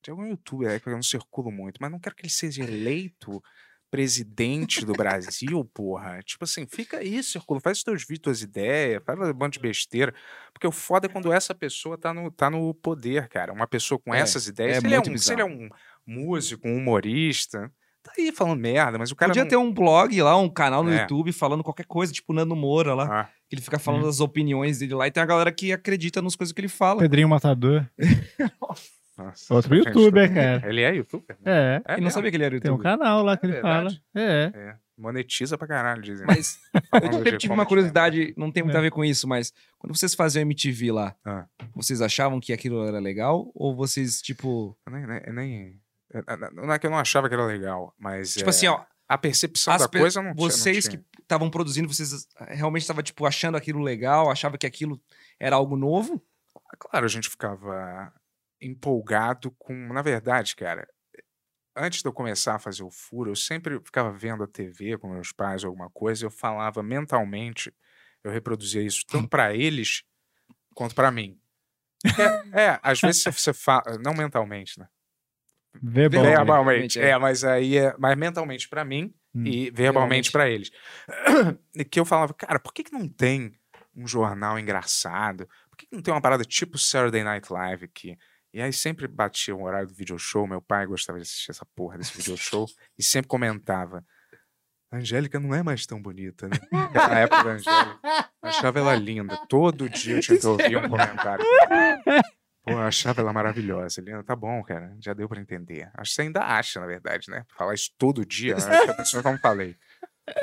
de algum youtuber aí que eu não circulo muito, mas não quero que ele seja eleito presidente do Brasil, porra. Tipo assim, fica aí, circula, faz os teus vídeos, tuas ideias, faz um monte de besteira. Porque o foda é quando essa pessoa tá no, tá no poder, cara. Uma pessoa com
É,
essas ideias,
é
se, ele é
muito
um, se ele é um músico, um humorista, tá aí falando merda, mas o cara
Podia
não...
ter um blog lá, um canal no
É.
YouTube falando qualquer coisa, tipo o Nando Moura lá,
Ah,
que ele fica falando das opiniões dele lá e tem a galera que acredita nas coisas que ele fala.
Pedrinho Matador.
nossa,
Outro
gente,
youtuber, cara.
Ele é youtuber? né?
É.
É
ele não
mesmo.
sabia que ele era
Tem um
youtuber.
canal lá que ele fala.
verdade.
É.
É, monetiza pra caralho, dizem. né?
Mas eu
Falando
sempre
de
tive uma
comedy, né? É.
curiosidade, não tem muito a ver com isso, mas quando vocês faziam MTV lá,
Ah.
vocês achavam que aquilo era legal? Ou vocês, tipo.
Eu nem, nem- eu nem- eu- eu- Não é que eu não achava que era legal, mas.
Tipo
é,
assim, ó,
A percepção
as
da
pe-
coisa eu não tinha- não
vocês
tinha.
que estavam produzindo, vocês realmente estavam, tipo, achando aquilo legal, achavam que aquilo era algo novo?
Ah, Claro, a gente ficava empolgado com. Na verdade, cara, antes de eu começar a fazer o furo, eu sempre ficava vendo a TV com meus pais, alguma coisa, e eu falava mentalmente, eu reproduzia isso tanto pra eles quanto pra mim. É, é, às vezes você- você fala. Não mentalmente, né?
Verbal.
Verbal.
Verbalmente,
é.
é, mas aí é, mas mentalmente pra mim
Hum.
e
Verbalmente.
verbalmente pra eles. E que eu falava, cara, por que, que não tem um jornal engraçado? Por que, que não tem uma parada tipo Saturday Night Live que E aí sempre batia um horário do video show, meu pai gostava de assistir essa porra desse video show e sempre comentava. A Angélica não é mais tão bonita, né? Na época da Angélica. Eu achava ela linda. Todo dia eu tinha que ouvir um comentário. Pô, eu achava ela maravilhosa. Linda, tá bom, cara. Já deu pra entender. Acho que você ainda acha, na verdade, né? Falar isso todo dia, né? acho que a pessoa não falei.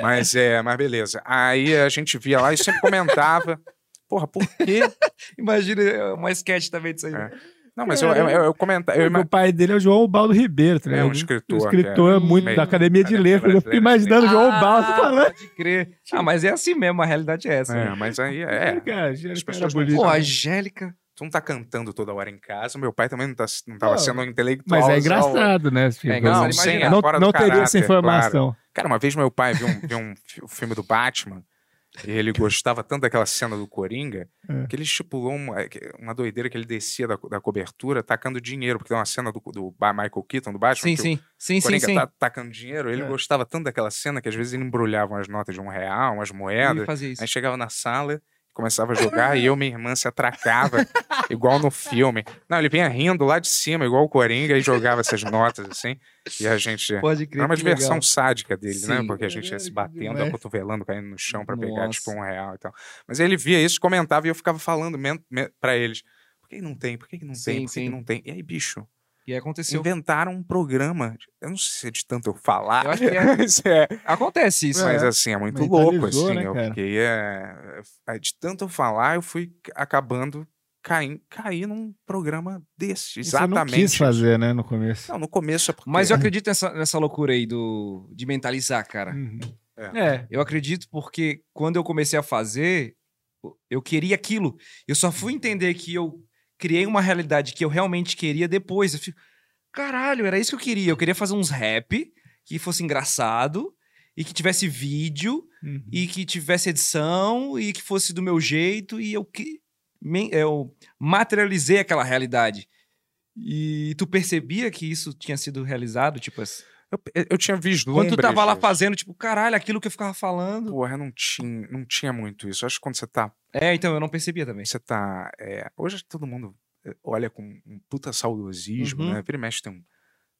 Mas é, mas beleza. Aí a gente via lá e sempre comentava. Porra, por quê?
Imagina é, uma sketch também disso aí. né?
É. Não, mas eu, eu, eu, eu comenta- eu ima-
O pai dele é o João Baldo Ribeiro, tá
É um
ligado?
escritor.
Um escritor
é.
muito
Meio-
da Academia de
Academia
Letras. Eu
Brasileira,
fico imaginando o João
Ah!
Baldo falando.
Pode crer. Ah, mas é assim mesmo, a realidade é essa. né?
É, mas aí é.
Cara, já
As
era
pessoas não
bonito.
Pô, a Angélica.
Tu não tá cantando toda hora em casa, meu pai também não, tá, não tava
Pô,
sendo um intelectual.
Mas é
só-
engraçado, né? esse filme?
É engraçado,
Não, sem-
imagina.
é
não,
fora do
não teria essa
caráter,
informação.
Cara, uma vez meu pai viu um, viu um fi- o filme do Batman e ele gostava tanto daquela cena do Coringa
É.
que ele estipulou uma, que- uma doideira que ele descia da, co- da cobertura tacando dinheiro, porque tem uma cena do, do Ba- Michael Keaton, do Batman,
Sim,
que
sim. Sim,
o
sim,
Coringa
sim.
tá tacando dinheiro. Ele
É.
gostava tanto daquela cena que às vezes ele embrulhava umas notas de um real, umas
Ele
moedas.
fazia isso.
Aí chegava na sala, começava a jogar e eu e minha irmã se atracava, igual no filme. Não, ele vinha rindo lá de cima, igual o Coringa, e jogava essas notas assim. E a gente.
Pode crer.
Era uma
que é
diversão
legal.
sádica dele, né?
Sim. né?
Porque a gente ia se
Caralho, que
batendo,
demais.
acotovelando, caindo no chão pra pegar, tipo,
Nossa.
um real e tal. Mas ele via isso, comentava e eu ficava falando men- men- pra eles. Por que que não tem? Por que que não
Sim,
tem? Por que
sim.
que não tem? E aí, bicho,
E aconteceu.
inventaram um programa. Eu não sei se é de tanto eu falar.
Eu acho que é.
mas é.
Acontece isso. né?
Mas assim, é muito
Mentalizou,
louco, assim.
né,
eu
cara?
fiquei. é, é, De tanto eu falar, eu fui acabando caindo cair num programa desse.
Você não
Exatamente.
quis fazer, né, no começo.
Não, no começo é porque.
Mas eu acredito nessa, nessa loucura aí do, de mentalizar, cara.
Uhum.
É.
Eu acredito porque quando eu comecei a fazer, eu queria aquilo. Eu só fui entender que eu criei uma realidade que eu realmente queria depois. Eu fico, caralho, era isso que eu queria. Eu queria fazer uns rap que fosse engraçado e que tivesse vídeo
Uhum.
e que tivesse edição e que fosse do meu jeito e eu que me- eu materializei aquela realidade. E tu percebia que isso tinha sido realizado, tipo, assim,
Eu, eu tinha vislumbres.
quando tu tava lá
disso.
fazendo, tipo, caralho, aquilo que eu ficava falando.
Porra, é, não tinha, não tinha muito isso. Eu acho que quando você tá.
É, então eu não percebia também.
Você tá é, hoje todo mundo é, olha com um puta saudosismo,
Uhum.
né? Vira e mexe tem um,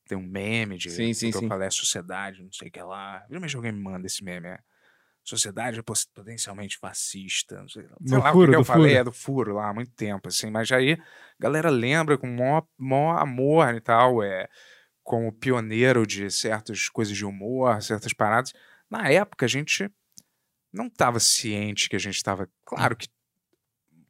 tem um meme de
Sim, sim, sim.
é sociedade, não sei o que lá. Vira e mexe alguém me manda esse meme. É. Sociedade pos- potencialmente fascista. Não sei, sei
Do
lá o que
furo,
que eu
do
falei,
furo.
é do furo lá há muito tempo, assim. Mas aí a galera lembra com mó, mó amor e tal, é, como pioneiro de certas coisas de humor, certas paradas. Na época a gente não estava ciente que a gente estava. Claro que,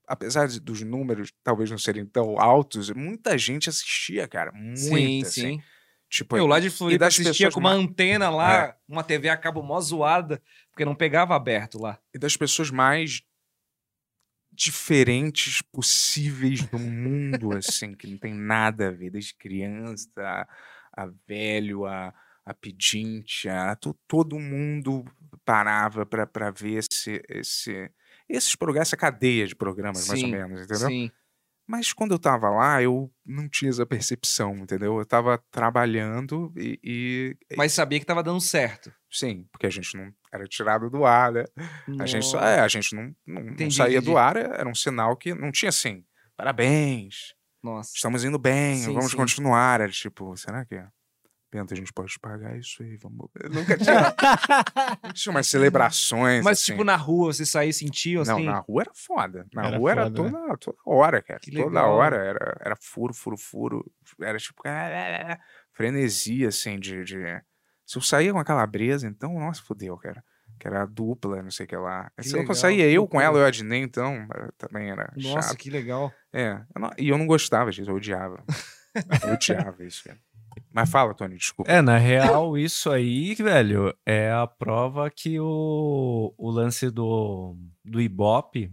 apesar de- dos números talvez não serem tão altos, muita gente assistia, cara. Muita,
Sim,
assim.
sim.
Tipo,
Eu lá de
e
Floripa
das
assistia
pessoas É.
com uma
mais-
antena lá, uma TV a cabo mó zoada, porque não pegava aberto lá.
e das pessoas mais diferentes possíveis do mundo, assim, que não tem nada a ver, desde criança a, a velho, a, a pedinte, a, to- todo mundo parava pra pra ver esse, esse, esses programas, essa cadeia de programas, mais ou
Sim,
menos, entendeu?
Sim.
Mas quando eu tava lá, eu não tinha essa percepção, entendeu? Eu tava trabalhando e- e,
Mas sabia que tava dando certo.
sim, porque a gente não era tirado do ar, né? A gente, só, é, a gente não, não, não
Entendi,
saía do
entendi.
ar, é- era um sinal que não tinha assim, parabéns,
Nossa.
estamos indo bem,
Sim,
vamos
sim.
continuar. Era tipo, será que é? Penta, a gente pode pagar isso aí, vamos. Eu nunca tinha, não tinha umas celebrações.
Uhum. Mas,
assim.
tipo, na rua você saía e sentia assim.
Não, na rua era foda. Na
Era
rua era
foda, né?
toda, toda hora, cara.
Que
toda
legal.
hora era, era furo, furo, furo. Era tipo. ah, Frenesia, assim, de, de- Se eu saía com a calabresa, então, nossa, fodeu, cara. Que era a dupla, não sei o que lá.
Que
Se eu
legal,
não saía eu
que
com ela, eu adnei, então, eh, também era
Nossa,
chato.
que legal.
É, eu não- e eu não gostava disso, eu odiava. Eu odiava isso, cara. Mas fala, Tony, desculpa.
É, na real, isso aí, velho, é a prova que o, o lance do, do Ibope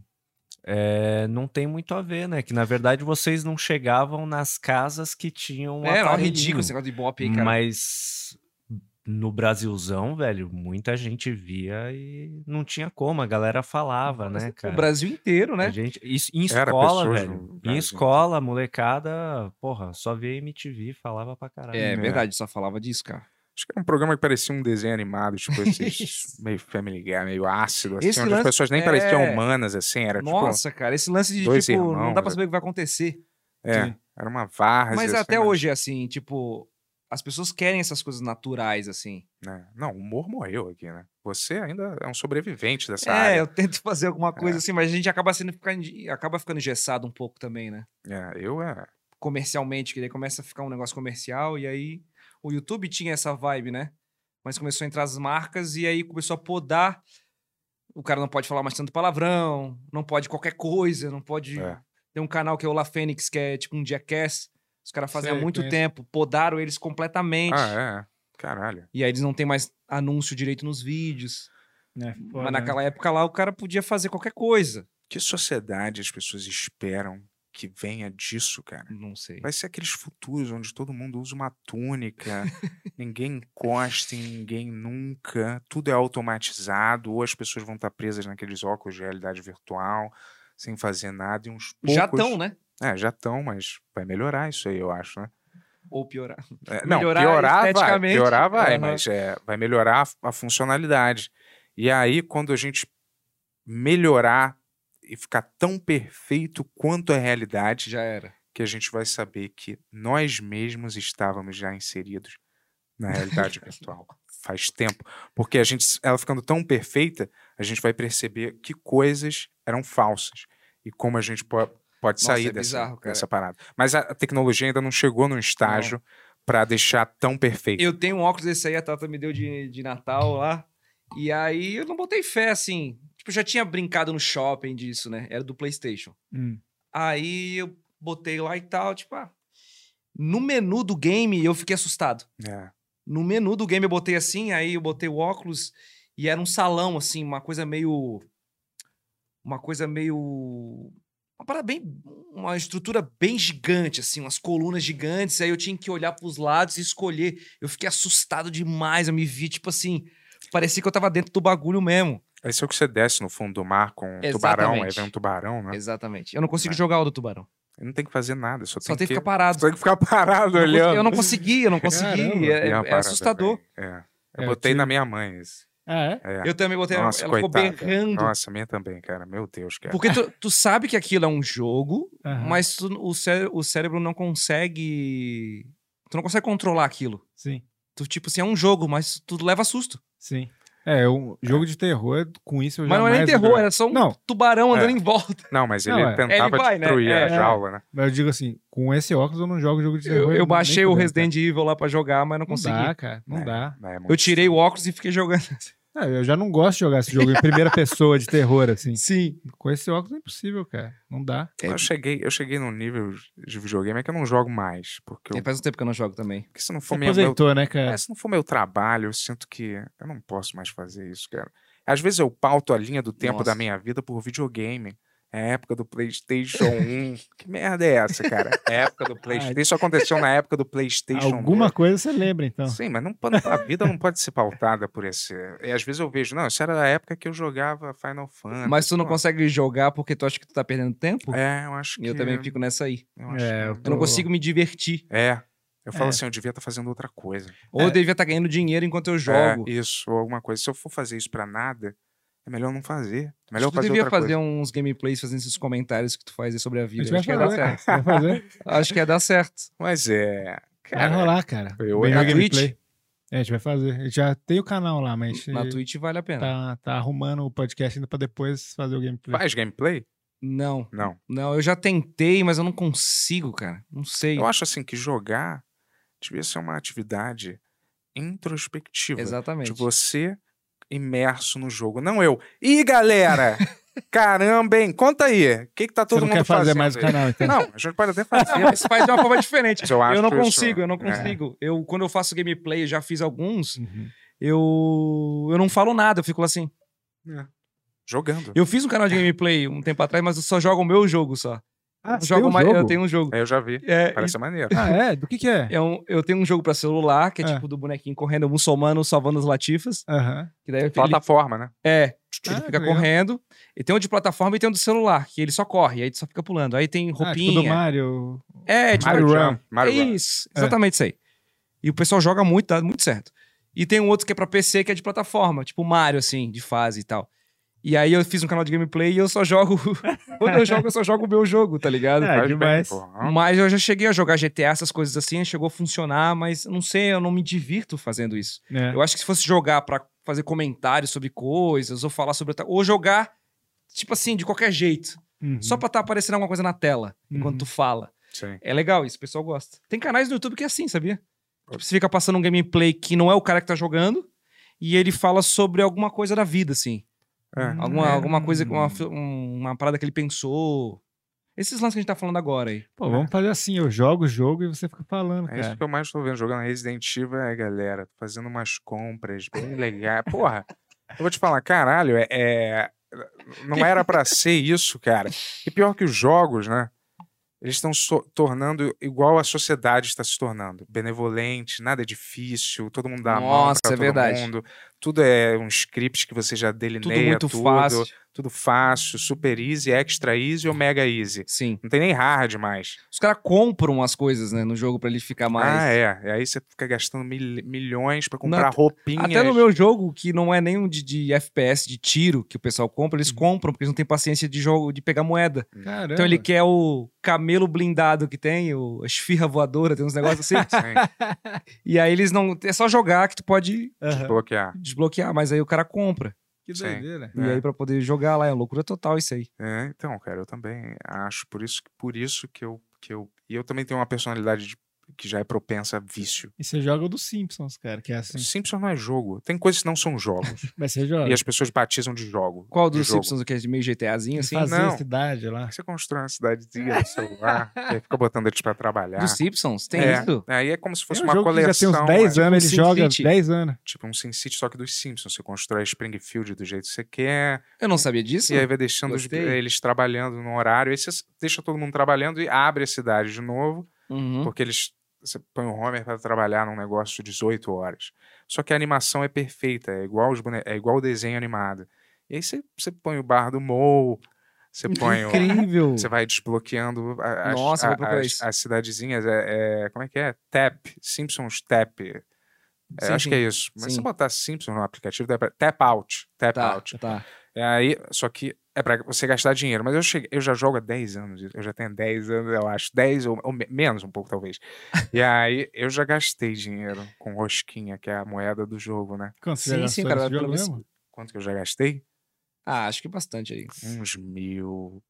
é, não tem muito a ver, né? Que na verdade vocês não chegavam nas casas que tinham.
é, era
um aparelhinho.
ridículo esse negócio de bop aí, cara.
Mas no Brasilzão, velho, muita gente via e não tinha como, a galera falava, né, cara? É
O Brasil inteiro,
A
né?
gente, isso, em
Era
escola,
pessoas no
velho. Em
Brasil.
escola, molecada, porra, só via MTV, falava pra caralho.
É,
É.
verdade, só falava disso, cara.
Acho que era um programa que parecia um desenho animado, tipo esses meio Family Guy, meio ácido, assim,
Esse
onde
lance-
as pessoas nem pareciam
é.
humanas, assim, era tipo...
Nossa, cara, esse lance de
dois
tipo, não
irmãos,
dá pra
né?
saber o que vai acontecer.
É,
Sim.
era uma várzea.
Mas
sem
até
nada.
hoje, assim, tipo, as pessoas querem essas coisas naturais, assim.
né? Não, o humor morreu aqui, né? Você ainda é um sobrevivente dessa
É,
área.
eu tento fazer alguma coisa assim, mas a gente acaba sendo ficando, acaba ficando engessado um pouco também, né?
É, eu é.
Comercialmente, que daí começa a ficar um negócio comercial, e aí o YouTube tinha essa vibe, né? Mas começou a entrar as marcas e aí começou a podar. O cara não pode falar mais tanto palavrão, não pode qualquer coisa, não pode.
É.
Tem um canal que é o La Fênix, que é tipo um jackass. Os caras fazem há
Sei,
muito
conheço.
tempo, podaram eles completamente.
Ah, é, é. Caralho.
E aí eles não têm mais anúncio direito nos vídeos.
né?
Mas naquela época lá o cara podia fazer qualquer coisa.
Que sociedade as pessoas esperam que venha disso, cara?
Não sei.
Vai ser aqueles futuros onde todo mundo usa uma túnica, ninguém encosta em ninguém nunca, tudo é automatizado, ou as pessoas vão estar presas naqueles óculos de realidade virtual, sem fazer nada, e uns poucos...
Já estão, né?
É, já estão, mas vai melhorar isso aí, eu acho, né?
Ou piorar.
É, não,
Melhorar
piorar vai,
esteticamente,
piorar vai,
aham.
mas é, vai melhorar a f- a, funcionalidade. E aí, quando a gente melhorar e ficar tão perfeito quanto a realidade,
Já era.
que a gente vai saber que nós mesmos estávamos já inseridos na realidade virtual. Faz tempo. Porque a gente, ela ficando tão perfeita, a gente vai perceber que coisas eram falsas e como a gente po- pode
Nossa,
sair
é
dessa,
bizarro, cara.
dessa parada. Mas a a tecnologia ainda não chegou num estágio para deixar tão perfeito.
Eu tenho um óculos desse aí, a Tata me deu de, de Natal lá. E aí eu não botei fé, assim. Tipo, eu já tinha brincado no shopping disso, né? Era do PlayStation.
Hum.
Aí eu botei lá e tal, tipo, ah. No menu do game eu fiquei assustado.
É.
no menu do game eu botei assim, aí eu botei o óculos e era um salão, assim, uma coisa meio. Uma coisa meio. Uma parada bem. Uma estrutura bem gigante, assim, umas colunas gigantes. Aí eu tinha que olhar pros lados e escolher. Eu fiquei assustado demais. Eu me vi, tipo assim. Parecia que eu tava dentro do bagulho mesmo.
Esse é o que você desce no fundo do mar com um tubarão, aí
Exatamente.
vem um tubarão, né?
Exatamente. Eu não consigo
É.
jogar o do tubarão.
Não tem que fazer nada, só,
Só
tem,
tem
que
que ficar parado.
só tem que ficar parado
Eu não
olhando.
consegui- Eu não consegui, eu não
Caramba.
consegui. É,
É uma
é
parada,
assustador.
velho. É.
É,
Eu
eu
botei
tive-
na minha mãe isso.
Ah, é?
É.
Eu também botei.
Nossa,
ela ficou
coitada.
berrando.
Nossa, a minha também, cara. Meu Deus, cara.
Porque tu, tu sabe que aquilo é um jogo,
Aham.
mas tu- o, cé- o cérebro não consegue. Tu não consegue controlar aquilo.
Sim,
Tu, tipo assim, é um jogo, mas tu leva susto.
sim. É, um jogo de terror, com isso eu já
mas não era nem terror, era só um
Não,
tubarão
É.
andando em volta.
Não, mas
Não,
ele
é.
tentava
Ele vai, né?
destruir a
É.
jaula, né?
mas eu digo assim, com esse óculos eu não jogo jogo de
Eu,
terror.
eu
nem
baixei o
fudendo,
Resident Evil lá pra jogar, mas
cara. Não
não consegui.
dá, cara, não
É.
dá.
Mas é muito
Eu tirei o óculos e fiquei jogando.
Ah, eu já não gosto de jogar esse jogo em primeira pessoa de terror, assim.
Sim.
Com esse óculos é impossível, cara. Não dá.
Eu cheguei, eu cheguei num nível de videogame é que eu não jogo mais. Porque, eu-
faz um tempo que eu não jogo também.
porque se não for
Você
minha, meu,
aposentou, né, cara?
é, se não for meu trabalho, eu sinto que eu não posso mais fazer isso, cara. Às vezes eu pauto a linha do tempo da
Nossa.
minha vida por videogame. É a época do PlayStation 1. que merda é essa, cara? É a época do PlayStation. Isso aconteceu na época do PlayStation
Alguma
2.
coisa você lembra, então.
Sim, mas não pode- a vida não pode ser pautada por esse. E às vezes eu vejo, não, isso era da época que eu jogava Final Fantasy.
Mas tu não
Pô,
consegue jogar porque tu acha que tu tá perdendo tempo?
É, eu É, acho
E
que.
eu também fico nessa aí.
eu acho
É,
que-
Eu
Pô.
não consigo me divertir.
É. Eu falo
É.
assim, eu devia estar fazendo outra coisa.
Ou eu devia estar ganhando dinheiro enquanto eu jogo.
É, isso, ou alguma coisa. Se eu for fazer isso pra nada, é melhor não fazer. É melhor
Acho
eu
que tu
fazer
devia
outra
fazer
coisa.
uns gameplays fazendo esses comentários que tu faz aí sobre a
A gente
vida.
vai
Acho que ia dar
fazer, né? cara.
certo.
Vai fazer.
Acho que ia dar certo.
Mas é.
Vai
Cara,
rolar, cara.
eu-
Bem
na
meu
Twitch?
gameplay. É, a gente vai fazer. A gente já tem o canal lá, mas a gente
Na Twitch né? vale a pena.
tá, tá arrumando o podcast ainda pra depois fazer o gameplay.
faz gameplay?
Não,
Não.
não, eu já tentei, mas eu não consigo, cara. Não sei.
Eu acho assim que jogar devia ser uma atividade introspectiva.
Exatamente.
de você imerso no jogo. Não eu. Ih, galera! Caramba, hein? Conta aí. O que, que tá todo
Você não
mundo
quer fazer
fazendo
mais o
aí?
canal, então.
Não, a gente pode até fazer.
Mas faz de uma forma diferente.
mas eu, acho
Eu não
isso-
consigo, eu não
é.
consigo. Eu, quando eu faço gameplay, eu já fiz alguns,
Uhum.
eu, eu não falo nada, eu fico lá assim.
Jogando.
Eu fiz um canal de gameplay um tempo atrás, mas eu só jogo o meu jogo só.
Ah,
Eu
você
jogo
tem um
mais,
jogo?
eu tenho um jogo.
É, eu já vi.
É,
Parece maneiro.
Ah, é? Do que que é?
é um- eu tenho um jogo pra celular, que é,
É.
tipo do bonequinho correndo, muçulmano salvando as latifas.
Aham.
Que daí ele-
Plataforma, né?
É, ele
Ah,
fica
que legal.
correndo. E tem um de plataforma e tem um do celular, que ele só corre, aí tu só fica pulando. Aí tem
Ah, tipo do
roupinha.
Mario.
é, tipo,
Mario
Mario
Jump. Mario
é
Jump.
isso,
É.
exatamente isso aí. E o pessoal joga muito, dá muito certo. E tem um outro que é pra PC, que é de plataforma, tipo Mario, assim, de fase e tal. E aí eu fiz um canal de gameplay e eu só jogo. Quando eu jogo, eu só jogo o meu jogo, tá ligado?
É, demais.
Mas eu já cheguei a jogar GTA, essas coisas assim, chegou a funcionar, mas não sei, eu não me divirto fazendo isso.
É.
Eu acho que se fosse jogar pra fazer comentários sobre coisas, ou falar sobre. outra- Ou jogar, tipo assim, de qualquer jeito.
Uhum.
Só pra tá aparecendo alguma coisa na tela enquanto tu fala.
Sim.
É legal isso, o pessoal gosta. Tem canais no YouTube que é assim, sabia? Tipo, você fica passando um gameplay que não é o cara que tá jogando e ele fala sobre alguma coisa da vida, assim.
É.
Alguma,
É.
alguma coisa, uma, fi- um- uma parada que ele pensou. Esses lances que a gente tá falando agora aí.
Pô, vamos fazer assim, eu jogo o jogo e você fica falando,
É isso
cara.
que eu mais tô vendo jogando Resident Evil, é, galera, tô fazendo umas compras bem legais. Porra, eu vou te falar, caralho, é, é- não era pra ser isso, cara. E pior que os jogos, né? Eles estão so- tornando igual a sociedade está se tornando. Benevolente, nada é difícil, todo mundo dá a mão
Nossa,
pra
é
todo
verdade.
mundo. Tudo é um script que você já
Tudo
delineia
muito fácil.
é Tudo fácil, super easy, extra easy ou mega easy.
Sim.
Não tem nem hard mais.
Os caras compram as coisas, né, no jogo pra ele ficar mais.
Ah, é. E aí você fica gastando mil- milhões pra comprar
Não,
roupinhas.
Até no meu jogo, que não é nenhum de, de FPS de tiro que o pessoal compra,
Hum.
eles compram, porque eles não têm paciência de jogo de pegar moeda.
Caramba.
Então ele quer o camelo blindado que tem, o a esfirra voadora, tem uns negócios assim.
Sim,
e aí eles não. É só jogar que tu pode
Aham.
bloquear.
desbloquear, mas aí o cara compra.
Que
Sim.
doideira.
E
É.
aí pra poder jogar lá, é loucura total isso aí.
É, então, cara, eu também acho. Por isso, que- por isso que, eu, que eu. E eu também tenho uma personalidade de- que já é propensa a vício.
E você joga o dos Simpsons, cara, que é assim.
Simpsons não é jogo. Tem coisas que não são jogos.
Mas você joga.
e as pessoas batizam de jogo.
Qual
de
dos
jogo.
Simpsons que é de meio GTAzinho assim?
Fazer
não.
a cidade lá.
Você constrói uma cidadezinha no celular, e aí fica botando eles pra trabalhar.
Dos Simpsons? Tem
é,
isso?
Aí é como se fosse
É um
uma
jogo que
coleção.
já tem uns 10
é.
anos, ele
Sim
joga
City.
10 anos.
Tipo um Sin City, só que dos Simpsons. Você constrói Springfield do jeito que você quer.
Eu não sabia disso.
E aí vai deixando os-
Gostei.
eles trabalhando no horário. Aí você s- deixa todo mundo trabalhando e abre a cidade de novo,
Uhum.
porque eles. Você põe o Homer para trabalhar num negócio de 18 horas. Só que a animação é perfeita, é igual, os bone... é igual o desenho animado. E aí você, você põe o bar do Mo, você põe o.
Incrível.
Você vai desbloqueando a- as,
Nossa,
a-
vou procurar
as-
isso.
as cidadezinhas. É, é- como é que é? Tap. Simpsons Tap. É,
Sim,
acho
sim.
que é isso. Mas se
Sim.
você botar Simpsons no aplicativo, dá pra... Tap Out. Tap
Tá,
Out.
tá.
E É, Aí, só que é pra você gastar dinheiro. Mas eu, cheguei, eu já jogo há 10 anos. Eu já tenho 10 anos, eu acho. 10 ou, ou me- menos um pouco, talvez. E aí, eu já gastei dinheiro com rosquinha, que é a moeda do jogo, né?
Quanto você
Sim,
já
sim,
gastou
cara,
nesse
pelo
jogo
menos-
mesmo?
Quanto que eu já gastei?
Ah, acho que bastante aí.
Uns mil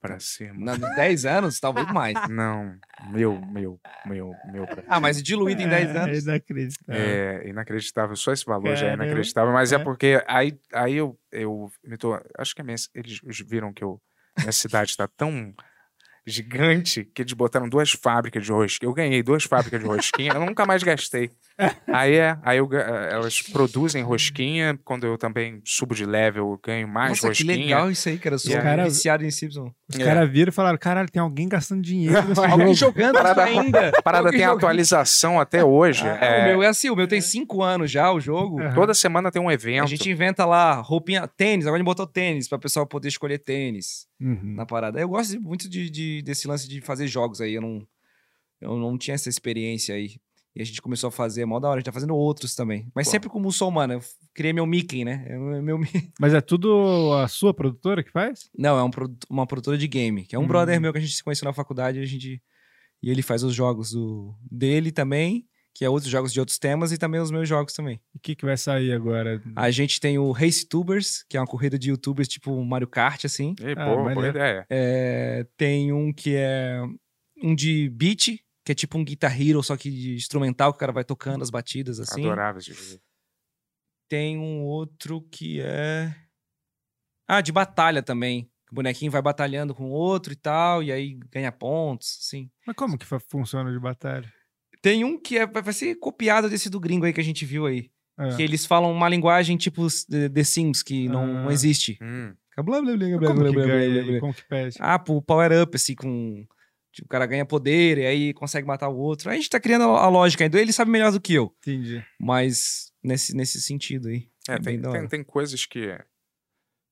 pra cima.
Na- Nos 10 anos, talvez mais.
Não, meu, meu, meu, meu pra
Ah, mas diluído em 10 anos.
É inacreditável.
É inacreditável, só esse valor já é
Caramba.
inacreditável, mas é,
É.
porque aí, aí eu, eu me tô. Acho que a minha, eles viram que eu, minha cidade está tão gigante que eles botaram duas fábricas de rosquinha. Eu ganhei duas fábricas de rosquinha, eu nunca mais gastei. Aí, é, aí eu ga- elas produzem rosquinha, quando eu também subo de level, eu ganho mais
Nossa, que
Ah, rosquinha.
legal isso aí, cara. Eu sou
E
aí-
viciado em Simpsons.
Os
É.
caras viram e falaram: caralho, tem alguém gastando dinheiro nesse
Alguém
jogo.
jogando isso
Parada-
ainda.
A parada
Alguém
tem
jogando.
atualização até hoje.
Ah,
é,
O meu é assim, o meu tem 5 anos já, o jogo.
Aham.
Toda semana tem um
A
evento.
gente inventa lá roupinha, tênis, agora a gente botou tênis pra o pessoal poder escolher tênis
Uhum.
na parada. Eu gosto de- muito de, de- desse lance de fazer jogos aí, eu não, eu não tinha essa experiência aí. E a gente começou a fazer, mó da hora, a gente tá fazendo outros também. Mas
Pô.
sempre com muçulmano, eu criei meu Mickey, né? É o meu Mi-
Mas é tudo a sua produtora que faz?
Não, é um produ- uma produtora de game, que é um
Hum.
brother meu que a gente se conheceu na faculdade, a gente... E ele faz os jogos do... dele também, que é outros jogos de outros temas, e também os meus jogos também.
E o que, que vai sair agora?
A gente tem o Race Tubers, que é uma corrida de youtubers tipo um Mario Kart, assim.
Ih,
Ah,
boa, boa
maneiro.
ideia.
É, tem um que é um de beat, que é tipo um Guitar Hero, só que de instrumental, que o cara vai tocando as batidas, assim.
Adorável esse jogo.
Tem um outro que é... Ah, de batalha também. O bonequinho vai batalhando com o outro e tal, e aí ganha pontos, assim.
Mas como que fa- funciona de batalha?
Tem um que é, vai vai ser copiado desse do gringo aí que a gente viu aí.
Ah.
Que eles falam uma linguagem tipo The The Sims, que não, não
Ah.
existe.
Hum.
Fica blá, blá, blá, blá,
Como
blá,
que
blá, blá,
ganha
blá, blá.
e como que pede?
Ah, pro power up, assim, com. Tipo, o cara ganha poder e aí consegue matar o outro. Aí a gente tá criando a a lógica ainda. Ele sabe melhor do que eu,
Entendi.
mas nesse, nesse sentido aí.
É,
É bem
tem,
da
tem,
hora.
tem coisas que.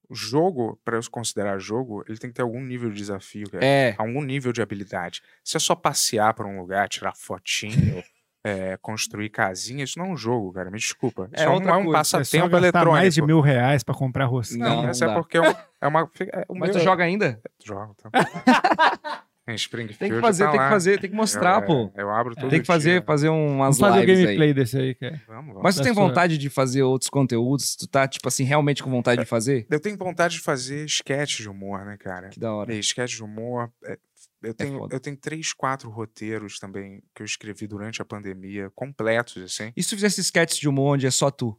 O jogo, pra eu considerar jogo, ele tem que ter algum nível de desafio, cara.
É.
Algum nível de habilidade. Se é só passear por um lugar, tirar fotinho, é, construir casinhas, isso não é um jogo, cara. Me desculpa.
É
Isso não
outra
é um
coisa,
É só
passatempo
gastar
eletrônico.
mais de mil reais pra comprar rocinha.
Não,
Não,
essa
dá.
é porque é, um- é uma. É, o
Mas
meu-
tu joga ainda?
Jogo, então. Em Springfield.
Tem que fazer,
tá
tem que
lá.
fazer, tem que mostrar,
eu,
pô.
é, né? Eu abro todo
Tem que fazer,
dia.
fazer um,
Vamos
umas
fazer o
lives aí.
gameplay desse aí, cara.
Vamos, vamos.
Mas tu
Da
tem
sua-
vontade de fazer outros conteúdos? Tu tá, tipo assim, realmente com vontade de fazer?
Eu tenho vontade de fazer sketch de humor, né, cara?
Que da hora.
Bem, Sketch de humor. é, Eu tenho,
foda.
eu tenho três, quatro roteiros também que eu escrevi durante a pandemia, completos, assim.
E se tu fizesse sketches de humor onde é só tu?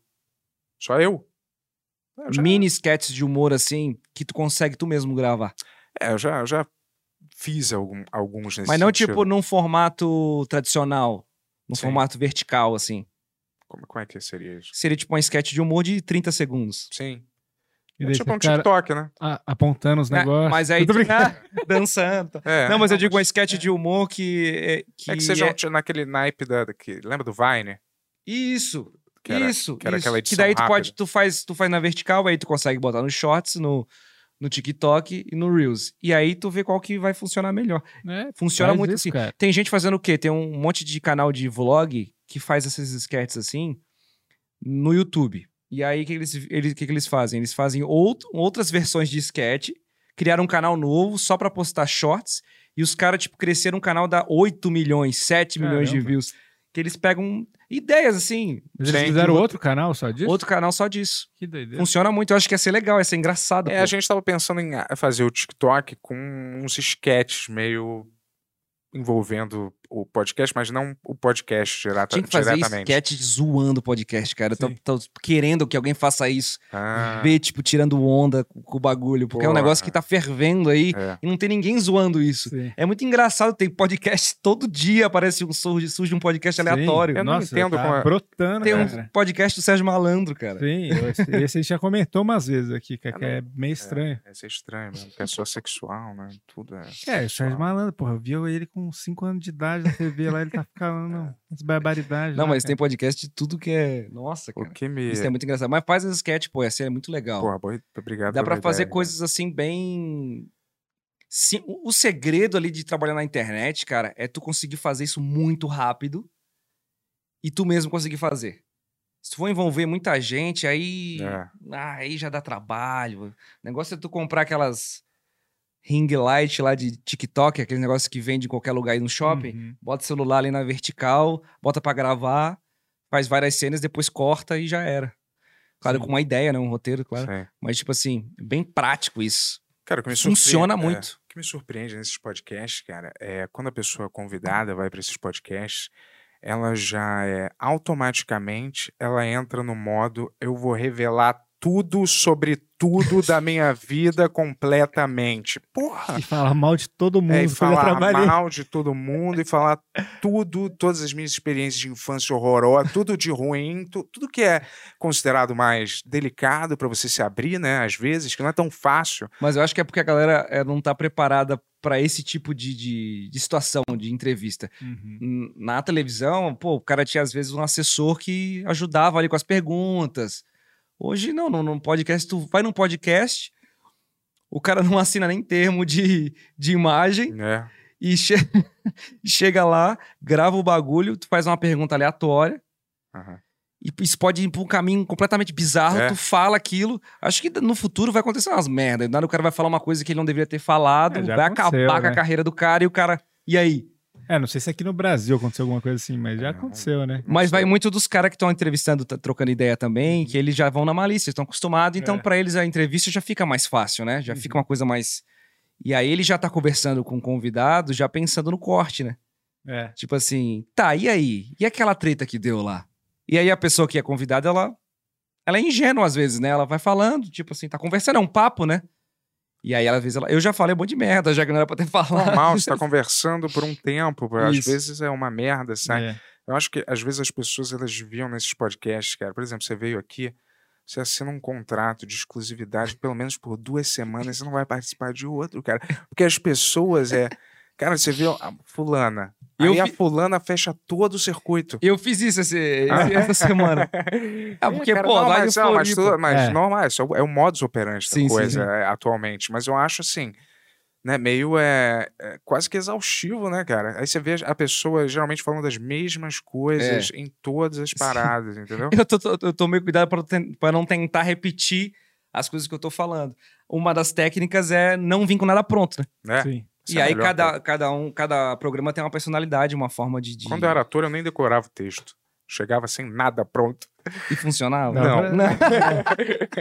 Só eu. Eu já,
Mini sketches de humor, assim, que tu consegue tu mesmo gravar.
é, eu já, eu já fiz algum- alguns nesse
Mas não,
sentido.
tipo, num formato tradicional. Num
Sim.
formato vertical, assim.
Como, como é que seria isso?
Seria tipo um sketch de humor de 30 segundos.
Sim.
E
É
daí
tipo
você
um
fica
TikTok, né?
a- apontando os
Né?
negócios.
Mas aí
Eu tô
tu
brincando.
tá dançando.
É.
não, mas eu digo um sketch de humor que. É, que
É que seja
é-
um ti- naquele naipe da. da- que, lembra do Vine?
Isso.
Que era-
isso.
que era
isso.
aquela
que
edição
daí tu pode,
rápida.
tu faz, tu faz na vertical, aí tu consegue botar no shorts, no, no TikTok e no Reels. E aí tu vê qual que vai funcionar melhor.
É,
Funciona
faz
muito
isso,
assim.
cara.
Tem gente fazendo o quê? Tem um monte de canal de vlog que faz esses sketches assim no YouTube. E aí, o que eles, eles, o que que eles fazem? Eles fazem out- outras versões de sketch, criaram um canal novo só pra postar shorts, e os caras, tipo, cresceram um canal da 8 milhões, 7 milhões de
Caramba.
views. Que eles pegam ideias, assim,
Mas eles
Sim.
fizeram outro canal só disso?
outro canal só disso.
Que doideira.
Funciona muito, eu acho que ia ser legal, ia ser engraçado.
É,
pô.
a gente tava pensando em ah, fazer o TikTok com uns sketches meio envolvendo o podcast, mas não o podcast direta,
Tinha que fazer
diretamente.
sketch zoando o podcast, cara. Eu tô, tô querendo que alguém faça isso.
Ah,
ver, tipo, tirando onda com com o bagulho. Porque é um
Porra.
negócio que tá fervendo aí
é.
e não tem ninguém zoando isso.
Sim.
É muito engraçado, tem podcast todo dia, aparece um surge, surge um podcast aleatório.
Eu não entendo
tá
como é-
brotando,
Tem um
cara.
podcast do Sérgio Malandro, cara.
Sim, esse, esse a gente já comentou umas vezes aqui, cara,
Ah,
que é meio estranho.
Esse é estranho, mesmo. pessoa sexual, né? Tudo é.
É, o
sexual.
Sérgio Malandro, porra, viu ele com 5 anos de idade na TV lá, ele tá ficando
É.
umas barbaridades.
Não,
lá,
mas
cara.
tem podcast de tudo que é. Nossa,
O
cara.
que me.
Isso é muito engraçado. Mas faz esse sketch, pô, essa é muito legal.
Porra, boi- obrigado.
Dá pra
pela
fazer
ideia,
coisas assim bem. Sim, o- o segredo ali de trabalhar na internet, cara, é tu conseguir fazer isso muito rápido e tu mesmo conseguir fazer. Se tu for envolver muita gente, aí.
É.
ah, aí já dá trabalho. O negócio é tu comprar aquelas ring light lá de TikTok, aquele negócio que vende em qualquer lugar aí no shopping.
Uhum.
Bota o celular ali na vertical, bota pra gravar, faz várias cenas, depois corta e já era. Claro, com uma ideia, né? Um roteiro, claro.
cara. Sim.
Mas, tipo assim, bem prático isso.
Cara, o que me surpre-
Funciona
é,
muito.
O que me surpreende nesses podcasts, cara, é quando a pessoa convidada vai para esses podcasts, ela já é automaticamente, ela entra no modo eu vou revelar tudo sobre tudo da minha vida completamente. Porra!
E falar mal de todo mundo.
Ah. É, e
quando eu
falar
trabalhei.
mal de todo mundo e falar tudo, todas as minhas experiências de infância horrorosa, tudo de ruim, tu- tudo que é considerado mais delicado para você se abrir, né? Às vezes, que não é tão fácil.
Mas eu acho que é porque a galera eh, não tá preparada pra esse tipo de, de, de situação, de entrevista.
Uhum.
N- Na televisão, pô, o cara tinha às vezes um assessor que ajudava ali com as perguntas. Hoje não, num, num podcast, tu vai num podcast, o cara não assina nem termo de, de imagem
né?
e che- chega lá, grava o bagulho, tu faz uma pergunta aleatória.
Aham.
E isso pode ir pra um caminho completamente bizarro,
É.
tu fala aquilo. Acho que no futuro vai acontecer umas merdas. Nada, o cara vai falar uma coisa que ele não deveria ter falado,
É, já
vai
aconteceu,
acabar com a
né?
carreira do cara e o cara. E aí?
É, não sei se aqui no Brasil aconteceu alguma coisa assim, mas já
É.
aconteceu, né?
Mas vai muito dos caras que estão entrevistando, tá trocando ideia também, que eles já vão na malícia, estão acostumados, então
É. Uhum.
pra eles a entrevista já fica mais fácil, né? Já fica uma coisa mais. E aí ele já tá conversando com o convidado, já pensando no corte, né?
É.
Tipo assim, tá, e aí? E aquela treta que deu lá? E aí a pessoa que é convidada, ela, ela é ingênua às vezes, né? Ela vai falando, tipo assim, tá conversando, é um papo, né? E aí, ela, às vezes, ela, eu já falei um monte de merda, já que não era pra ter falado.
normal, você tá conversando por um tempo, pô, às
Isso.
vezes é uma merda, sabe?
É.
Eu acho que às vezes as pessoas elas deviam nesses podcasts, cara. Por exemplo, você veio aqui, você assina um contrato de exclusividade pelo menos por duas semanas, você não vai participar de outro, cara. Porque as pessoas é. Cara, você vê a fulana.
Eu
Eu aí a
fi-
fulana fecha todo o circuito.
Eu fiz isso esse- esse- essa semana. Ah, porque,
Cara,
pô,
não,
lá em
mas, não, mas,
Floripa.
tudo- mas
É.
normal, isso é o, é o modus operandi
Sim, sim,
da coisa é, atualmente. Mas eu acho assim, né, meio é, é quase que exaustivo, né, cara? Aí você vê a pessoa geralmente falando das
É.
mesmas coisas em todas as paradas, entendeu?
Eu tô, tô- eu tô meio cuidado pra ten- pra não tentar repetir as coisas que eu tô falando. Uma das técnicas é não vir com nada pronto, né?
Né?
Sim.
Isso
E
é a
aí
melhor
cada,
coisa.
cada um, cada programa tem uma personalidade, uma forma de, de
Quando eu era ator, eu nem decorava o texto. Chegava sem nada pronto.
e funcionava.
Não.
Dava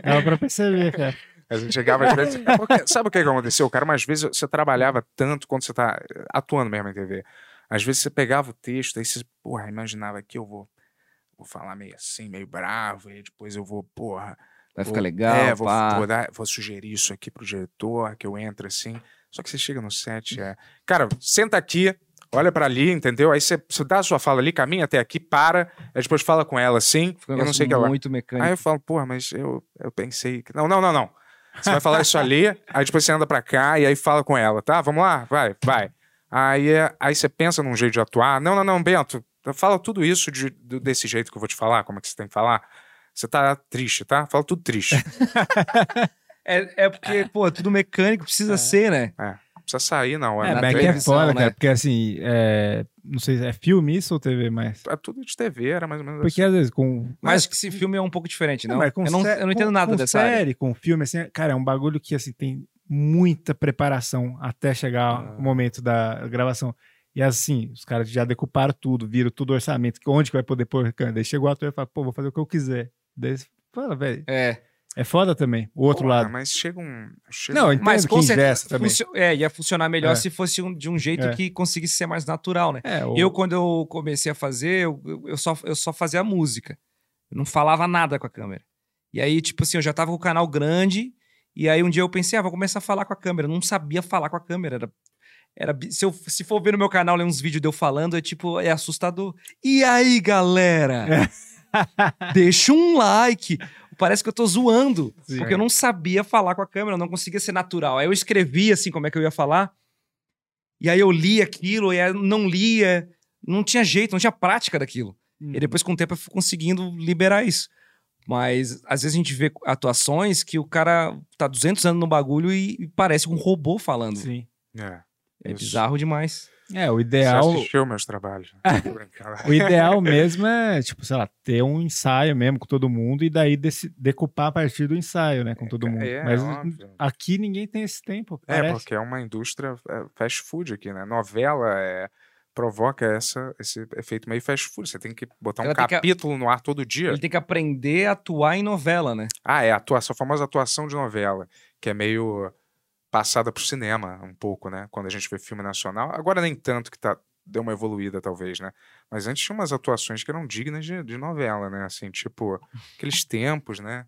É, pra perceber, cara.
A gente chegava às vezes. É porque- sabe o que que aconteceu, cara? Mas às vezes você trabalhava tanto quando você tá eh, atuando mesmo em TV. Às vezes você pegava o texto, aí você, porra, imaginava que eu vou, vou falar meio assim, meio bravo, e depois eu vou, porra.
Vai
vou-
ficar legal,
É, vou,
pá.
vou, dar- vou sugerir isso aqui pro diretor, que eu entro assim. Só que você chega no
Hum.
set, é. Cara, senta aqui, olha pra ali, entendeu? Aí você, você dá a sua fala ali, caminha até aqui, para, aí depois fala com ela assim,
Fica um
eu não sei o que
negócio
ela.
muito mecânico.
Aí eu falo, porra, mas eu, eu pensei que. Não, não, não, não. Você vai falar isso ali, aí depois você anda pra cá e aí fala com ela, tá? Vamos lá, vai, vai. Aí, é- aí você pensa num jeito de atuar. Não, não, não, Bento, fala tudo isso de- do- desse jeito que eu vou te falar, como é que você tem que falar. Você tá triste, tá? Fala tudo triste.
É, é porque, pô, tudo mecânico precisa ser, né?
Não Precisa sair na hora.
É,
não tem-
Mas é que é
televisão,
foda,
né?
cara. Porque assim, é, não sei se é filme isso ou TV, mas.
é tudo de TV, era mais ou menos assim.
Porque às vezes com.
Mas acho que esse filme é um pouco diferente, não?
mas com
eu, não
sé-
eu não entendo
com-
nada
com
dessa área.
série, com filme, assim, cara, é um bagulho que assim tem muita preparação até chegar
Ah.
o momento da gravação. E assim, os caras já decuparam tudo, viram tudo o orçamento, que onde que vai poder pôr câmera. Daí chegou o ator e fala, pô, vou fazer o que eu quiser. Daí você fala, velho,
É,
é foda também, o outro
Porra,
lado.
Mas chega um. Chega
Não,
um-
entendo
mas
que
com certeza
ingesta também.
funcio- é, ia funcionar melhor
É.
se fosse um- de um jeito
É.
que conseguisse ser mais natural, né?
É, o-
Eu, quando eu comecei a fazer, eu, eu- eu só, eu só fazia música. Eu não falava nada com a câmera. E aí, tipo assim, eu já tava com o canal grande. E aí um dia eu pensei, ah, vou começar a falar com a câmera. Eu não sabia falar com a câmera. Era, era, bi- se, eu, se for ver no meu canal ler uns vídeos de eu falando, é tipo, é assustador. E aí, galera?
É.
Deixa um like. Parece que eu tô zoando.
Sim.
Porque eu não sabia falar com a câmera, eu não conseguia ser natural. Aí eu escrevia assim como é que eu ia falar. E aí eu li aquilo, e aí eu não lia, não tinha jeito, não tinha prática daquilo.
Hum,
E depois, com o tempo, eu fui conseguindo liberar isso. Mas às vezes a gente vê atuações que o cara tá 200 anos no bagulho e, e parece um robô falando.
Sim.
É.
é
Isso.
bizarro demais.
É, o
Você
ideal,
assistiu meus trabalhos. Tô brincando.
o ideal mesmo é, tipo, sei lá, ter um ensaio mesmo com todo mundo e daí desse- decupar a partir do ensaio, né, com todo mundo.
É,
Mas
óbvio.
aqui ninguém tem esse tempo,
É,
parece.
porque é uma indústria é, fast food aqui, né? Novela é, provoca essa, esse efeito meio fast food. Você tem que botar um
Ela tem que-
capítulo no ar todo dia.
Ele tem que aprender a atuar em novela, né?
Ah, é, a atuação, a famosa atuação de novela, que é meio passada pro cinema um pouco, né? Quando a gente vê filme nacional. Agora nem tanto que tá, deu uma evoluída, talvez, né? Mas antes tinha umas atuações que eram dignas de, de novela, né? Assim, tipo, aqueles tempos, né?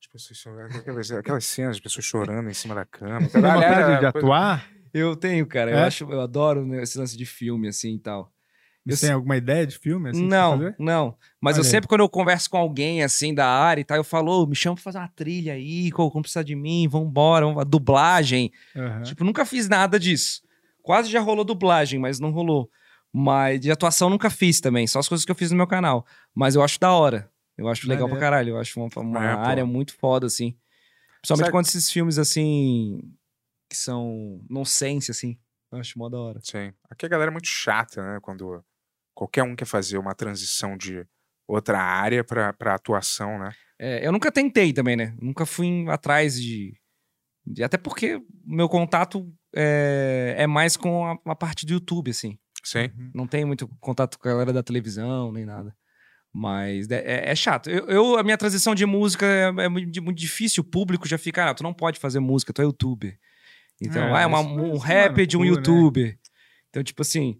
As pessoas chorando, aquelas, aquelas cenas, as pessoas chorando em cima da cama.
Tem vontade de
coisa-
atuar?
Eu tenho, cara. Eu
É?
acho, eu adoro né, esse lance de filme, assim e tal. Eu
Você tem alguma ideia de filme? assim, pra
não,
fazer?
não. Mas eu
Olha aí.
sempre, quando eu converso com alguém assim da área e tal, eu falo, "Ô, me chama pra fazer uma trilha aí, como precisar de mim, vambora, vamos- dublagem.
Aham.
Né?
Tipo, nunca fiz nada disso. Quase já rolou dublagem, mas não rolou. Mas de atuação nunca fiz também, só as coisas que eu fiz no meu canal. Mas eu acho da hora. Eu acho legal pra
Maneiro.
caralho. Eu acho uma, uma
É, pô.
área muito foda, assim. Principalmente
Sabe-
quando esses filmes, assim, que são nonsense, assim. Eu acho mó da hora.
Sim. Aqui a galera é muito chata, né? Quando qualquer um quer fazer uma transição de outra área pra, pra atuação, né?
É, eu nunca tentei também, né? Nunca fui em- atrás de, de- Até porque meu contato é, é mais com a, a parte do YouTube, assim.
Sim.
Não tenho muito contato com a galera da televisão, nem nada. Mas é, é- é chato. Eu, eu- a minha transição de música é, é muito, muito difícil. O público já fica, ah, tu não pode fazer música, tu é youtuber. Então,
É,
ah, é uma-
isso-
um
isso
rap
é
de um
loucura, né?
youtuber. Então, tipo assim,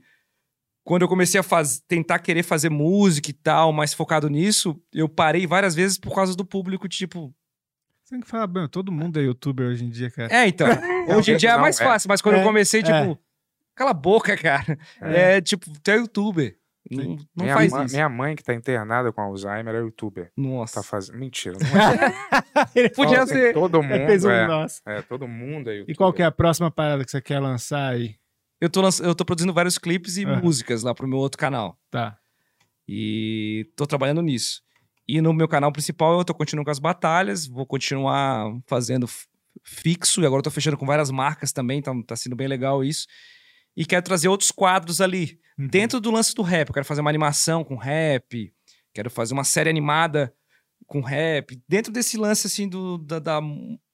quando eu comecei a faz- tentar querer fazer música e tal, mais focado nisso, eu parei várias vezes por causa do público, tipo.
Você tem que falar, bem, todo mundo é youtuber hoje em dia, cara.
É, então. Hoje em dia é
Não,
mais
é.
fácil, mas quando eu
É,
comecei,
é.
tipo, cala a boca, cara. É, tipo, tu é youtuber. Não, não
minha,
faz
mãe,
isso.
minha mãe, que tá internada com Alzheimer, é youtuber. Tá
Nossa.
fazendo. Mentira, não é.
Podia
Nossa,
ser.
Todo
Ele
mundo.
fez um
é,
nosso.
é, todo mundo é youtuber.
E qual que é a próxima parada que você quer lançar aí?
Eu tô, lanç- eu tô produzindo vários clipes e
Aham.
músicas lá pro meu outro canal.
Tá.
E tô trabalhando nisso. E no meu canal principal eu tô continuando com as batalhas, vou continuar fazendo f- fixo, e agora eu tô fechando com várias marcas também, então tá sendo bem legal isso. E quero trazer outros quadros ali,
Hum, Uhum.
dentro do lance do rap. Eu quero fazer uma animação com rap, quero fazer uma série animada com rap, dentro desse lance, assim, do, da, da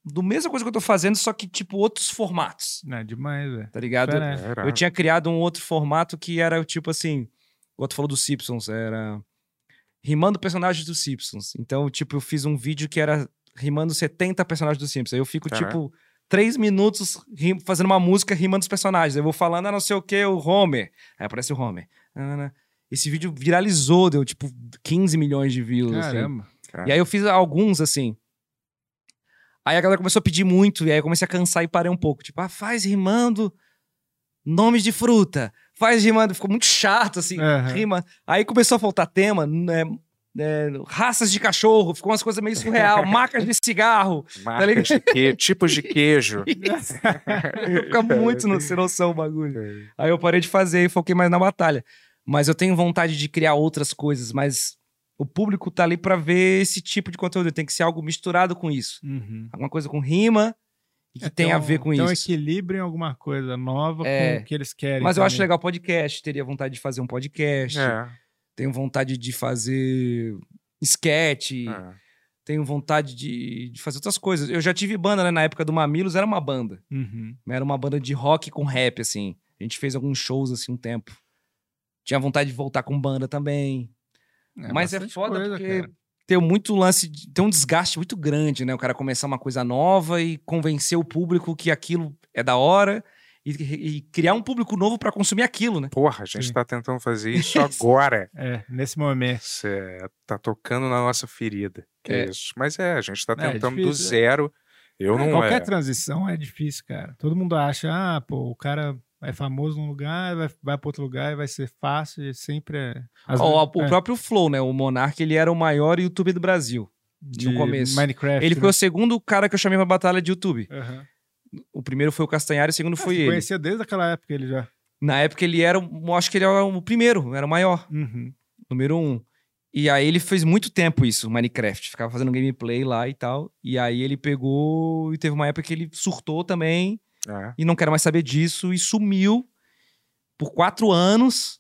do mesma coisa que eu tô fazendo, só que, tipo, outros formatos,
Não, é demais, velho.
tá ligado?
Diferente.
Era-
Eu tinha criado um outro formato que era tipo assim. O outro falou dos Simpsons, era. Rimando personagens dos Simpsons. Então, tipo, eu fiz um vídeo que era rimando 70 personagens dos Simpsons. Aí eu fico,
Caraca.
tipo, três minutos rim- fazendo uma música rimando os personagens. Eu vou falando, ah, não sei o que, o Homer. Aí aparece o Homer. Nananã. Esse vídeo viralizou, deu, tipo, 15 milhões de views. assim.
Caramba.
Caraca.
E aí eu fiz alguns, assim. Aí a galera começou a pedir muito, e aí eu comecei a cansar e parei um pouco. Tipo, ah, faz rimando nomes de fruta. Faz rimando. Ficou muito chato, assim,
Aham.
rima. Aí começou a faltar tema, né? né, raças de cachorro, ficou umas coisas meio surreal, marcas de cigarro.
Marcas de que... tipos de queijo.
Fica muito no- sem noção o bagulho.
É,
Aí eu parei de fazer e foquei mais na batalha. Mas eu tenho vontade de criar outras coisas, mas o público tá ali pra ver esse tipo de conteúdo. Tem que ser algo misturado com isso.
Uhum.
alguma coisa com rima e que tem, a
um-
ver com
tem um
isso.
equilíbrio em alguma coisa nova
É.
com o que eles querem.
Mas eu acho
também.
legal podcast, teria vontade de fazer um podcast,
É,
tenho vontade de fazer esquete,
é.
tenho vontade de, de fazer outras coisas. Eu já tive banda, né? Na época do Mamilos era uma banda.
Uhum.
né, Era uma banda de rock com rap, assim. A gente fez alguns shows, assim, um tempo. Tinha vontade de voltar com banda também. Mas é
bastante
foda
coisa,
porque
cara.
tem muito lance, de- tem um desgaste muito grande, né? O cara começar uma coisa nova e convencer o público que aquilo é da hora e, e criar um público novo pra consumir aquilo, né?
Porra, a gente
Sim.
tá tentando fazer isso agora.
É, nesse momento.
Você tá tocando na nossa ferida. Que é.
É.
isso. Mas é, a gente tá
É, é
tentando do
difícil, né?
zero. Eu não
Qualquer
é.
transição é difícil, cara. Todo mundo acha, ah, pô, o cara é famoso num lugar, vai, vai pra outro lugar e vai ser fácil e sempre é. Às
Ó,
vezes-
o próprio Flow, né? O Monark, ele era o maior youtuber do Brasil.
É, de
no começo.
Minecraft.
Ele
né?
foi o segundo cara que eu chamei pra batalha de YouTube.
Aham.
O primeiro foi o Castanhari, o segundo foi
Ah, Você
ele.
Conhecia desde aquela época ele já.
Na época ele era, o- acho que ele era o primeiro, era o maior.
Uhum.
número um. E aí ele fez muito tempo isso, Minecraft. Ficava fazendo gameplay lá e tal. E aí ele pegou e teve uma época que ele surtou também
É.
e não quero mais saber disso e sumiu por quatro anos.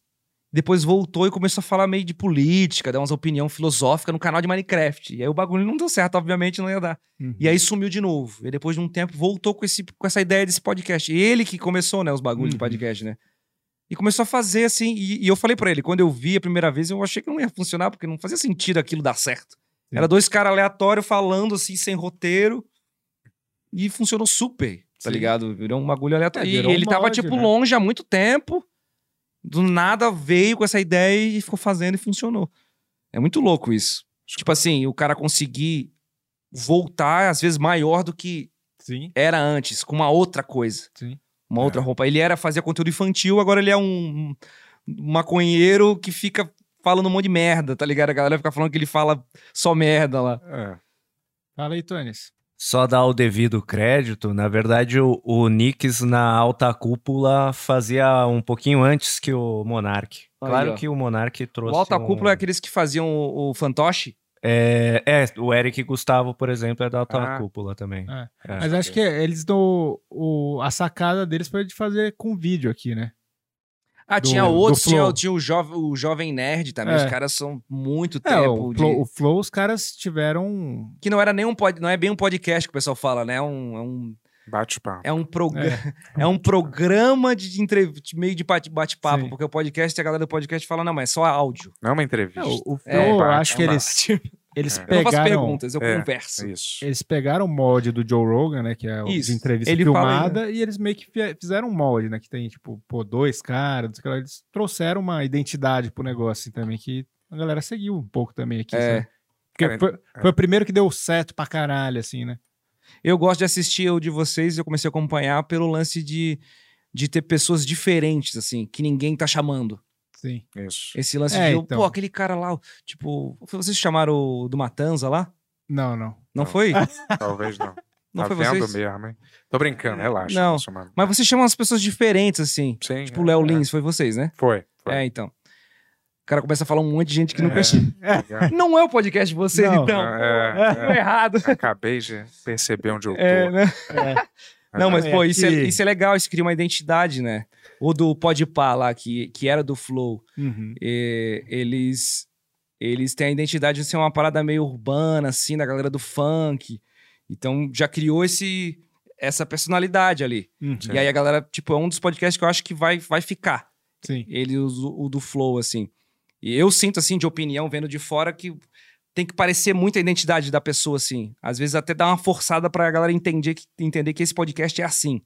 Depois voltou e começou a falar meio de política, dar umas opinião filosófica no canal de Minecraft. E aí o bagulho não deu certo, obviamente não ia dar.
Uhum.
E aí sumiu de novo. E depois de um tempo voltou com, esse, com essa ideia desse podcast. Ele que começou, né, os bagulhos de
Uhum. podcast,
podcast, né? E começou a fazer assim. E, e eu falei pra ele, quando eu vi a primeira vez, eu achei que não ia funcionar, porque não fazia sentido aquilo dar certo.
Sim.
Era dois caras aleatórios falando assim, sem roteiro. E funcionou super,
Sim.
tá ligado? Virou um bagulho aleatório.
É,
e
virou um
ele tava,
molde,
tipo,
né?
longe há muito tempo. Do nada veio com essa ideia e ficou fazendo e funcionou. É muito louco isso. Tipo assim, o cara conseguir voltar, às vezes, maior do que
Sim.
era antes, com uma outra coisa.
Sim. É.
Uma outra roupa. Ele era fazer conteúdo infantil, agora ele é um um maconheiro que fica falando um monte de merda, tá ligado? A galera fica falando que ele fala só merda lá.
É.
Fala aí, Tones.
Só dar o devido crédito, na verdade o, o Nix na alta cúpula fazia um pouquinho antes que o Monark.
Aí,
Claro
ó.
que o Monark trouxe.
o Alta
assim,
um-
Cúpula é aqueles que faziam o, o fantoche.
É, é, o Eric Gustavo, por exemplo, é da alta
Ah.
cúpula também.
Ah.
É.
Mas acho que eles dão. O, a sacada deles foi de fazer com vídeo aqui, né?
Ah,
Do-
tinha
do
outros, tinha,
Flow.
tinha o, jove, o Jovem Nerd também.
É.
Os caras são muito
É,
tempo.
o,
de-
Flow, o Flow, os caras tiveram.
Que não era nem um pod, não é bem um podcast que o pessoal fala, né? É um, é um,
Bate-papo.
é um, progra- é um programa de, entre- de meio de bate- bate-papo,
Sim.
porque o podcast, a galera do podcast fala, não, mas é só áudio.
Não é uma entrevista.
É, o, o Flow,
É,
eu
bate,
acho que
é um
eles, eles
É.
Eu não faço
pegaram.
perguntas, eu
É,
converso.
Isso.
Eles pegaram o molde do Joe Rogan, né? Que é o
Isso.
de entrevista
Ele fala
filmada, e eles meio que fi- fizeram um molde, né? Que tem, tipo, pô, dois caras, não sei o que lá, eles trouxeram uma identidade pro negócio assim, também, que a galera seguiu um pouco também aqui.
É.
né?
sabe? Porque
Cara,
foi, foi o primeiro que deu certo pra caralho, assim, né?
Eu gosto de assistir o de vocês, eu comecei a acompanhar pelo lance de, de ter pessoas diferentes, assim, que ninguém tá chamando.
Sim.
Isso.
Esse lance
É,
de,
então.
pô, aquele cara lá, tipo, vocês chamaram o do Matanza lá?
Não, não.
Não,
Não.
foi?
Talvez não.
Não
tá
foi
vendo
vocês? É,
mesmo, hein? Tô brincando, relaxa.
Não.
isso, mano.
Mas vocês chamam as pessoas diferentes, assim.
Sim,
Tipo, o Léo
é,
Lins, foi vocês, né?
Foi. foi.
É, então. O cara começa a falar um monte de gente que nunca.
É.
Não é o podcast de vocês,
Não.
então.
É,
Tô errado.
é. Acabei de perceber onde eu tô.
É, né? Não, mas,
É,
pô, isso é,
que-
isso é legal, isso cria uma identidade, né? O do Podpah lá, que, que era do Flow,
Uhum.
eh, eles eles têm a identidade de ser uma parada meio urbana, assim, da galera do funk. Então, já criou esse essa personalidade ali.
Uhum.
Sim.
E aí a galera, tipo, é um dos podcasts que eu acho que vai, vai ficar.
Sim.
Ele, o, do- o do Flow, assim. E eu sinto, assim, de opinião, vendo de fora, que tem que parecer muito a identidade da pessoa, assim. Às vezes até dá uma forçada pra galera entender que, entender que esse podcast é assim.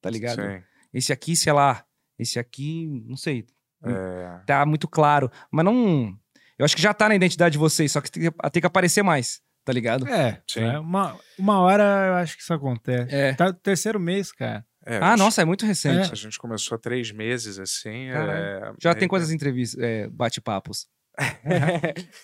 Tá ligado?
Sim.
Esse aqui, sei lá. Esse aqui, não sei.
É,
Tá muito claro. Mas não. Eu acho que já tá na identidade de vocês, só que tem que, tem que aparecer mais, tá ligado?
É,
Sim.
né? uma, uma hora eu acho que isso acontece.
É.
Tá no terceiro mês, cara.
é,
Ah,
acho-
nossa, é muito recente.
A gente começou há três meses, assim.
Caralho.
é,
Já
é,
tem quantas entrevistas, é, bate-papos?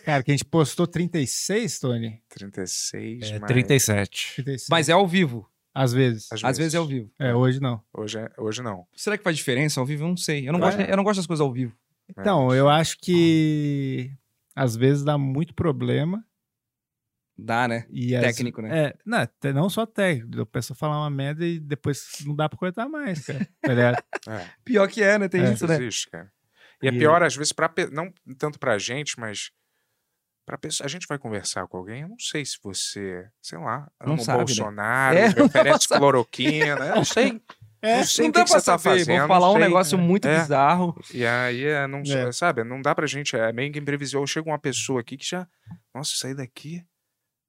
Cara, que a gente postou 36, Tony?
36,
É,
mas-
37.
36.
Mas é ao vivo.
Às vezes.
Às vezes é ao vivo.
É, hoje não.
Hoje, é- hoje não.
Será que faz diferença ao vivo? Eu não sei. Eu não,
É.
gosto, eu não gosto das coisas ao vivo.
Então, eu acho que às vezes dá muito problema.
Dá, né?
E às-
Técnico, né?
É, não, até não só técnico. A pessoa falar uma merda e depois não dá pra coletar mais, cara. Tá ligado?
É.
Pior que é, né? Tem
É.
isso, né?
Existe, cara. E é
E-
pior, às vezes, pra, pe- não tanto pra gente, mas pra pessoa. A gente vai conversar com alguém, eu não sei se você, sei lá,
Não
ama o
sabe, né?
Bolsonaro, me
É, não
oferece
sabe.
cloroquina, eu não sei.
É,
não sei
não
o que,
dá
que você
pra
tá
saber.
fazendo.
Vão falar
não
um
sei.
negócio muito
É.
bizarro.
E aí, é, não,
É.
sabe, não dá pra gente, é meio que imprevisível. Chega uma pessoa aqui que já, nossa, saí daqui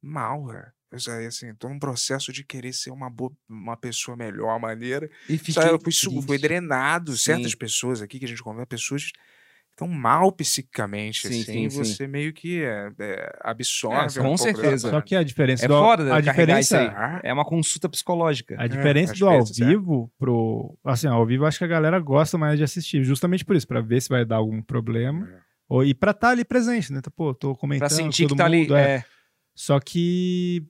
mal, cara. Eu saí assim, tô num processo de querer ser uma, boa, uma pessoa melhor, maneira.
E
Só
fica.
eu fui, su- fui drenado. Certas
Sim.
pessoas aqui que a gente conversa, pessoas que estão mal psiquicamente,
Sim,
assim,
sim,
e
sim.
você meio que é, é, absorve.
É, com
um pouco
certeza.
dessa-
Só que a diferença
É
do
foda
a
carregar isso aí.
diferença,
Ah,
É uma consulta psicológica.
a diferença
às
do ao
vezes, é.
vivo pro, assim, ao vivo eu acho que a galera gosta mais de assistir, justamente por isso, pra ver se vai dar algum problema.
É.
Ou, e pra estar ali presente, né? Tá, Pô, tô
Pra
então,
comentando.
sentir
todo
que tá ali.
mundo, é.
É.
Só que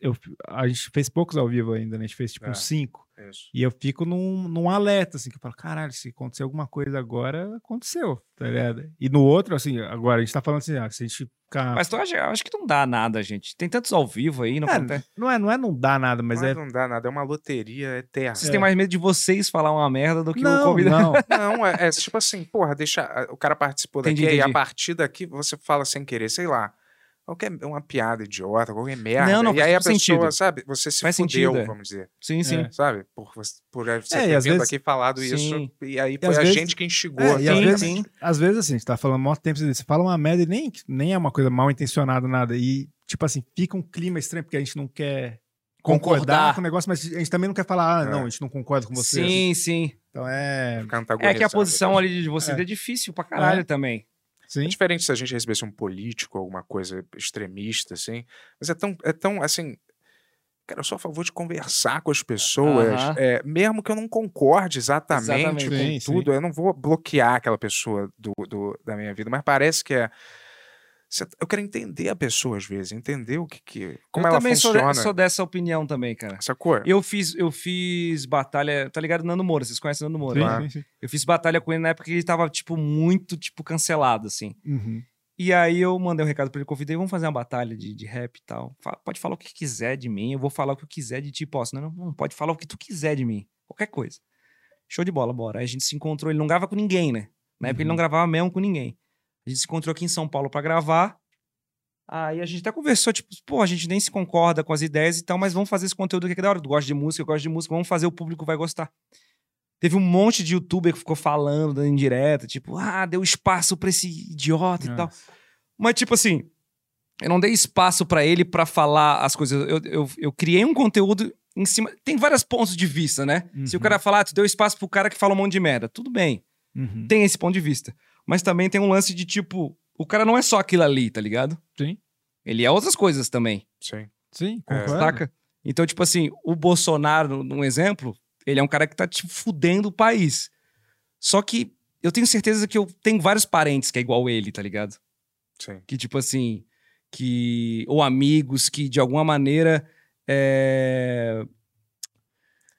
eu, a gente fez poucos ao vivo ainda, né? A gente fez tipo
É.
uns cinco.
isso.
E eu fico num, num alerta, assim, que eu falo, caralho, se acontecer alguma coisa agora, aconteceu, tá ligado? E no outro, assim, agora a gente tá falando assim, ah, se a gente ficar.
Mas tu acha, eu acho que não dá nada, gente. Tem tantos ao vivo aí. Não
É,
acontece.
não, é, não é não dá nada, mas
Mas
é.
não dá nada, é uma loteria eterna.
Vocês têm mais medo de vocês falar uma merda do que o
Não,
convidado.
não.
Não, é, é tipo assim, porra, deixa. a- O cara participou daqui,
Entendi,
e a
entendi.
partir daqui você fala sem querer, sei lá. Qualquer uma piada idiota, qualquer merda.
Não, não,
e
faz
aí a pessoa,
todo sentido.
sabe, você se
Faz
fudeu,
sentido, é.
vamos dizer.
Sim, sim.
É.
Sabe? Por você, por você
É, e
ter
às
vindo
vezes-
aqui falado
Sim.
isso, e aí
E
foi
às
a
vezes-
gente que enxugou.
É, e às
sabe?
Sim,
vezes,
sim.
às vezes, assim, a gente tá falando há mó tempo, você fala uma merda e nem, nem é uma coisa mal intencionada, nada. E, tipo assim, fica um clima estranho, porque a gente não quer concordar,
Concordar.
com o negócio, mas a gente também não quer falar, ah,
É.
não, a gente não concorda com você. assim.
Sim, sim.
Então é.
Ficar
É que a
antagonizado. assim.
posição ali de vocês é, difícil pra caralho
É.
também.
Sim.
É diferente se a gente recebesse um político, alguma coisa extremista, assim. Mas é tão, é tão assim. Cara, eu sou a favor de conversar com as pessoas,
Aham.
é, mesmo que eu não concorde exatamente,
Exatamente.
com
Sim, sim.
tudo. Eu não vou bloquear aquela pessoa do, do- da minha vida, mas parece que é. cê- Eu quero entender a pessoa às vezes, entender o que. que como
eu
ela
também sou de-
funciona. É.
Sou, dessa opinião também, cara.
Sacou?
Eu fiz, eu fiz batalha. Tá ligado? Nando Moura, vocês conhecem o Nando
Sim,
Moura? né?
Claro.
sim, sim.
Eu fiz batalha com ele na época que ele tava, tipo, muito, tipo, cancelado, assim.
Uhum.
E aí eu mandei um recado pra ele, convidei, vamos fazer uma batalha de, de rap e tal. Fa- pode falar o que quiser de mim, eu vou falar o que eu quiser de ti. Posso? Não, não, não, pode falar o que tu quiser de mim. Qualquer coisa. Show de bola, bora. Aí a gente se encontrou, ele não grava com ninguém, né? Na época ele não gravava mesmo com ninguém. A gente se encontrou aqui em São Paulo pra gravar. Aí a gente até conversou, tipo, pô, a gente nem se concorda com as ideias e tal, mas vamos fazer esse conteúdo aqui que é da hora. Tu gosta de música, eu gosto de música, vamos fazer, o público vai gostar. Teve um monte de youtuber que ficou falando, dando indireta, tipo, ah, deu espaço pra esse idiota
Ah.
e tal. Mas, tipo assim, eu não dei espaço pra ele pra falar as coisas. Eu, eu, eu criei um conteúdo em cima. Tem vários pontos de vista, né? Se o cara falar, ah, tu deu espaço pro cara que fala um monte de merda. Tudo bem.
Uhum.
Tem esse ponto de vista. Mas também tem um lance de tipo, o cara não é só aquilo ali, tá ligado?
Sim.
Ele é outras coisas também,
Sim.
Sim,
É.
concordo.
saca? Então, tipo assim, o Bolsonaro, num exemplo, ele é um cara que tá tipo, fudendo o país. Só que eu tenho certeza que eu tenho vários parentes que é igual ele, tá ligado?
Sim.
que tipo assim, que ou amigos que de alguma maneira é, eh,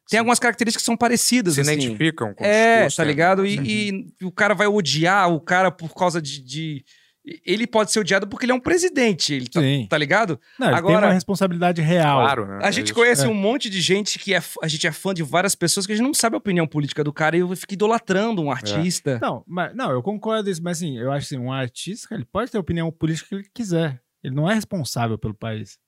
Tem algumas características que são parecidas,
Se
assim.
identificam com o
É,
discurso,
tá
né?
ligado? E, e o cara vai odiar o cara por causa de, de- Ele pode ser odiado porque ele é um presidente, ele tá,
Sim.
tá ligado?
Não, ele
Agora-
tem uma responsabilidade real.
Claro, né?
A gente
Eles-
conhece um monte de gente que é, f- a gente é fã de várias pessoas que a gente não sabe a opinião política do cara e eu fico idolatrando um artista.
Não, mas, não, eu concordo isso, mas assim, eu acho assim, um artista, cara, ele pode ter a opinião política que ele quiser. Ele não é responsável pelo país.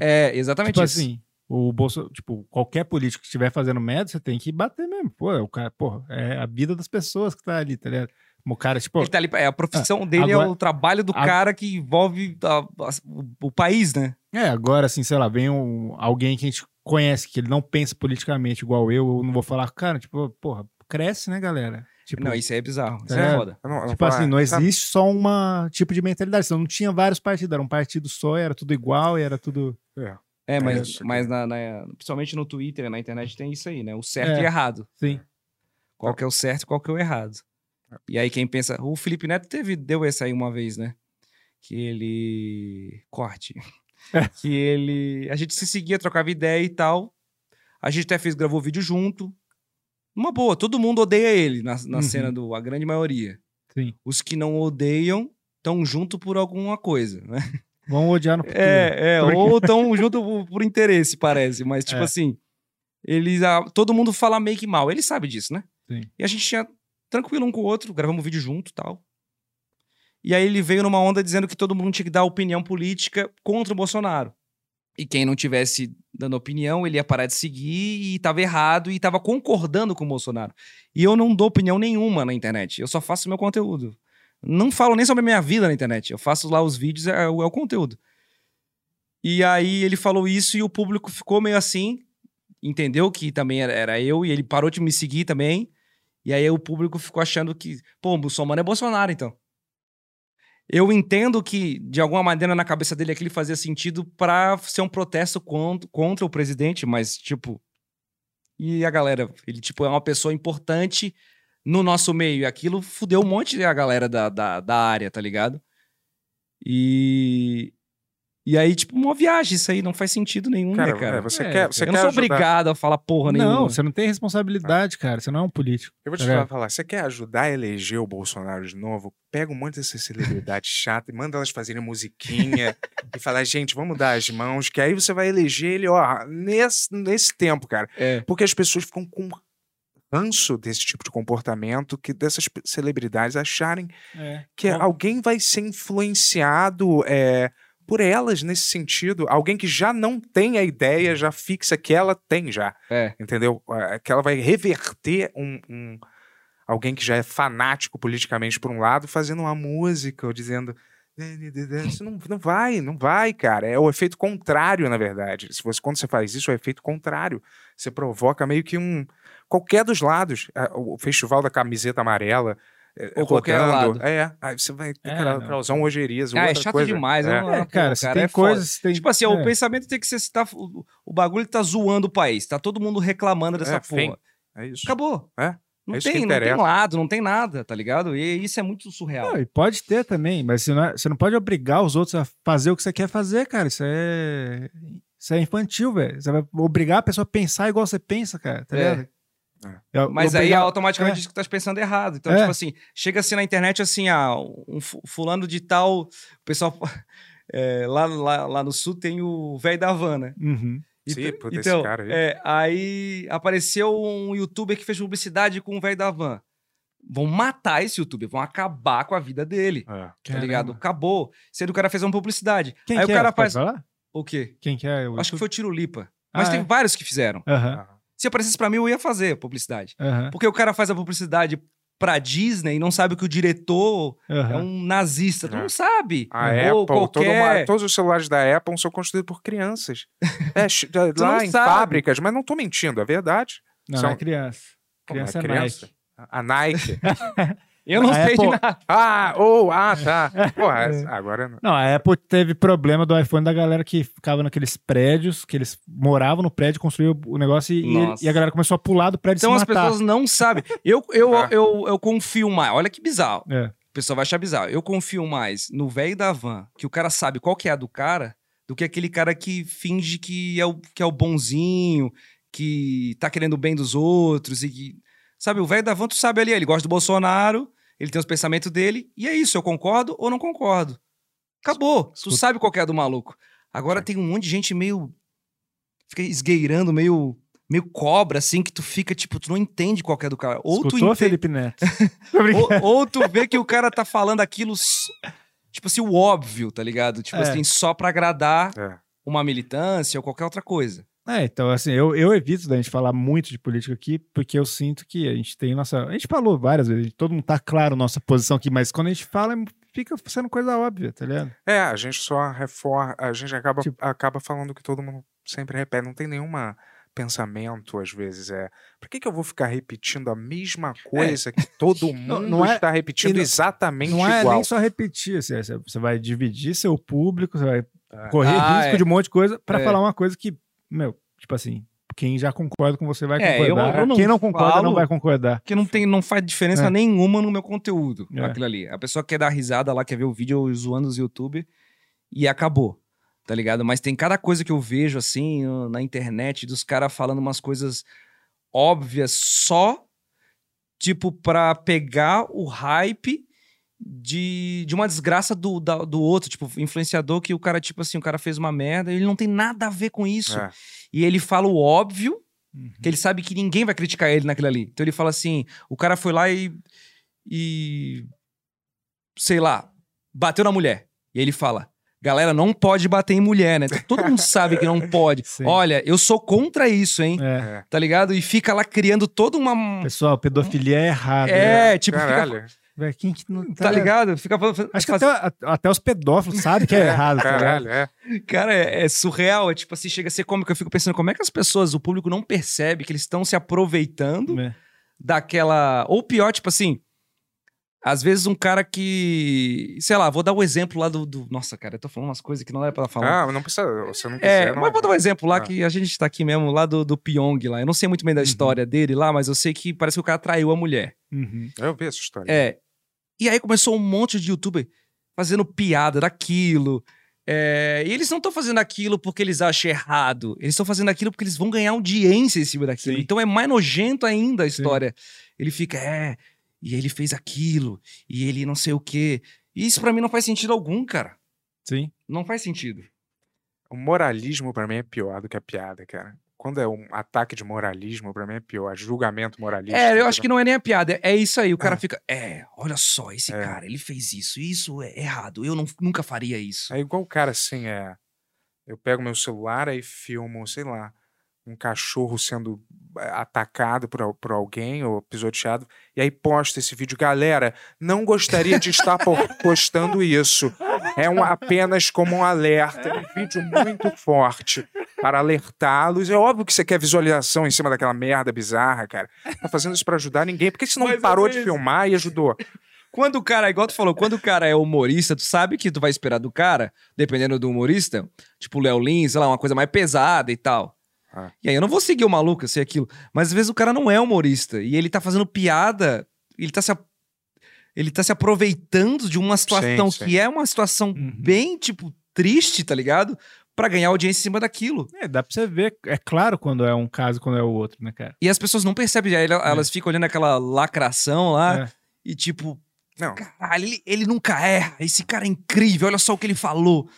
É, exatamente
Tipo
isso.
assim, o Bolso, tipo, qualquer político que estiver fazendo merda, você tem que bater mesmo. Pô, o cara, porra, é a vida das pessoas que tá ali, tá ligado? Como o cara, tipo,
Ele tá ali, é, a profissão dele é
agora-
o trabalho do
a-
cara que envolve a- a- o, o país, né?
é, agora assim, sei lá, vem um, alguém que a gente conhece, que ele não pensa politicamente igual eu, eu não vou falar, cara, tipo, porra, cresce, né, galera? Tipo,
Não, isso aí é bizarro. Isso
É.
é foda.
Eu não- eu não
Tipo
falo,
assim, não
ah, sabe-
existe só uma tipo de mentalidade. Senão não tinha vários partidos, era um partido só, era tudo igual, era tudo.
É, mas,
isso aqui.
mas na, na- principalmente no Twitter, na internet, tem isso aí, né? O certo
É.
e errado.
Sim.
Qual que é o certo e qual que é o errado. E aí quem pensa... O Felipe Neto teve, deu essa aí uma vez, né? Que ele... Corte.
É.
que ele... A gente se seguia, trocava ideia e tal. A gente até fez, gravou vídeo junto. Uma boa, todo mundo odeia ele na, na
Uhum.
cena do... A grande maioria.
Sim.
Os que não odeiam estão junto por alguma coisa, né?
Vão odiar no futuro.
É, é
Tô brincando.
ou tão junto por- por interesse, parece. Mas, tipo
É.
assim, eles, ah, todo mundo fala meio que mal. Ele sabe disso, né?
Sim.
E a gente tinha tranquilo um com o outro, gravamos vídeo junto e tal. E aí ele veio numa onda dizendo que todo mundo tinha que dar opinião política contra o Bolsonaro. E quem não tivesse dando opinião, ele ia parar de seguir e tava errado e tava concordando com o Bolsonaro. E eu não dou opinião nenhuma na internet. Eu só faço meu conteúdo. Não falo nem sobre a minha vida na internet. Eu faço lá os vídeos, é, o- é o conteúdo. E aí ele falou isso e o público ficou meio assim, entendeu que também era, era eu e ele parou de me seguir também. E aí o público ficou achando que, pô, o Bolsonaro é Bolsonaro, então. Eu entendo que, de alguma maneira, na cabeça dele aquilo fazia sentido pra ser um protesto cont- contra o presidente, mas, tipo. E a galera? Ele, tipo, é uma pessoa importante no nosso meio. E aquilo fudeu um monte a galera da, da, da área, tá ligado? E. E aí, tipo, uma viagem, isso aí não faz sentido nenhum,
Cara,
né, cara?
é, você
É,
quer, você
eu
quer
não sou
ajudar-
obrigado a falar porra nenhuma.
Não, você não tem responsabilidade, cara. Você não é um político.
Eu vou te
Tá
falar,
vendo?
falar, você quer ajudar a eleger o Bolsonaro de novo? Pega um monte dessas celebridades chatas e manda elas fazerem musiquinha e falar, gente, vamos dar as mãos, que aí você vai eleger ele, ó, nesse, nesse tempo, cara.
É.
Porque as pessoas ficam com ranço desse tipo de comportamento, que dessas pe- celebridades acharem
É.
que
Né?
alguém vai ser influenciado é, por elas nesse sentido. Alguém que já não tem a ideia já fixa que ela tem já.
É.
Entendeu? É, Que ela vai reverter um, um- alguém que já é fanático politicamente por um lado, fazendo uma música ou dizendo. "Né, Isso não, não vai, não vai, cara. É o efeito contrário, na verdade. Se você, quando você faz isso, é o efeito contrário. Você provoca meio que um. Qualquer dos lados. Ah, O festival da camiseta amarela. é,
Ou qualquer
rodando.
lado.
É, aí você vai ter
É,
cara,
não.
causar um ojerias.
Ah, é
outra
chato
coisa.
demais. eu
É.
não-
É, cara,
pô,
se
é
tem
foda.
coisas. Tem...
Tipo assim, ó, o
é.
pensamento tem que ser se tá, o, o bagulho tá zoando o país. Tá todo mundo reclamando dessa
É,
porra.
fim. É isso.
Acabou.
É,
Não,
é isso que
tem, não tem
interessa.
lado, não tem nada, tá ligado? E isso é muito surreal.
Não, e pode ter também, mas você não, é- você não pode obrigar os outros a fazer o que você quer fazer, cara. Isso é. Isso é infantil, velho. Você vai obrigar a pessoa a pensar igual você pensa, cara. Tá
É.
ligado?
Mas aí
Obrigar- é.
automaticamente diz que tá pensando errado. Então,
É.
tipo assim, chega assim na internet assim, ah, um fu- fulano de tal. O pessoal. é, lá, lá, lá no sul tem o velho da van, né?
Uhum.
Tipo desse
então,
cara aí.
é, aí apareceu um youtuber que fez publicidade com o velho da van. Vão matar esse youtuber, vão acabar com a vida dele,
É.
tá ligado?
Caramba.
Acabou. Sendo que o cara fez uma publicidade.
Quem
aí
que é?
o cara
Você pode
faz.
falar?
O quê?
Quem que é? O
Acho que
YouTube?
foi o Tiro Lipa. Mas
Ah,
tem
é.
vários que fizeram.
Aham,
Se aparecesse pra mim, eu ia fazer publicidade.
aham,
Porque o cara faz a publicidade pra Disney e não sabe que o diretor é
aham.
um nazista. Tu
É.
não sabe.
A
Ou
Apple, todo
qualquer...
ma- todos os celulares da Apple são construídos por crianças. É, ch- lá
não
em
sabe.
fábricas, mas não tô mentindo, é verdade.
Não,
São-
não é criança.
Pô, mas
Criança é Nike.
A Nike.
Eu não
A
sei de
Apple-
nada.
ah, ou, ah, tá. Porra,
É.
essa- agora é não.
Não, a Apple teve problema do iPhone da galera que ficava naqueles prédios, que eles moravam no prédio, construíam o negócio e,
Nossa.
e a galera começou a pular do prédio
Então
e
as
se matar.
pessoas não sabem. Eu, eu,
É.
eu, eu confio mais. Olha que bizarro.
É.
O pessoal vai achar bizarro. Eu confio mais no velho da van, que o cara sabe qual que é a do cara, do que aquele cara que finge que é o, que é o bonzinho, que tá querendo o bem dos outros e que. Sabe, o velho da van, tu sabe ali, ele gosta do Bolsonaro, ele tem os pensamentos dele, e é isso, eu concordo ou não concordo. Acabou. Tu sabe qual que é a do maluco.
É.
Agora tem um monte de gente meio. Fica esgueirando, meio. Meio cobra, assim, que tu fica, tipo, tu não entende qual que é do cara. Ou tu
Escutou,
entende-
Felipe Neto?
ou, ou tu vê que o cara tá falando aquilo, s- tipo assim, o óbvio, tá ligado? Tipo
É.
assim, só pra agradar
É.
uma militância ou qualquer outra coisa.
É, então, assim, eu, eu evito da gente falar muito de política aqui, porque eu sinto que a gente tem nossa. A gente falou várias vezes, todo mundo tá claro nossa posição aqui, mas quando a gente fala, fica sendo coisa óbvia, tá ligado?
É, a gente só reforma, a gente acaba,
Tipo-
acaba falando que todo mundo sempre repete, não tem nenhuma pensamento às vezes é por que, que eu vou ficar repetindo a mesma
É.
coisa que todo
Não-
mundo
não é-
está repetindo
e não-
exatamente
Não é
igual
nem só repetir, assim, você você vai dividir seu público, você vai correr
Ah,
risco
é.
de um monte de coisa pra
É.
falar uma coisa que, meu, tipo assim, quem já concorda com você vai
É, eu-
concordar.
eu não
quem não concorda
falo-
não vai concordar.
Porque não, tem, não faz diferença
É.
nenhuma no meu conteúdo,
É.
aquilo ali. A pessoa quer dar risada lá, quer ver o vídeo eu zoando os YouTube e acabou, tá ligado? Mas tem cada coisa que eu vejo, assim, na internet, dos caras falando umas coisas óbvias só, tipo, pra pegar o hype de, de uma desgraça do, da- do outro, tipo, influenciador que o cara, tipo assim, o cara fez uma merda, ele não tem nada a ver com isso.
É.
E ele fala o óbvio,
Uhum.
que ele sabe que ninguém vai criticar ele naquilo ali. Então ele fala assim: o cara foi lá e. e sei lá, bateu na mulher. E aí ele fala: galera, não pode bater em mulher, né? Então, todo mundo sabe que não pode.
Sim.
Olha, eu sou contra isso, hein?
É.
É.
Tá ligado? E fica lá criando toda uma.
Pessoal, pedofilia é errado.
É, tipo, fica,
Caralho,
Véi, Quem que não
tá ligado? Fica falando.
Acho que
faz-
até, a- até os pedófilos sabem que é errado. tá ligado?
caralho, é.
Cara, é, é surreal. É tipo assim, chega a ser cômico. Eu fico pensando como é que as pessoas, o público não percebe que eles estão se aproveitando
É.
daquela. Ou pior, tipo assim. Às vezes um cara que. Sei lá, vou dar o exemplo lá do. do- Nossa, cara, eu tô falando umas coisas que não é pra falar.
Ah, não precisa, você não
É,
quiser, não-
mas vou dar um exemplo lá
Ah. Uhum.
que a gente tá aqui mesmo, lá do, do Pyong lá. Eu não sei muito bem da história dele lá, mas eu sei que parece que o cara traiu a mulher.
Uhum.
Eu vi essa história.
É. E aí começou um monte de youtuber fazendo piada daquilo. É, e eles não estão fazendo aquilo porque eles acham errado. Eles estão fazendo aquilo porque eles vão ganhar audiência em cima daquilo.
Sim.
Então é mais nojento ainda a história. Ele fica, é, e ele fez aquilo, e ele não sei o quê. E isso pra mim não faz sentido algum, cara.
Sim.
Não faz sentido.
O moralismo pra mim é pior do que a piada, cara. Quando é um ataque de moralismo, pra mim é pior. Julgamento moralista.
É, eu acho que
entendeu?
não é nem a piada. É isso aí. O cara
É.
fica, é, olha só, esse
É.
cara, ele fez isso. Isso é errado. Eu não- nunca faria isso.
É igual o cara assim, é. Eu pego meu celular aí filmo, sei lá, um cachorro sendo é, atacado por, al- por alguém ou pisoteado, e aí posto esse vídeo. Galera, não gostaria de estar po- postando isso. É um, apenas como um alerta. É um vídeo muito forte para alertá-los. É óbvio que você quer visualização em cima daquela merda bizarra, cara. Tá fazendo isso para ajudar ninguém. Por que você não
Mais ou
parou de
menos.
filmar e ajudou?
Quando o cara, igual tu falou, quando o cara é humorista, tu sabe que tu vai esperar do cara, dependendo do humorista, tipo o Léo Lins, sei lá, uma coisa mais pesada e tal.
Ah.
E aí eu não vou seguir o maluco, eu sei aquilo. Mas às vezes o cara não é humorista e ele tá fazendo piada, ele tá se, a- ele tá se aproveitando de uma situação
sim.
que é uma situação
Uhum.
bem, tipo, triste, tá ligado? Pra ganhar audiência em cima daquilo.
É, dá pra você ver, é claro quando é um caso e quando é o outro, né, cara?
E as pessoas não percebem, aí ela- elas ficam olhando aquela lacração lá
É.
e tipo,
Não.
caralho, ele, ele nunca erra, esse cara é incrível, olha só o que ele falou.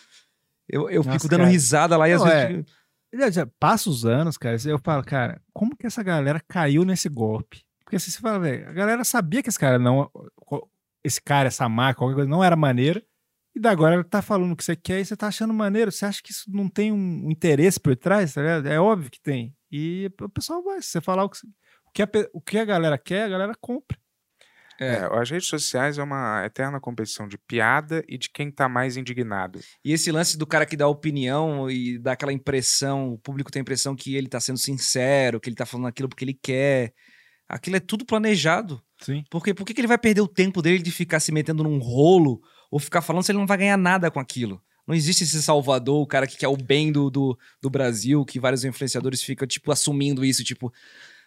Eu, eu
Nossa,
fico dando
cara.
risada lá e às
Não, é.
vezes.
Já- já Passa os anos, cara, eu falo, cara, como que essa galera caiu nesse golpe? Porque assim, você fala, velho, a galera sabia que esse cara não. Esse cara, essa marca, qualquer coisa, não era maneiro. E da agora ele tá falando o que você quer e você tá achando maneiro. Você acha que isso não tem um um interesse por trás, tá ligado? É óbvio que tem. E o pessoal vai, se você falar o que, você- o que, a, pe- o que a galera quer, a galera compra.
É.
É, as redes sociais é uma eterna competição de piada e de quem tá mais indignado.
E esse lance do cara que dá opinião e dá aquela impressão, o público tem a impressão que ele tá sendo sincero, que ele tá falando aquilo porque ele quer. Aquilo é tudo planejado.
Sim.
Porque por que que ele vai perder o tempo dele de ficar se metendo num rolo ou ficar falando se ele não vai ganhar nada com aquilo? Não existe esse salvador, o cara que quer o bem do, do, do Brasil, que vários influenciadores ficam, tipo, assumindo isso, tipo,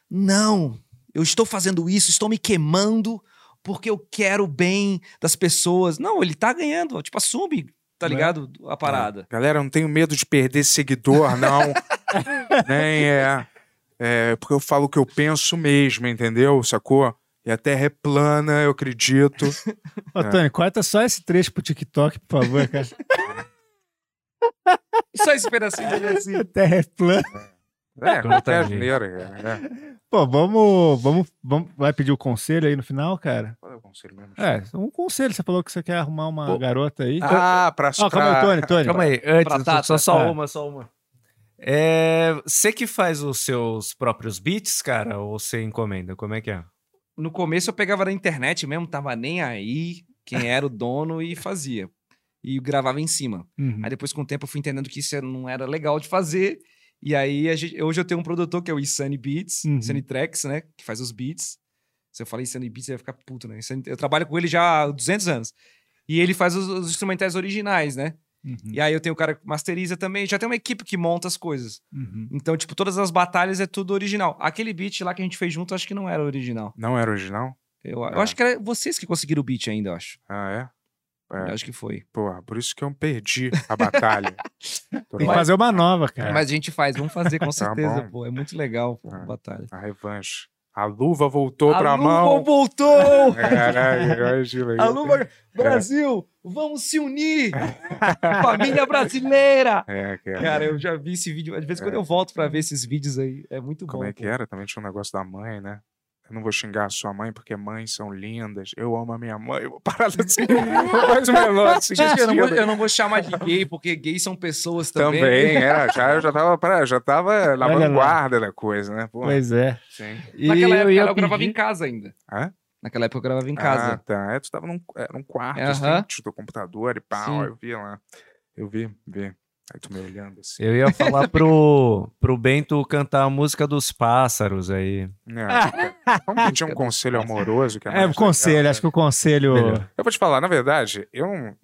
não, eu estou fazendo isso, estou me queimando porque eu quero o bem das pessoas. Não, ele tá ganhando, tipo, assume, tá
É.
ligado? A parada.
Galera, eu não tenho medo de perder seguidor, não. Nem é. É, porque eu falo o que eu penso mesmo, entendeu? Sacou? E a terra é plana, eu acredito.
Ô, Tony, corta só esse trecho pro TikTok, por favor, cara.
Só esse pedacinho dele assim.
Terra é plana.
É,
Corta
qualquer
mesmo.
asneira, cara. É.
Pô, vamos, vamos, vamos. Vai pedir o conselho aí no final, cara?
Qual é o conselho mesmo?
É, um conselho. Você falou que você quer arrumar uma
Pô.
garota aí.
Ah, pra...
Ó, calma aí,
pra-
Tony, Tony.
Calma aí, antes,
Pra
só, só
tá.
uma, só uma. É, você que faz os seus próprios beats, cara, ou você encomenda? Como é que é?
No começo eu pegava na internet mesmo, tava nem aí quem era o dono e fazia. E gravava em cima.
Uhum.
Aí depois, com o tempo, eu fui entendendo que isso não era legal de fazer. E aí, a gente- hoje eu tenho um produtor que é o Insane Beats,
Uhum.
Insane Tracks, né? Que faz os beats. Se eu falei Insane Beats, ele vai ficar puto, né? Insane- eu trabalho com ele já há 200 anos. E ele faz os, os instrumentais originais, né?
Uhum.
E aí eu tenho o cara que masteriza também. Já tem uma equipe que monta as coisas.
Uhum.
Então, tipo, todas as batalhas é tudo original. Aquele beat lá que a gente fez junto, acho que não era original.
Não era original?
Eu, eu
Ah.
acho que era vocês que conseguiram o beat ainda, eu acho.
Ah, é?
Eu
É,
acho que foi.
porra, por isso que eu perdi a batalha.
Tem que fazer uma
é
nova, cara.
Mas a gente faz, vamos fazer com certeza,
É. Tá bom.
pô. É muito legal, pô,
Ah.
batalha.
A revanche. A luva voltou
a
pra
luva
mão.
voltou!
Caralho, imagina
A
isso. É.
luva... Brasil, vamos se unir! Família brasileira!
É, cara.
Cara, eu já vi esse vídeo. De vez em quando eu volto pra ver esses vídeos aí. É muito
É. Como
bom.
é que era? Também tinha um negócio da mãe, né? Eu não vou xingar a sua mãe porque mães são lindas. Eu amo a minha mãe. Uma parada assim. mais ou menos assim.
Gente, eu não, vou,
sentido.
eu não vou chamar de gay, porque gays são pessoas também.
Também, era. Já, eu já tava, pra- já tava na
Olha lá.
vanguarda da coisa, né? Pô,
Pois é.
sim.
E
Naquela época eu,
pedir-
gravava em casa ainda.
Hã?
Naquela época eu gravava em
Ah,
casa.
tá. É, tu tava num, era um quarto,
Aham.
assim, do computador e
Sim.
pau. Eu vi lá. Eu vi, vi. Aí tu me olhando assim.
Eu ia falar pro, pro Bento cantar a música dos pássaros aí.
Ah.
Não, É, vamos pedir um conselho amoroso. Que é,
É,
mais
o conselho,
legal,
né?
acho que o conselho.
Melhor.
Eu vou te falar, na verdade, eu não,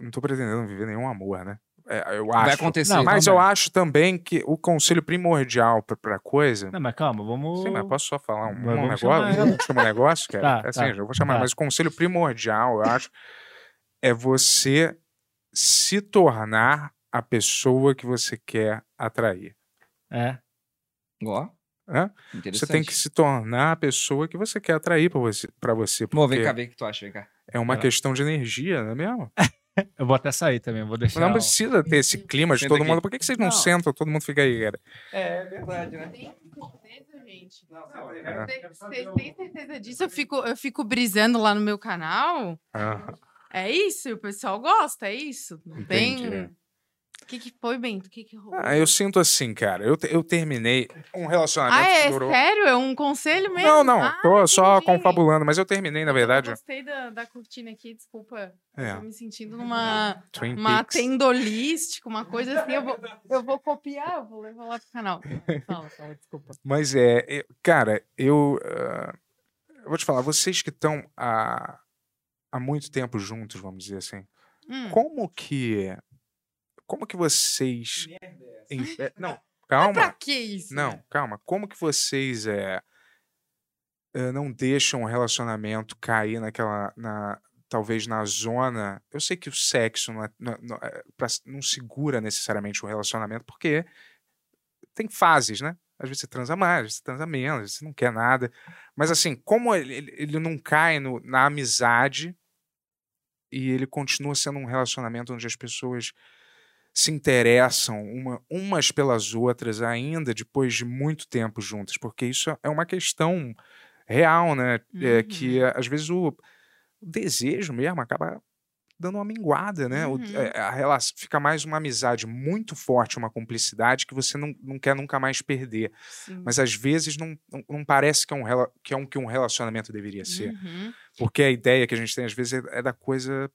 não tô pretendendo viver nenhum amor, né? É, eu acho.
Vai acontecer.
Não,
Mas
Também.
eu acho também que o conselho primordial pra, pra coisa.
Não, mas calma, vamos.
Sim, mas posso só falar um,
Mas
um
vamos chamar
negócio?
ela.
Um último negócio, cara?
Tá,
assim,
tá,
eu vou chamar.
tá.
Mas o conselho primordial, eu acho, é você se tornar a pessoa que você quer atrair.
É.
Ó,
Hã?
interessante.
Você tem que se tornar a pessoa que você quer atrair pra você. Pra você
Bom, vem
porque
cá, vem o que tu acha, vem cá.
É uma
Vai lá.
questão de energia, não é mesmo?
Eu vou até sair também, vou deixar.
Não precisa ter esse clima de
Senta
todo
aqui.
mundo. Por que, que vocês não,
Não.
sentam? Todo mundo fica aí, cara.
É, é verdade, né?
Tem certeza, gente? Vocês têm certeza disso? Eu fico, eu fico brisando lá no meu canal.
Ah,
É isso? O pessoal gosta, é isso? Não tem.
Entendi. é.
O que, que foi, Bento? O que, que rolou?
ah, eu sinto assim, cara. Eu, te- eu terminei um relacionamento
Ah, é
que durou.
sério? É um conselho mesmo?
Não, não,
Ah,
tô só
entendi.
confabulando, mas eu terminei, na verdade.
Eu gostei da, da cortina aqui, desculpa.
É, Uhum. Um
Tô me sentindo numa
Twin
uma
Peaks.
tendolística, uma coisa assim. Eu vou, eu vou copiar, eu vou levar lá pro canal. Fala, fala, desculpa.
Mas é, eu- cara, eu, ah, eu vou te falar, vocês que estão há, há muito tempo juntos, vamos dizer assim,
Hum.
como que. Como que vocês. em- é, não,
Pra
calma.
que isso?
Não, calma. Como que vocês é, é, não deixam o relacionamento cair naquela. Na, talvez na zona. Eu sei que o sexo não, é- não- não- é, pra- não segura necessariamente o relacionamento, porque tem fases, né? Às vezes você transa mais, às vezes você transa menos, às vezes você não quer nada. Mas assim, como ele, ele- ele não cai no- na amizade e ele continua sendo um relacionamento onde as pessoas se interessam uma- umas pelas outras ainda depois de muito tempo juntas, porque isso é uma questão real, né?
Hum,
É, que
Uhum.
às vezes o desejo mesmo acaba dando uma minguada, né? O-
Uhum.
é, a relação fica mais uma amizade muito forte, uma cumplicidade que você não, não quer nunca mais perder.
Sim.
Mas às vezes não, não, não parece que é, um, rela- que é um que um relacionamento deveria ser.
Uhum.
Porque a ideia que a gente tem às vezes é, é da coisa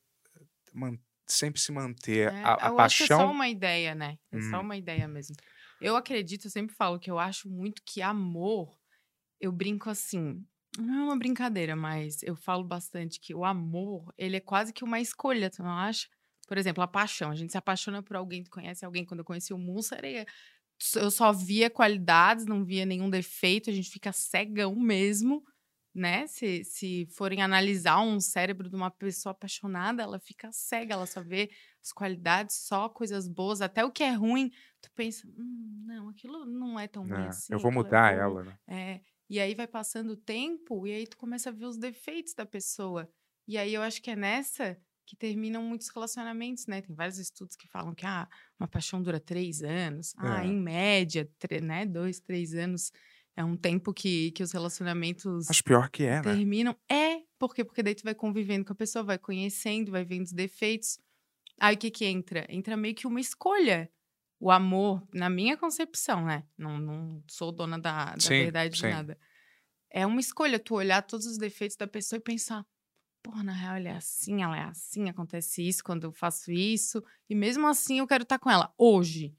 man- sempre se manter
É,
a, a
eu acho que é só
paixão.
uma ideia, né? É só
Hum.
uma ideia mesmo. Eu acredito, eu sempre falo que eu acho muito que amor, eu brinco assim. Não é uma brincadeira, mas eu falo bastante que o amor, ele é quase que uma escolha, tu não acha? Por exemplo, a paixão. A gente se apaixona por alguém, tu conhece alguém. Quando eu conheci o Mussa, era- eu só via qualidades, não via nenhum defeito. A gente fica cegão mesmo. né? Se, se forem analisar um cérebro de uma pessoa apaixonada, ela fica cega, ela só vê as qualidades, só coisas boas, até o que é ruim, tu pensa, "Hum, não, aquilo não é tão ruim
né?
assim.
eu vou
aquilo é
mudar
bom."
ela, né?
É, e aí vai passando o tempo e aí tu começa a ver os defeitos da pessoa. E aí eu acho que é nessa que terminam muitos relacionamentos, né? Tem vários estudos que falam que ah, uma paixão dura três anos. Ah,
É.
em média, tre- né? Dois, três anos é um tempo que, que os relacionamentos
Acho pior que é, né?
terminam. É, por quê? Porque daí tu vai convivendo com a pessoa, vai conhecendo, vai vendo os defeitos. Aí o que que entra? Entra meio que uma escolha. O amor, na minha concepção, né? Não, não sou dona da, da
Sim,
verdade
sim.
de nada. É uma escolha tu olhar todos os defeitos da pessoa e pensar: pô, na real ela é assim, ela é assim, acontece isso quando eu faço isso. E mesmo assim eu quero estar com ela hoje.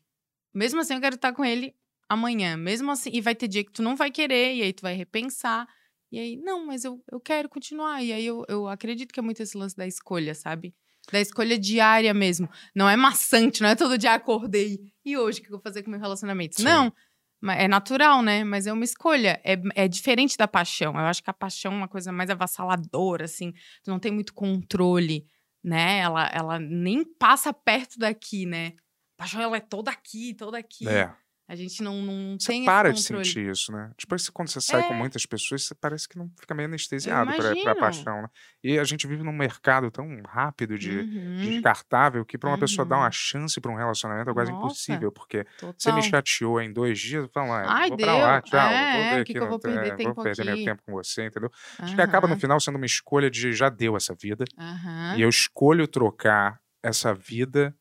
Mesmo assim eu quero estar com ele amanhã. Mesmo assim. E vai ter dia que tu não vai querer, e aí tu vai repensar. E aí, não, mas eu, eu quero continuar. E aí eu, eu acredito que é muito esse lance da escolha, sabe? Da escolha diária mesmo. Não é maçante, não é todo dia acordei. E hoje, o que eu vou fazer com meu relacionamento?
Sim.
Não. ma- É natural, né? Mas é uma escolha. É, é diferente da paixão. Eu acho que a paixão é uma coisa mais avassaladora, assim. Tu não tem muito controle, né? Ela, ela nem passa perto daqui, né? A paixão, ela é toda aqui, toda aqui.
É.
A gente não, não
Você
tem
para de
esse controle.
sentir isso, né? Depois, quando você sai com
É.
muitas pessoas, você parece que não fica meio anestesiado pra, pra
imagino.
paixão, né? E a gente vive num mercado tão rápido de
Uhum,
descartável que pra uma pessoa dar uma
Uhum.
chance pra um relacionamento é quase
Nossa.
impossível, porque você
total.
me chateou em dois dias, fala, "Ah,
Ai,
vou pra lá,
deu.
tchau,
É,
vou
é,
ver
o que
aqui,
que eu
não
vou
tem-
perder
vou
tempo
perder meu
aqui?"
tempo com você, entendeu? Acho que acaba no
Aham,
final sendo uma escolha de já deu essa vida
aham.
e eu escolho trocar essa vida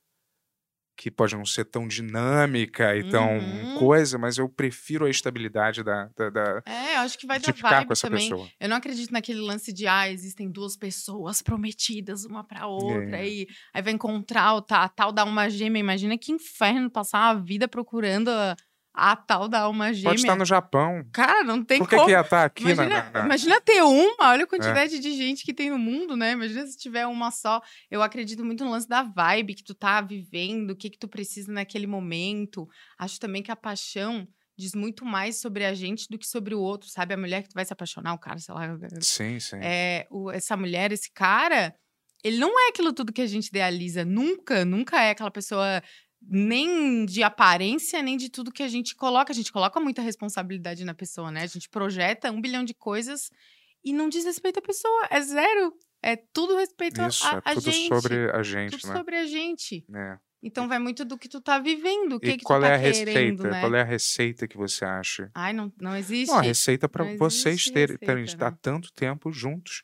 que pode não ser tão dinâmica e tão
Uhum.
coisa, mas eu prefiro a estabilidade da, da- da-
É, eu acho que vai
de
dar
ficar
vibe
com essa
também.
pessoa.
Eu não acredito naquele lance de, ah, existem duas pessoas prometidas uma pra outra,
É.
aí, aí vai encontrar o ta- a tal da alma gêmea. Imagina que inferno passar uma vida procurando a, a tal da alma gêmea.
Pode estar no Japão.
Cara, não tem
Por que,
como.
que ia estar aqui na-
Imagina,
na- na, É.
imagina ter uma, olha a quantidade de gente que tem no mundo, né? Imagina se tiver uma só. Eu acredito muito no lance da vibe que tu tá vivendo, o que que tu precisa naquele momento. Acho também que a paixão diz muito mais sobre a gente do que sobre o outro, sabe? A mulher que tu vai se apaixonar, o cara, sei lá.
Sim, sim.
É, o- essa mulher, esse cara, ele não é aquilo tudo que a gente idealiza. Nunca, nunca é aquela pessoa nem de aparência, nem de tudo que a gente coloca. A gente coloca muita responsabilidade na pessoa, né? A gente projeta um bilhão de coisas e não diz respeito à pessoa. É zero. É tudo respeito a-
Isso,
a,
é
a
tudo
gente.
sobre a gente,
tudo
né?
sobre a gente.
É.
Então vai muito do que tu tá vivendo, o que,
E
que
qual
tu tá
é a
querendo,
receita?
né?
Qual é a receita que você acha?
Ai, não, não existe.
Não, a receita para
não
vocês
existe
terem, terem
receita,
estar
né?
tanto tempo juntos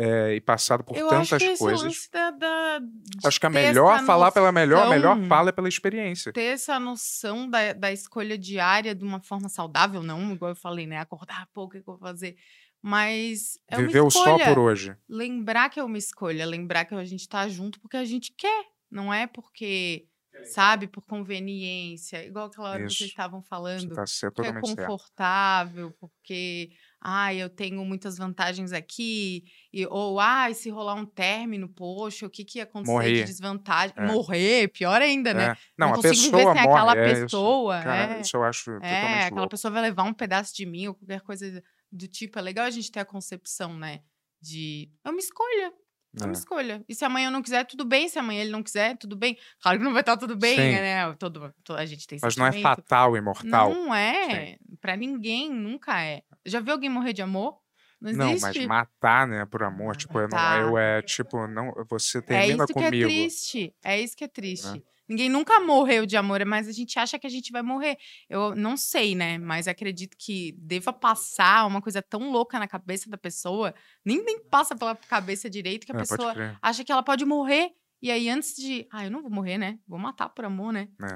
é, e passado por
Eu acho
tantas
que esse é um
coisas.
lance da, da- de
Acho que a
ter essa
melhor falar pela melhor, a melhor
noção-
fala é pela experiência.
ter essa noção da, da escolha diária de uma forma saudável, não igual eu falei, né? Acordar pouco, o que que eu vou fazer? Mas é
Viveu
uma
só
escolha.
por hoje.
Lembrar que é uma escolha, lembrar que a gente tá junto porque a gente quer, não é porque, sabe, por conveniência. Igual aquela hora que
É Isso.
vocês estavam
Você
falando
tá certo,
porque é
totalmente certo.
confortável, porque ah, eu tenho muitas vantagens aqui, e, ou ah, se rolar um término, poxa, o que, que ia acontecer
Morrer.
de desvantagem?
É.
Morrer, pior ainda, né?
É. Não, a
consigo
pessoa
viver sem
morre.
aquela
é isso.
pessoa.
Cara,
é,
isso eu acho
É,
totalmente
aquela
louco.
pessoa vai levar um pedaço de mim ou qualquer coisa do tipo. É legal a gente ter a concepção, né? De. É uma escolha. É uma
É.
escolha. E se amanhã eu não quiser, tudo bem. Se amanhã ele não quiser, tudo bem. Claro que não vai estar tudo bem,
Sim.
né? Todo, to- a gente tem
Mas não é
sentimento.
fatal, imortal.
Não é. Pra ninguém, nunca é. Já viu alguém morrer de amor? Não
Não,
existe.
mas matar, né, por amor, tipo, eu não,
Tá.
eu é, tipo, não, você
é
termina
isso que é
comigo. Né?
triste. É isso que é triste. Ninguém nunca morreu de amor, mas a gente acha que a gente vai morrer. Eu não sei, né? Mas acredito que deva passar uma coisa tão louca na cabeça da pessoa. Nem, nem passa pela cabeça direito que a
É,
pessoa
pode crer.
acha que ela pode morrer. E aí, antes de. Ah, eu não vou morrer, né? Vou matar por amor, né?
É.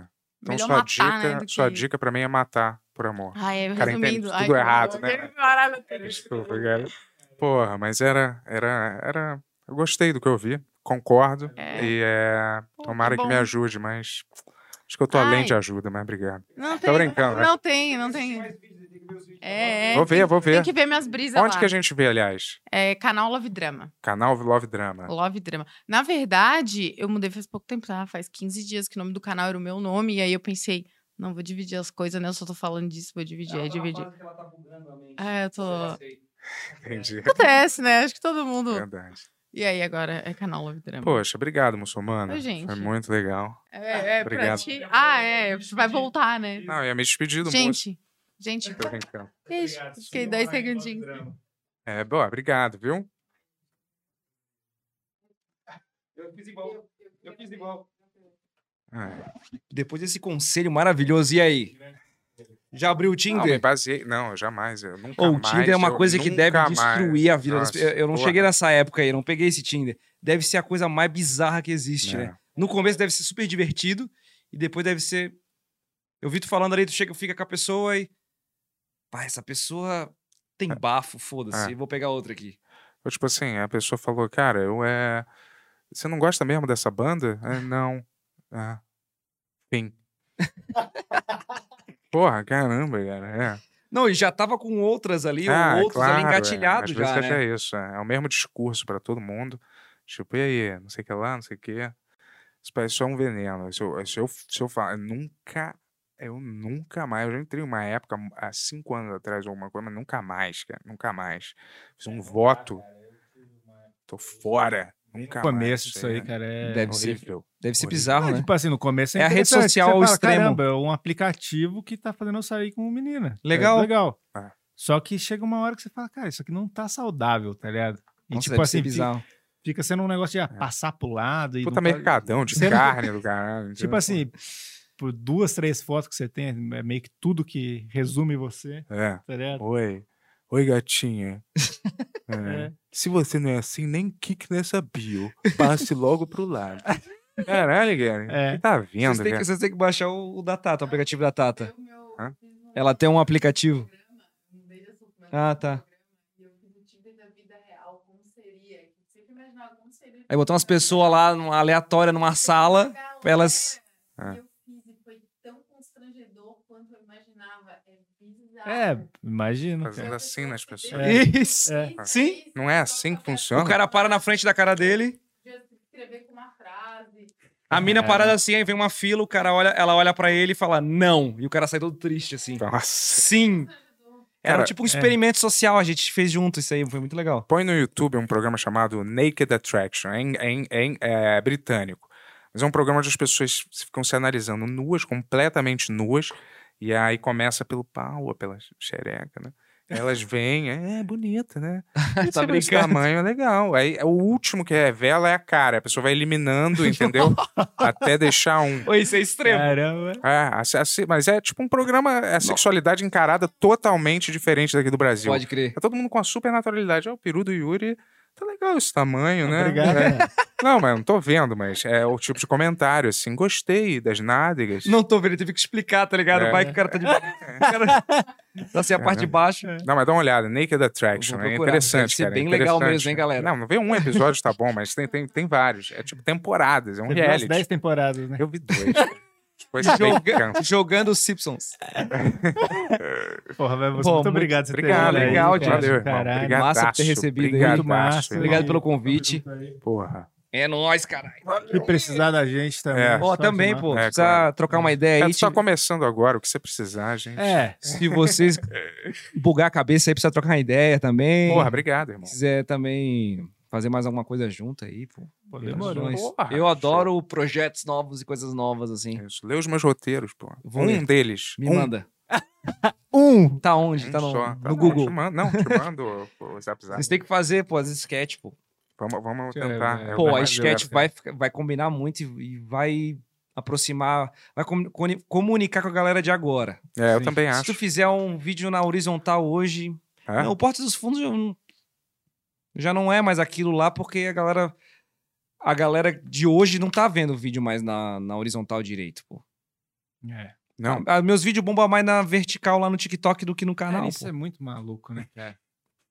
Então,
Melhor
sua
matar,
dica,
né? do
sua
que-
dica pra mim é matar por amor.
Ai, é,
Cara, entende
resumindo. ai,
tudo
que
errado,
horror,
né?
que parada terrível.
Desculpa, cara. Porra, mas era, era, era. Eu gostei do que eu vi, concordo.
É.
E é.
Pô, que
Tomara que me
bom.
ajude, mas. Acho que eu tô além
Ai.
de ajuda, mas obrigado.
Não
Tô
tem,
brincando, né?
não tem, não tem. É, é,
Vou ver,
tem-
vou ver.
Tem que ver minhas brisas
Onde
lá.
que a gente vê, aliás?
É canal Love Drama.
Canal Love Drama.
Love Drama. Na verdade, eu mudei faz pouco tempo, tá? faz 15 dias que o nome do canal era o meu nome, e aí eu pensei, não vou dividir as coisas, né? Eu só tô falando disso, vou dividir, é dividir. É, eu tô.
Entendi.
Acontece, né? Acho que todo mundo.
Verdade.
E aí, agora é canal Love Drama.
Poxa, obrigado, muçulmana.
Ô, gente.
Foi muito legal.
é, é pra
Obrigado. Tá
ti. Ah, é. Vai voltar, né?
Não, eu ia me despedir do moço.
Gente, gente,
Tô brincando.
beijo. Fiquei 10 segundinhos.
É, boa, obrigado, viu?
Eu fiz igual. Eu fiz igual.
Ah,
Depois desse conselho maravilhoso, e aí? Já abriu o
não, me
Tinder?
baseei. Não, jamais. Eu nunca
Ou o
mais,
Tinder é uma
eu
coisa que deve
nunca mais-
destruir a vida das
Nossa,
pessoas. Eu não
porra.
cheguei nessa época aí, não peguei esse Tinder. Deve ser a coisa mais bizarra que existe, né?
É.
No começo deve ser super divertido e depois deve ser. Eu vi tu falando ali, tu chega, fica com a pessoa e. Pá, essa pessoa tem
É.
bafo, foda-se, vou pegar outra aqui.
Ou, tipo assim, a pessoa falou, cara, eu é. Você não gosta mesmo dessa banda? É, não. Ah, fim. Porra, caramba, cara. É,
Não, e já tava com outras ali, ou
Ah, é
outros ali
claro, é.
engatilhados
Às
já,
vezes
né?
até isso. É, é o mesmo discurso pra todo mundo. Tipo, e aí, não sei o que lá, não sei o que. Isso parece só um veneno. Se eu, se eu, se eu falar, eu nunca. Eu nunca mais. Eu já entrei uma época, há cinco anos atrás, ou alguma coisa, mas nunca mais, cara. Nunca mais. Fiz um voto. Tô fora. Nunca
No
mais.
começo disso aí, cara, é...
Deve ser,
horrível.
deve ser
Horrível.
bizarro,
Ah,
né?
Tipo assim, no começo é,
É a rede
interessante,
social
você
ao extremo.
Caramba, é um aplicativo que tá fazendo eu sair com menina.
Legal. Ah.
É legal.
É.
Só que chega uma hora que você fala, cara, isso aqui não tá saudável, tá ligado? E
Nossa,
tipo
deve
assim,
ser
fi-
bizarro.
fica sendo um negócio de ah, passar pro lado e.
É. Puta
não
né,
tá-
mercadão de
Você não-
carne do caralho.
Tipo assim, por duas, três fotos que você tem, é meio que tudo que resume você,
É.
tá ligado?
Oi. Oi, gatinha. É.
É.
Se você não é assim, nem kick nessa bio. Passe logo pro lado. Caralho, cara.
É.
Você tá
Vocês
vendo,
têm, que,
cara?
vocês têm que baixar o, o da Tata, o aplicativo da Tata.
Hã?
Ela tem um aplicativo. Ah, tá. Aí botou umas pessoas lá numa aleatória numa sala. elas-
Ah.
Eu fiz e foi tão constrangedor quanto eu imaginava. É bizarro.
É, imagina. cara.
Fazendo assim nas pessoas.
É.
Isso.
É.
Sim.
Não é assim que funciona?
O cara para na frente da cara dele.
Escrever com uma frase.
A mina
É.
parada assim, aí vem uma fila, o cara olha, ela olha pra ele e fala não. E o cara sai todo triste assim.
Nossa.
Sim. Era
Tá. Cara, é.
tipo um experimento social, a gente fez junto isso aí, foi muito legal.
Põe no YouTube um programa chamado Naked Attraction, é, em- é em- é em- é britânico. Mas é um programa onde as pessoas se- ficam se analisando nuas, completamente nuas, e aí começa pelo pau, ou pela xereca, né? Elas vêm, é, é bonita, né? Esse
Tá
esse
brincando.
tamanho é legal. Aí é o último que revela é a cara. A pessoa vai eliminando, entendeu? Até deixar um.
Oi, isso é extremo.
Caramba.
É, assim- assim- mas é tipo um programa, é a sexualidade encarada totalmente diferente daqui do Brasil.
Pode crer.
Tá todo mundo com a super naturalidade. Ah, o peru do Yuri tá legal esse tamanho, né?
Obrigado.
É.
cara.
Não, mas não tô vendo, mas é o tipo de comentário, assim, gostei das nádegas.
Não tô vendo, ele teve que explicar, tá ligado?
É.
Vai que o cara tá de. O cara... tá assim, a parte de baixo.
Não, mas dá uma olhada, Naked Attraction,
Vou
é
procurar, deve
interessante,
ser
cara. é
bem legal
interessante.
mesmo, hein, galera?
Não, não vê um episódio, tá bom, mas tem, tem, tem vários. É tipo temporadas, é um
Você viu as
reality.
10 temporadas, né?
Eu vi dois. Depois você vem
Joga-
canto.
Jogando os Simpsons.
Porra, velho, você
Bom,
muito
muito-
obrigado por você ter
Obrigado,
vindo aí,
legal,
cara.
Thiago.
Valeu, irmão.
Caralho.
Obrigadaço,
Massa por ter recebido aí.
obrigadaço,
Muito massa.
irmão.
Obrigado pelo convite.
Porra.
É nóis, caralho.
E precisar da gente também.
É.
Ó,
só
também,
chamar.
pô.
É,
precisa
claro.
trocar uma ideia
tá
aí.
só começando agora, o que você precisar, gente.
É,
Se vocês bugar a cabeça aí, precisa trocar uma ideia também.
Porra, obrigado, irmão.
Se quiser também fazer mais alguma coisa junto aí, pô.
pô, demorou.
Nós-
Porra,
Eu adoro projetos novos e coisas novas, assim.
É Isso. Lê os meus roteiros, pô.
Vou
um
ler.
deles.
Me
um
manda.
Um!
Tá onde?
Um
Tá no,
só. Tá bom,
no Google.
te mando- não, te mando o zap zap.
Vocês têm que fazer, pô, as sketch, pô.
Vamos, vamos
Deixa eu
tentar.
ver.
é,
Pô, a
vamos
sketch
ver.
vai, ficar- vai combinar muito e, e vai aproximar, vai com- coni- comunicar com a galera de agora.
É, eu
Sim.
também
Se
acho.
tu fizer um vídeo na horizontal hoje,
É?
não, o Porta dos Fundos já não- já não é mais aquilo lá porque a galera a galera de hoje não tá vendo o vídeo mais na, na horizontal direito, pô.
É.
Não,
Ah, meus vídeos bombam mais na vertical lá no TikTok do que no
Cara,
canal,
isso
pô.
é muito maluco, né, cara?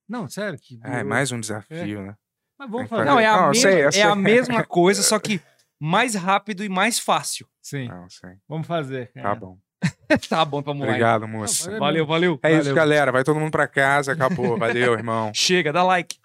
Não, sério. Que
é mais um desafio, né?
Mas vamos
Tem que
fazer.
Não, é a,
Não, eu
mesma,
sei, eu
é
sei.
a mesma coisa, só que mais rápido e mais fácil.
Sim,
Não, sei.
vamos fazer.
Tá
É.
Cara.
bom.
tá bom pra moleque.
Obrigado, moço.
Não,
Valeu, valeu.
É isso,
Valeu.
então.
galera. Vai todo mundo pra casa. Acabou. Valeu, irmão.
Chega, dá like.